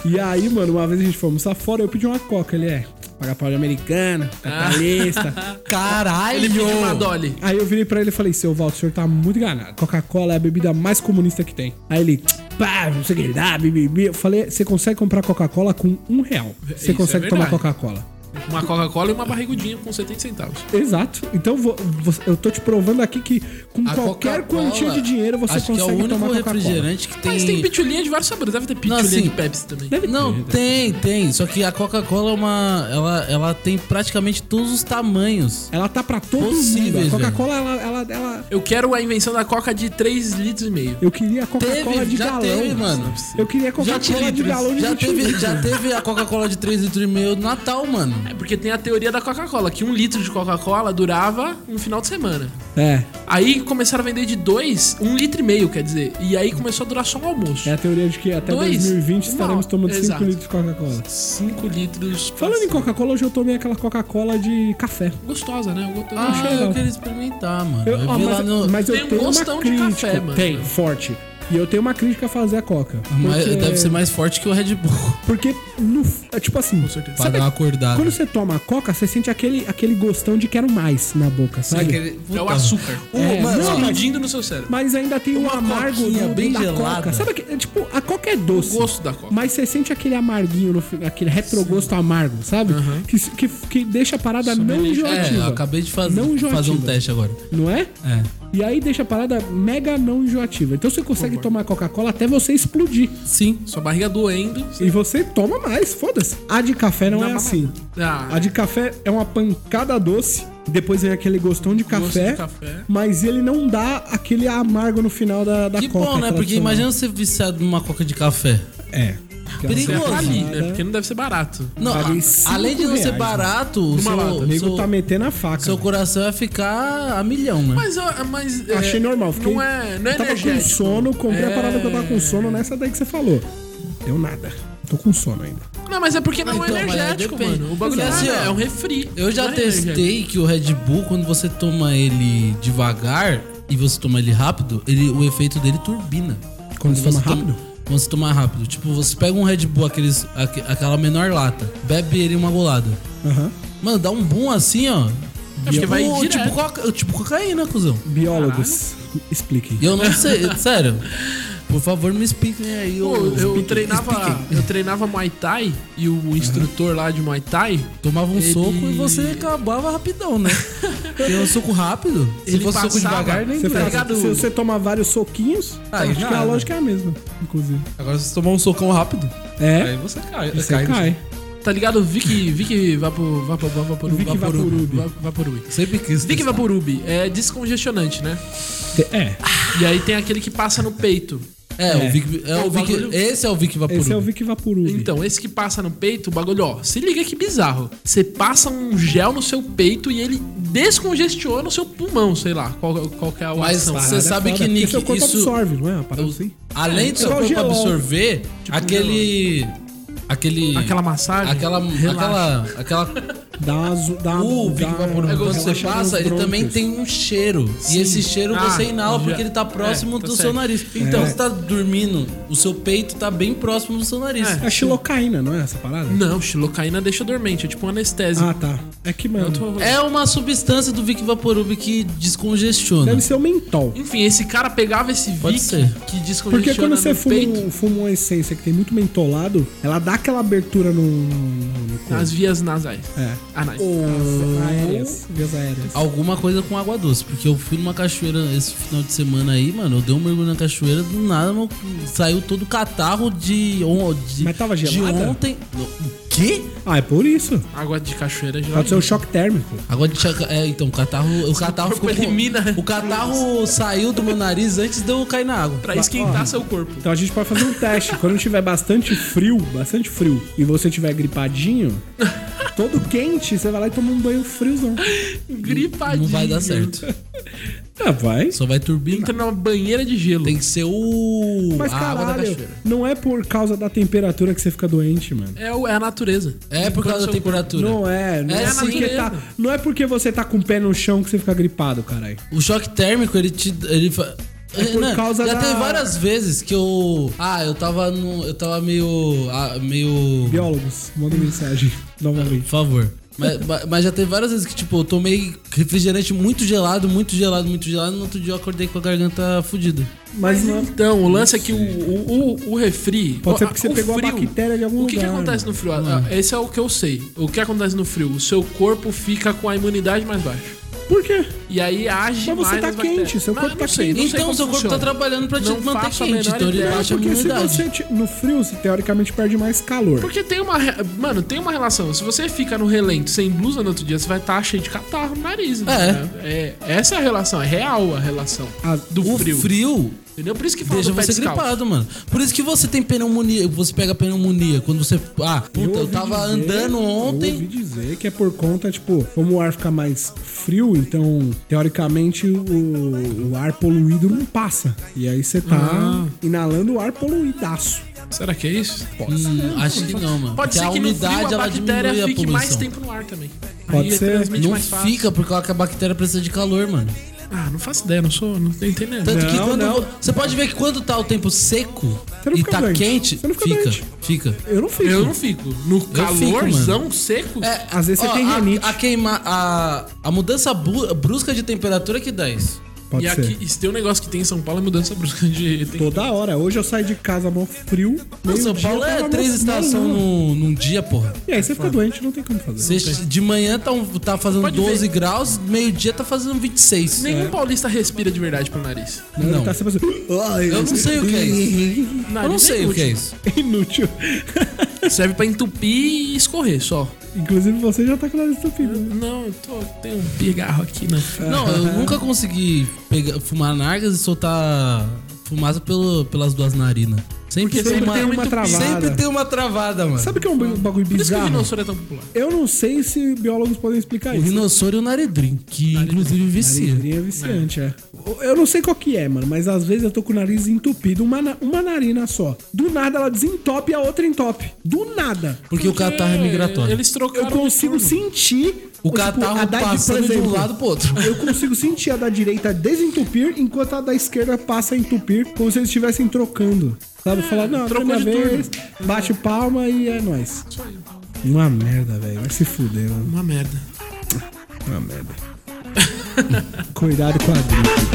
[SPEAKER 1] E aí, mano, uma vez a gente foi almoçar fora, eu pedi uma coca. Ele é pagar pau de americana, capitalista.
[SPEAKER 2] Caralho.
[SPEAKER 3] Ele pediu uma Dolly.
[SPEAKER 1] Aí eu virei pra ele e falei, seu Walter, o senhor tá muito enganado. Coca-Cola é a bebida mais comunista que tem. Aí ele, pá, não sei o que ele dá, bibibi. Eu falei, você consegue comprar Coca-Cola com um real. Você
[SPEAKER 3] Isso
[SPEAKER 1] consegue
[SPEAKER 3] é
[SPEAKER 1] tomar
[SPEAKER 3] verdade.
[SPEAKER 1] Coca-Cola.
[SPEAKER 3] Uma Coca-Cola e uma barrigudinha com 70 centavos.
[SPEAKER 1] Exato. Então vo- vo- eu tô te provando aqui que com
[SPEAKER 2] A
[SPEAKER 1] qualquer
[SPEAKER 2] Coca-Cola,
[SPEAKER 1] quantia de dinheiro você
[SPEAKER 2] acho
[SPEAKER 1] consegue
[SPEAKER 2] que é o único
[SPEAKER 1] tomar Coca-Cola.
[SPEAKER 2] refrigerante que tem.
[SPEAKER 3] Mas tem pitulinha de vários sabores. Deve ter pitulinha
[SPEAKER 2] assim,
[SPEAKER 3] de Pepsi também.
[SPEAKER 2] Não, tem, tem. Só que a Coca-Cola é uma. Ela, ela tem praticamente todos os tamanhos.
[SPEAKER 1] Ela tá pra todo
[SPEAKER 2] Possíveis,
[SPEAKER 1] mundo. A Coca-Cola, ela, ela, ela-
[SPEAKER 3] Eu quero a invenção da Coca de 3 litros e meio.
[SPEAKER 1] Eu queria a Coca-Cola
[SPEAKER 2] Teve,
[SPEAKER 1] de
[SPEAKER 2] já
[SPEAKER 1] galão.
[SPEAKER 2] teve, mano.
[SPEAKER 1] Eu queria a Coca-Cola de galão de
[SPEAKER 2] já
[SPEAKER 1] 20
[SPEAKER 2] teve,
[SPEAKER 1] litros.
[SPEAKER 2] já teve a Coca-Cola de 3 litros e meio no Natal, mano.
[SPEAKER 3] É porque tem a teoria da Coca-Cola, que um litro de Coca-Cola durava um final de semana.
[SPEAKER 1] É,
[SPEAKER 3] Aí começaram a vender de dois, um litro e meio, quer dizer. E aí começou a durar só um almoço.
[SPEAKER 1] é a teoria de que até
[SPEAKER 3] Dois?
[SPEAKER 1] 2020
[SPEAKER 3] Uma
[SPEAKER 1] estaremos
[SPEAKER 3] hora.
[SPEAKER 1] tomando 5
[SPEAKER 3] Exato.
[SPEAKER 1] litros de Coca-Cola.
[SPEAKER 3] 5 litros.
[SPEAKER 1] Falando em Coca-Cola, hoje eu tomei aquela Coca-Cola de café.
[SPEAKER 3] Gostosa, né? Eu gosto-
[SPEAKER 2] Ah,
[SPEAKER 1] achei
[SPEAKER 2] eu
[SPEAKER 1] não.
[SPEAKER 2] queria experimentar, mano.
[SPEAKER 1] Eu,
[SPEAKER 2] Eu,
[SPEAKER 1] ó,
[SPEAKER 2] vi
[SPEAKER 1] mas,
[SPEAKER 2] lá no.
[SPEAKER 1] mas eu
[SPEAKER 3] Tem um
[SPEAKER 1] tenho uma
[SPEAKER 3] gostão de
[SPEAKER 1] crítica.
[SPEAKER 3] café, mano.
[SPEAKER 1] Tem, forte. E eu tenho uma crítica a fazer a Coca.
[SPEAKER 2] Ah, mas
[SPEAKER 1] Porque-
[SPEAKER 2] Deve ser mais forte que o Red Bull.
[SPEAKER 1] Porque, no, é tipo assim,
[SPEAKER 2] Pra
[SPEAKER 1] sabe,
[SPEAKER 2] dar uma acordada.
[SPEAKER 1] quando você toma a Coca, você sente aquele, aquele gostão de quero mais na boca, sabe?
[SPEAKER 3] É o açúcar.
[SPEAKER 2] O,
[SPEAKER 1] É,
[SPEAKER 2] mano,
[SPEAKER 1] não,
[SPEAKER 2] ó,
[SPEAKER 1] mas-
[SPEAKER 3] Explodindo no seu cérebro.
[SPEAKER 1] Mas ainda tem um
[SPEAKER 2] Uma
[SPEAKER 1] amargo
[SPEAKER 2] coquinha
[SPEAKER 1] do,
[SPEAKER 2] bem
[SPEAKER 1] da Coca.
[SPEAKER 2] gelada.
[SPEAKER 1] Sabe, que, é tipo, a Coca é doce.
[SPEAKER 3] O gosto da Coca.
[SPEAKER 1] Mas você sente aquele amarguinho, no, fim, aquele retrogosto amargo, sabe? Que, que, que deixa a parada não
[SPEAKER 2] É, eu
[SPEAKER 1] enjoativa.
[SPEAKER 2] acabei de faz...
[SPEAKER 1] Não enjoativa.
[SPEAKER 2] fazer um teste agora.
[SPEAKER 1] Não é?
[SPEAKER 2] É.
[SPEAKER 1] E aí deixa a parada mega não enjoativa. Então você consegue tomar Coca-Cola até você explodir.
[SPEAKER 2] Sim.
[SPEAKER 3] Sua barriga doendo.
[SPEAKER 1] E você toma mais, foda-se. A de café não, é
[SPEAKER 3] mamada.
[SPEAKER 1] assim.
[SPEAKER 3] Ah,
[SPEAKER 1] A de café é uma pancada doce, depois vem aquele gostão de
[SPEAKER 3] Gosto
[SPEAKER 1] café,
[SPEAKER 3] de café.
[SPEAKER 1] mas ele não dá aquele amargo no final da, da
[SPEAKER 2] Que
[SPEAKER 1] Coca.
[SPEAKER 2] bom, né? Porque
[SPEAKER 1] tradicional.
[SPEAKER 2] imagina você viciado numa coca de café.
[SPEAKER 1] É.
[SPEAKER 3] você
[SPEAKER 2] Perigoso.
[SPEAKER 3] é ali, né?
[SPEAKER 1] Nada.
[SPEAKER 3] Porque não deve ser barato.
[SPEAKER 2] Não,
[SPEAKER 1] Paguei
[SPEAKER 2] a-
[SPEAKER 1] cinco
[SPEAKER 2] além de não ser
[SPEAKER 1] reais,
[SPEAKER 2] barato, o
[SPEAKER 3] Numa
[SPEAKER 2] seu,
[SPEAKER 3] lata.
[SPEAKER 1] O nego
[SPEAKER 2] seu,
[SPEAKER 1] tá metendo a faca.
[SPEAKER 2] seu coração ia ficar a milhão, né?
[SPEAKER 3] Mas, ó, mas é,
[SPEAKER 1] Achei normal. Fiquei...
[SPEAKER 3] Não é, não é
[SPEAKER 1] tava com
[SPEAKER 3] energético.
[SPEAKER 1] sono, comprei a parada que eu tava
[SPEAKER 2] É.
[SPEAKER 1] com sono nessa daí que você falou. Deu nada. Tô com sono ainda.
[SPEAKER 3] Não, mas é porque não
[SPEAKER 2] Então,
[SPEAKER 3] é
[SPEAKER 2] mas
[SPEAKER 3] energético,
[SPEAKER 2] depende.
[SPEAKER 3] mano. O bagulho é,
[SPEAKER 2] Porque assim, ó,
[SPEAKER 3] é um refri.
[SPEAKER 2] Eu já
[SPEAKER 3] não é energético.
[SPEAKER 2] testei que o Red Bull, quando você toma ele devagar e você toma ele rápido, ele, o efeito dele turbina.
[SPEAKER 1] Quando você toma
[SPEAKER 2] toma-
[SPEAKER 1] rápido?
[SPEAKER 2] Quando você toma rápido. Tipo, você pega um Red Bull, aqueles, aque- aquela menor lata, bebe ele uma golada.
[SPEAKER 1] Aham.
[SPEAKER 2] Mano, dá um boom assim, ó.
[SPEAKER 3] Acho que vai direto.
[SPEAKER 2] tipo, coca, tipo cocaína, cuzão.
[SPEAKER 1] Biólogos, expliquem.
[SPEAKER 2] E eu não sei, sério. Por favor, me expliquem aí.
[SPEAKER 3] Pô,
[SPEAKER 2] ô-
[SPEAKER 3] eu,
[SPEAKER 2] expliquem,
[SPEAKER 3] treinava,
[SPEAKER 2] expliquem.
[SPEAKER 3] eu treinava Muay Thai e o instrutor lá de Muay Thai
[SPEAKER 2] Tomava um
[SPEAKER 3] Ele-
[SPEAKER 2] soco e você acabava rapidão, né? Porque um soco rápido, se
[SPEAKER 3] Ele
[SPEAKER 2] fosse um soco
[SPEAKER 3] passava.
[SPEAKER 2] devagar, nem
[SPEAKER 1] Você
[SPEAKER 2] doía.
[SPEAKER 1] faz-
[SPEAKER 3] Tá ligado?
[SPEAKER 1] se você tomar vários soquinhos,
[SPEAKER 2] Ah,
[SPEAKER 1] acho
[SPEAKER 2] já
[SPEAKER 1] que a
[SPEAKER 2] era.
[SPEAKER 1] lógica é a mesma, inclusive.
[SPEAKER 2] Agora, se você tomar um socão rápido, aí
[SPEAKER 1] É,
[SPEAKER 2] você cai.
[SPEAKER 1] você cai.
[SPEAKER 2] no chão.
[SPEAKER 3] Tá ligado? Vicky, Vicky Vapo, Vapo, Vaporu,
[SPEAKER 1] Vicky Vaporub.
[SPEAKER 3] Va- Vaporub.
[SPEAKER 2] Sempre quis.
[SPEAKER 3] Vicky
[SPEAKER 2] testar.
[SPEAKER 3] Vaporub é descongestionante, né?
[SPEAKER 1] É,
[SPEAKER 2] Ah,
[SPEAKER 3] E aí tem aquele que passa no peito.
[SPEAKER 2] É,
[SPEAKER 1] É.
[SPEAKER 2] o Vic. É
[SPEAKER 3] É o
[SPEAKER 2] o Vic
[SPEAKER 3] bagulho-
[SPEAKER 2] esse é o Vic Vaporub.
[SPEAKER 1] esse é o Vic Vaporub.
[SPEAKER 3] Então, esse que passa no peito, o bagulho, ó, se liga que bizarro. Você passa um gel no seu peito e ele descongestiona o seu pulmão, sei lá, qual, qual que é a
[SPEAKER 2] Mas tá, né?
[SPEAKER 3] ação.
[SPEAKER 1] Parada
[SPEAKER 2] você sabe
[SPEAKER 1] foda,
[SPEAKER 2] que,
[SPEAKER 1] porque
[SPEAKER 2] Nick,
[SPEAKER 1] seu corpo
[SPEAKER 2] isso-
[SPEAKER 1] absorve, não é? Uma parada
[SPEAKER 2] Eu-
[SPEAKER 1] assim?
[SPEAKER 2] Além do seu
[SPEAKER 1] igual
[SPEAKER 2] corpo
[SPEAKER 1] gelol.
[SPEAKER 2] absorver, aquele. Aquele.
[SPEAKER 3] Aquela massagem,
[SPEAKER 2] Aquela.
[SPEAKER 3] relaxa.
[SPEAKER 2] Aquela. aquela
[SPEAKER 1] Dá uma zo- dá
[SPEAKER 2] o
[SPEAKER 1] dá-
[SPEAKER 2] Vic Vaporub.
[SPEAKER 1] dá
[SPEAKER 2] Uh, Quando
[SPEAKER 1] uma
[SPEAKER 2] você
[SPEAKER 1] relaxada
[SPEAKER 2] passa,
[SPEAKER 1] nos
[SPEAKER 2] ele
[SPEAKER 1] brônquios.
[SPEAKER 2] também tem um cheiro. E esse cheiro
[SPEAKER 3] Ah,
[SPEAKER 2] você inala
[SPEAKER 3] já-
[SPEAKER 2] porque ele tá próximo
[SPEAKER 3] é, tá
[SPEAKER 2] do seu
[SPEAKER 3] certo.
[SPEAKER 2] nariz. Então você tá dormindo, o seu peito tá bem próximo do seu nariz.
[SPEAKER 1] É xilocaína, não é essa parada?
[SPEAKER 3] Não, xilocaína deixa dormente, é tipo um anestésico. Então,
[SPEAKER 1] Ah, tá. É que, mano,
[SPEAKER 3] Eu tô-
[SPEAKER 2] É uma substância do Vic Vaporub que descongestiona.
[SPEAKER 1] deve ser o mentol.
[SPEAKER 3] Enfim, esse cara pegava esse
[SPEAKER 2] Pode
[SPEAKER 3] Vic
[SPEAKER 2] ser.
[SPEAKER 3] que descongestiona
[SPEAKER 1] Porque quando você
[SPEAKER 3] no
[SPEAKER 1] fuma,
[SPEAKER 3] peito,
[SPEAKER 1] um- fuma uma essência que tem muito mentolado, ela dá aquela abertura no... no, no corpo.
[SPEAKER 3] nas vias nasais.
[SPEAKER 1] É.
[SPEAKER 3] Anais.
[SPEAKER 1] As aéreas. Vias aéreas.
[SPEAKER 2] Alguma coisa com água doce, porque eu fui numa cachoeira esse final de semana aí, mano. Eu dei um mergulho na cachoeira, do nada meu, saiu todo o catarro de, on- de.
[SPEAKER 1] Mas tava gelada?
[SPEAKER 2] De ontem. O quê?
[SPEAKER 1] Ah, é por isso.
[SPEAKER 3] Água de cachoeira já.
[SPEAKER 1] Pode ser o choque térmico.
[SPEAKER 2] Água de chaca... É, então, o catarro. O catarro
[SPEAKER 3] corpo é
[SPEAKER 2] ficou. com-
[SPEAKER 3] elimina.
[SPEAKER 2] O catarro saiu do meu nariz antes de eu cair na água.
[SPEAKER 3] Pra esquentar seu corpo.
[SPEAKER 1] Então a gente pode fazer um teste. Quando tiver bastante frio, bastante frio, e você tiver gripadinho, todo quente, você vai lá e toma um banho friozão.
[SPEAKER 3] Gripadinho.
[SPEAKER 2] Não vai dar certo.
[SPEAKER 1] Ah, vai.
[SPEAKER 2] Só vai turbinar.
[SPEAKER 3] Entra numa banheira de gelo.
[SPEAKER 2] Tem que ser o.
[SPEAKER 1] Mas
[SPEAKER 2] a água da
[SPEAKER 1] caralho,
[SPEAKER 2] cachoeira.
[SPEAKER 1] não é por causa da temperatura que você fica doente, mano.
[SPEAKER 3] É, o- é a natureza.
[SPEAKER 2] É por causa da
[SPEAKER 3] Enquanto seu corpo-
[SPEAKER 2] temperatura.
[SPEAKER 1] Não é, não é,
[SPEAKER 2] É assim
[SPEAKER 1] porque
[SPEAKER 3] mesmo.
[SPEAKER 1] tá, não é porque você tá com o pé no chão que você fica gripado, caralho.
[SPEAKER 2] O choque térmico, ele te. Ele fa...
[SPEAKER 1] É por
[SPEAKER 2] Renan,
[SPEAKER 1] causa
[SPEAKER 2] já
[SPEAKER 1] da-
[SPEAKER 2] teve várias vezes que eu. Ah, eu tava no. Eu tava meio. ah, meio.
[SPEAKER 1] Biólogos, manda mensagem
[SPEAKER 2] Por
[SPEAKER 1] novamente.
[SPEAKER 2] favor. Mas, ma- mas já teve várias vezes que, tipo, eu tomei refrigerante muito gelado, muito gelado, muito gelado, e no outro dia eu acordei com a garganta fudida.
[SPEAKER 1] Mas não
[SPEAKER 3] Então, o lance é que o, o, o- o refri.
[SPEAKER 1] Pode ser
[SPEAKER 3] o-
[SPEAKER 1] porque você
[SPEAKER 3] o
[SPEAKER 1] pegou a bactéria de algum
[SPEAKER 3] O que, que
[SPEAKER 1] lugar,
[SPEAKER 3] acontece no frio? Ah, Esse é o que eu sei. O que acontece no frio? O seu corpo fica com a imunidade mais baixa.
[SPEAKER 1] Por quê?
[SPEAKER 3] E aí age
[SPEAKER 1] Mas você
[SPEAKER 3] mais
[SPEAKER 1] tá
[SPEAKER 3] as bactérias.
[SPEAKER 1] quente, seu
[SPEAKER 3] Não,
[SPEAKER 1] corpo
[SPEAKER 3] eu
[SPEAKER 1] tá
[SPEAKER 3] não sei, não sei
[SPEAKER 2] então,
[SPEAKER 3] como
[SPEAKER 2] seu corpo
[SPEAKER 3] funciona.
[SPEAKER 2] tá trabalhando pra te
[SPEAKER 3] Não
[SPEAKER 2] manter
[SPEAKER 3] faço a
[SPEAKER 2] quente,
[SPEAKER 3] menor
[SPEAKER 2] então ele
[SPEAKER 3] ideia.
[SPEAKER 2] baixa a
[SPEAKER 1] Ah, Porque se
[SPEAKER 2] imunidade.
[SPEAKER 1] você te- no frio, você teoricamente perde mais calor.
[SPEAKER 3] Porque tem uma. re- Mano, tem uma relação. Se você fica no relento sem blusa no outro dia, você vai estar cheio de catarro no nariz. entendeu? É. Essa é a relação. É real a relação
[SPEAKER 1] Ah,
[SPEAKER 3] do
[SPEAKER 2] O
[SPEAKER 3] frio.
[SPEAKER 2] frio,
[SPEAKER 3] Entendeu? Por isso que fala
[SPEAKER 2] deixa
[SPEAKER 3] do pé
[SPEAKER 2] você
[SPEAKER 3] descalço.
[SPEAKER 2] gripado, mano. Por isso que você tem pneumonia, você pega pneumonia quando você. Ah, puta, eu,
[SPEAKER 1] ouvi
[SPEAKER 2] tava
[SPEAKER 1] dizer-
[SPEAKER 2] andando
[SPEAKER 1] Eu ouvi
[SPEAKER 2] ontem.
[SPEAKER 1] dizer que é por conta, tipo, como o ar fica mais frio, então, teoricamente, o, o ar poluído não passa. E aí você tá
[SPEAKER 3] Ah.
[SPEAKER 1] inalando o ar poluidaço.
[SPEAKER 3] Será que é isso?
[SPEAKER 2] Hum, acho que não, mano.
[SPEAKER 3] Pode
[SPEAKER 2] Porque
[SPEAKER 3] ser
[SPEAKER 2] a
[SPEAKER 3] que no frio
[SPEAKER 2] umidade
[SPEAKER 3] a
[SPEAKER 2] ela
[SPEAKER 3] bactéria
[SPEAKER 2] diminui a
[SPEAKER 3] fique
[SPEAKER 2] poluição.
[SPEAKER 3] mais tempo no ar também.
[SPEAKER 1] Pode
[SPEAKER 3] Aí é
[SPEAKER 1] ser.
[SPEAKER 3] transmite
[SPEAKER 2] Não
[SPEAKER 3] mais fácil.
[SPEAKER 2] fica por causa que a bactéria precisa de calor, mano.
[SPEAKER 3] Ah, não faço ideia, não sou, não tô entendendo.
[SPEAKER 2] Tanto que
[SPEAKER 1] Não,
[SPEAKER 2] quando.
[SPEAKER 1] não.
[SPEAKER 2] Você pode ver que quando tá o tempo seco
[SPEAKER 1] não
[SPEAKER 2] e
[SPEAKER 1] fica
[SPEAKER 2] tá
[SPEAKER 1] doente.
[SPEAKER 2] quente,
[SPEAKER 1] Você não fica
[SPEAKER 2] fica.
[SPEAKER 1] doente.
[SPEAKER 2] Fica.
[SPEAKER 1] Eu não fico.
[SPEAKER 3] Eu não fico. No calorzão seco?
[SPEAKER 2] É,
[SPEAKER 1] Às vezes você tem
[SPEAKER 2] a-
[SPEAKER 1] rinite.
[SPEAKER 2] A, queima, a, a mudança bu- brusca de temperatura é que dá isso.
[SPEAKER 1] Pode
[SPEAKER 3] e
[SPEAKER 1] ser.
[SPEAKER 3] aqui, se tem um negócio que tem em São Paulo é mudança brusca de. Tem...
[SPEAKER 1] Toda hora. Hoje eu saio de casa mó frio.
[SPEAKER 2] Não,
[SPEAKER 1] meio
[SPEAKER 2] São
[SPEAKER 1] dia eu
[SPEAKER 2] Paulo é
[SPEAKER 1] tava
[SPEAKER 2] três
[SPEAKER 1] mó-
[SPEAKER 2] estações
[SPEAKER 1] meio-
[SPEAKER 2] num, num dia, porra.
[SPEAKER 1] E aí você fica doente, não tem como fazer.
[SPEAKER 2] Você- de manhã tá, um- tá fazendo
[SPEAKER 3] Pode
[SPEAKER 2] 12
[SPEAKER 3] ver.
[SPEAKER 2] graus, meio-dia tá fazendo 26.
[SPEAKER 3] Nenhum paulista respira de verdade pro nariz.
[SPEAKER 1] Ele
[SPEAKER 2] não.
[SPEAKER 1] tá sempre assim, "Ai,
[SPEAKER 2] Eu não sei o que é isso. Eu não
[SPEAKER 3] Nariz
[SPEAKER 2] sei o que é isso.
[SPEAKER 1] Inútil.
[SPEAKER 3] Serve pra entupir e escorrer só.
[SPEAKER 1] Inclusive você já tá com o nariz entupido. né?
[SPEAKER 3] Não, eu tô. Tem um pigarro aqui na.
[SPEAKER 2] Não, eu nunca consegui pegar, fumar nargas e soltar fumaça pelo, pelas duas narinas. Sempre,
[SPEAKER 1] Porque sempre tem uma travada.
[SPEAKER 2] Sempre tem uma travada, mano.
[SPEAKER 1] Sabe o que é um bagulho
[SPEAKER 3] Por isso que o
[SPEAKER 1] bizarro?
[SPEAKER 3] dinossauro é tão popular.
[SPEAKER 1] Eu não sei se biólogos podem explicar
[SPEAKER 2] O
[SPEAKER 1] isso.
[SPEAKER 2] Rinossauro e o Naredrim, que inclusive vicia.
[SPEAKER 1] Narizzinha é viciante, é. Eu não sei qual que é, mano, mas às vezes eu tô com o nariz entupido, uma, na- uma narina só. Do nada ela desentope e a outra entope. Do nada.
[SPEAKER 2] Porque o catarro é migratório.
[SPEAKER 3] Eles trocaram.
[SPEAKER 1] Eu
[SPEAKER 3] de
[SPEAKER 1] consigo
[SPEAKER 3] turno.
[SPEAKER 1] sentir
[SPEAKER 2] O
[SPEAKER 1] tipo,
[SPEAKER 2] catarro
[SPEAKER 1] a da- por
[SPEAKER 2] passando de um
[SPEAKER 1] exemplo,
[SPEAKER 2] lado pro outro.
[SPEAKER 1] Eu consigo sentir a da direita desentupir, enquanto a da esquerda passa a entupir, como se eles estivessem trocando. Sabe? Falar, não,
[SPEAKER 3] trocou
[SPEAKER 1] trocou de
[SPEAKER 3] de
[SPEAKER 1] vez, bate palma e é nóis. Uma merda, velho. Vai se fuder, mano.
[SPEAKER 3] Uma merda.
[SPEAKER 1] Uma merda. Cuidado com a gripe.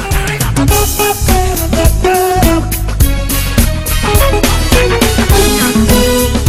[SPEAKER 6] Thank Thank you.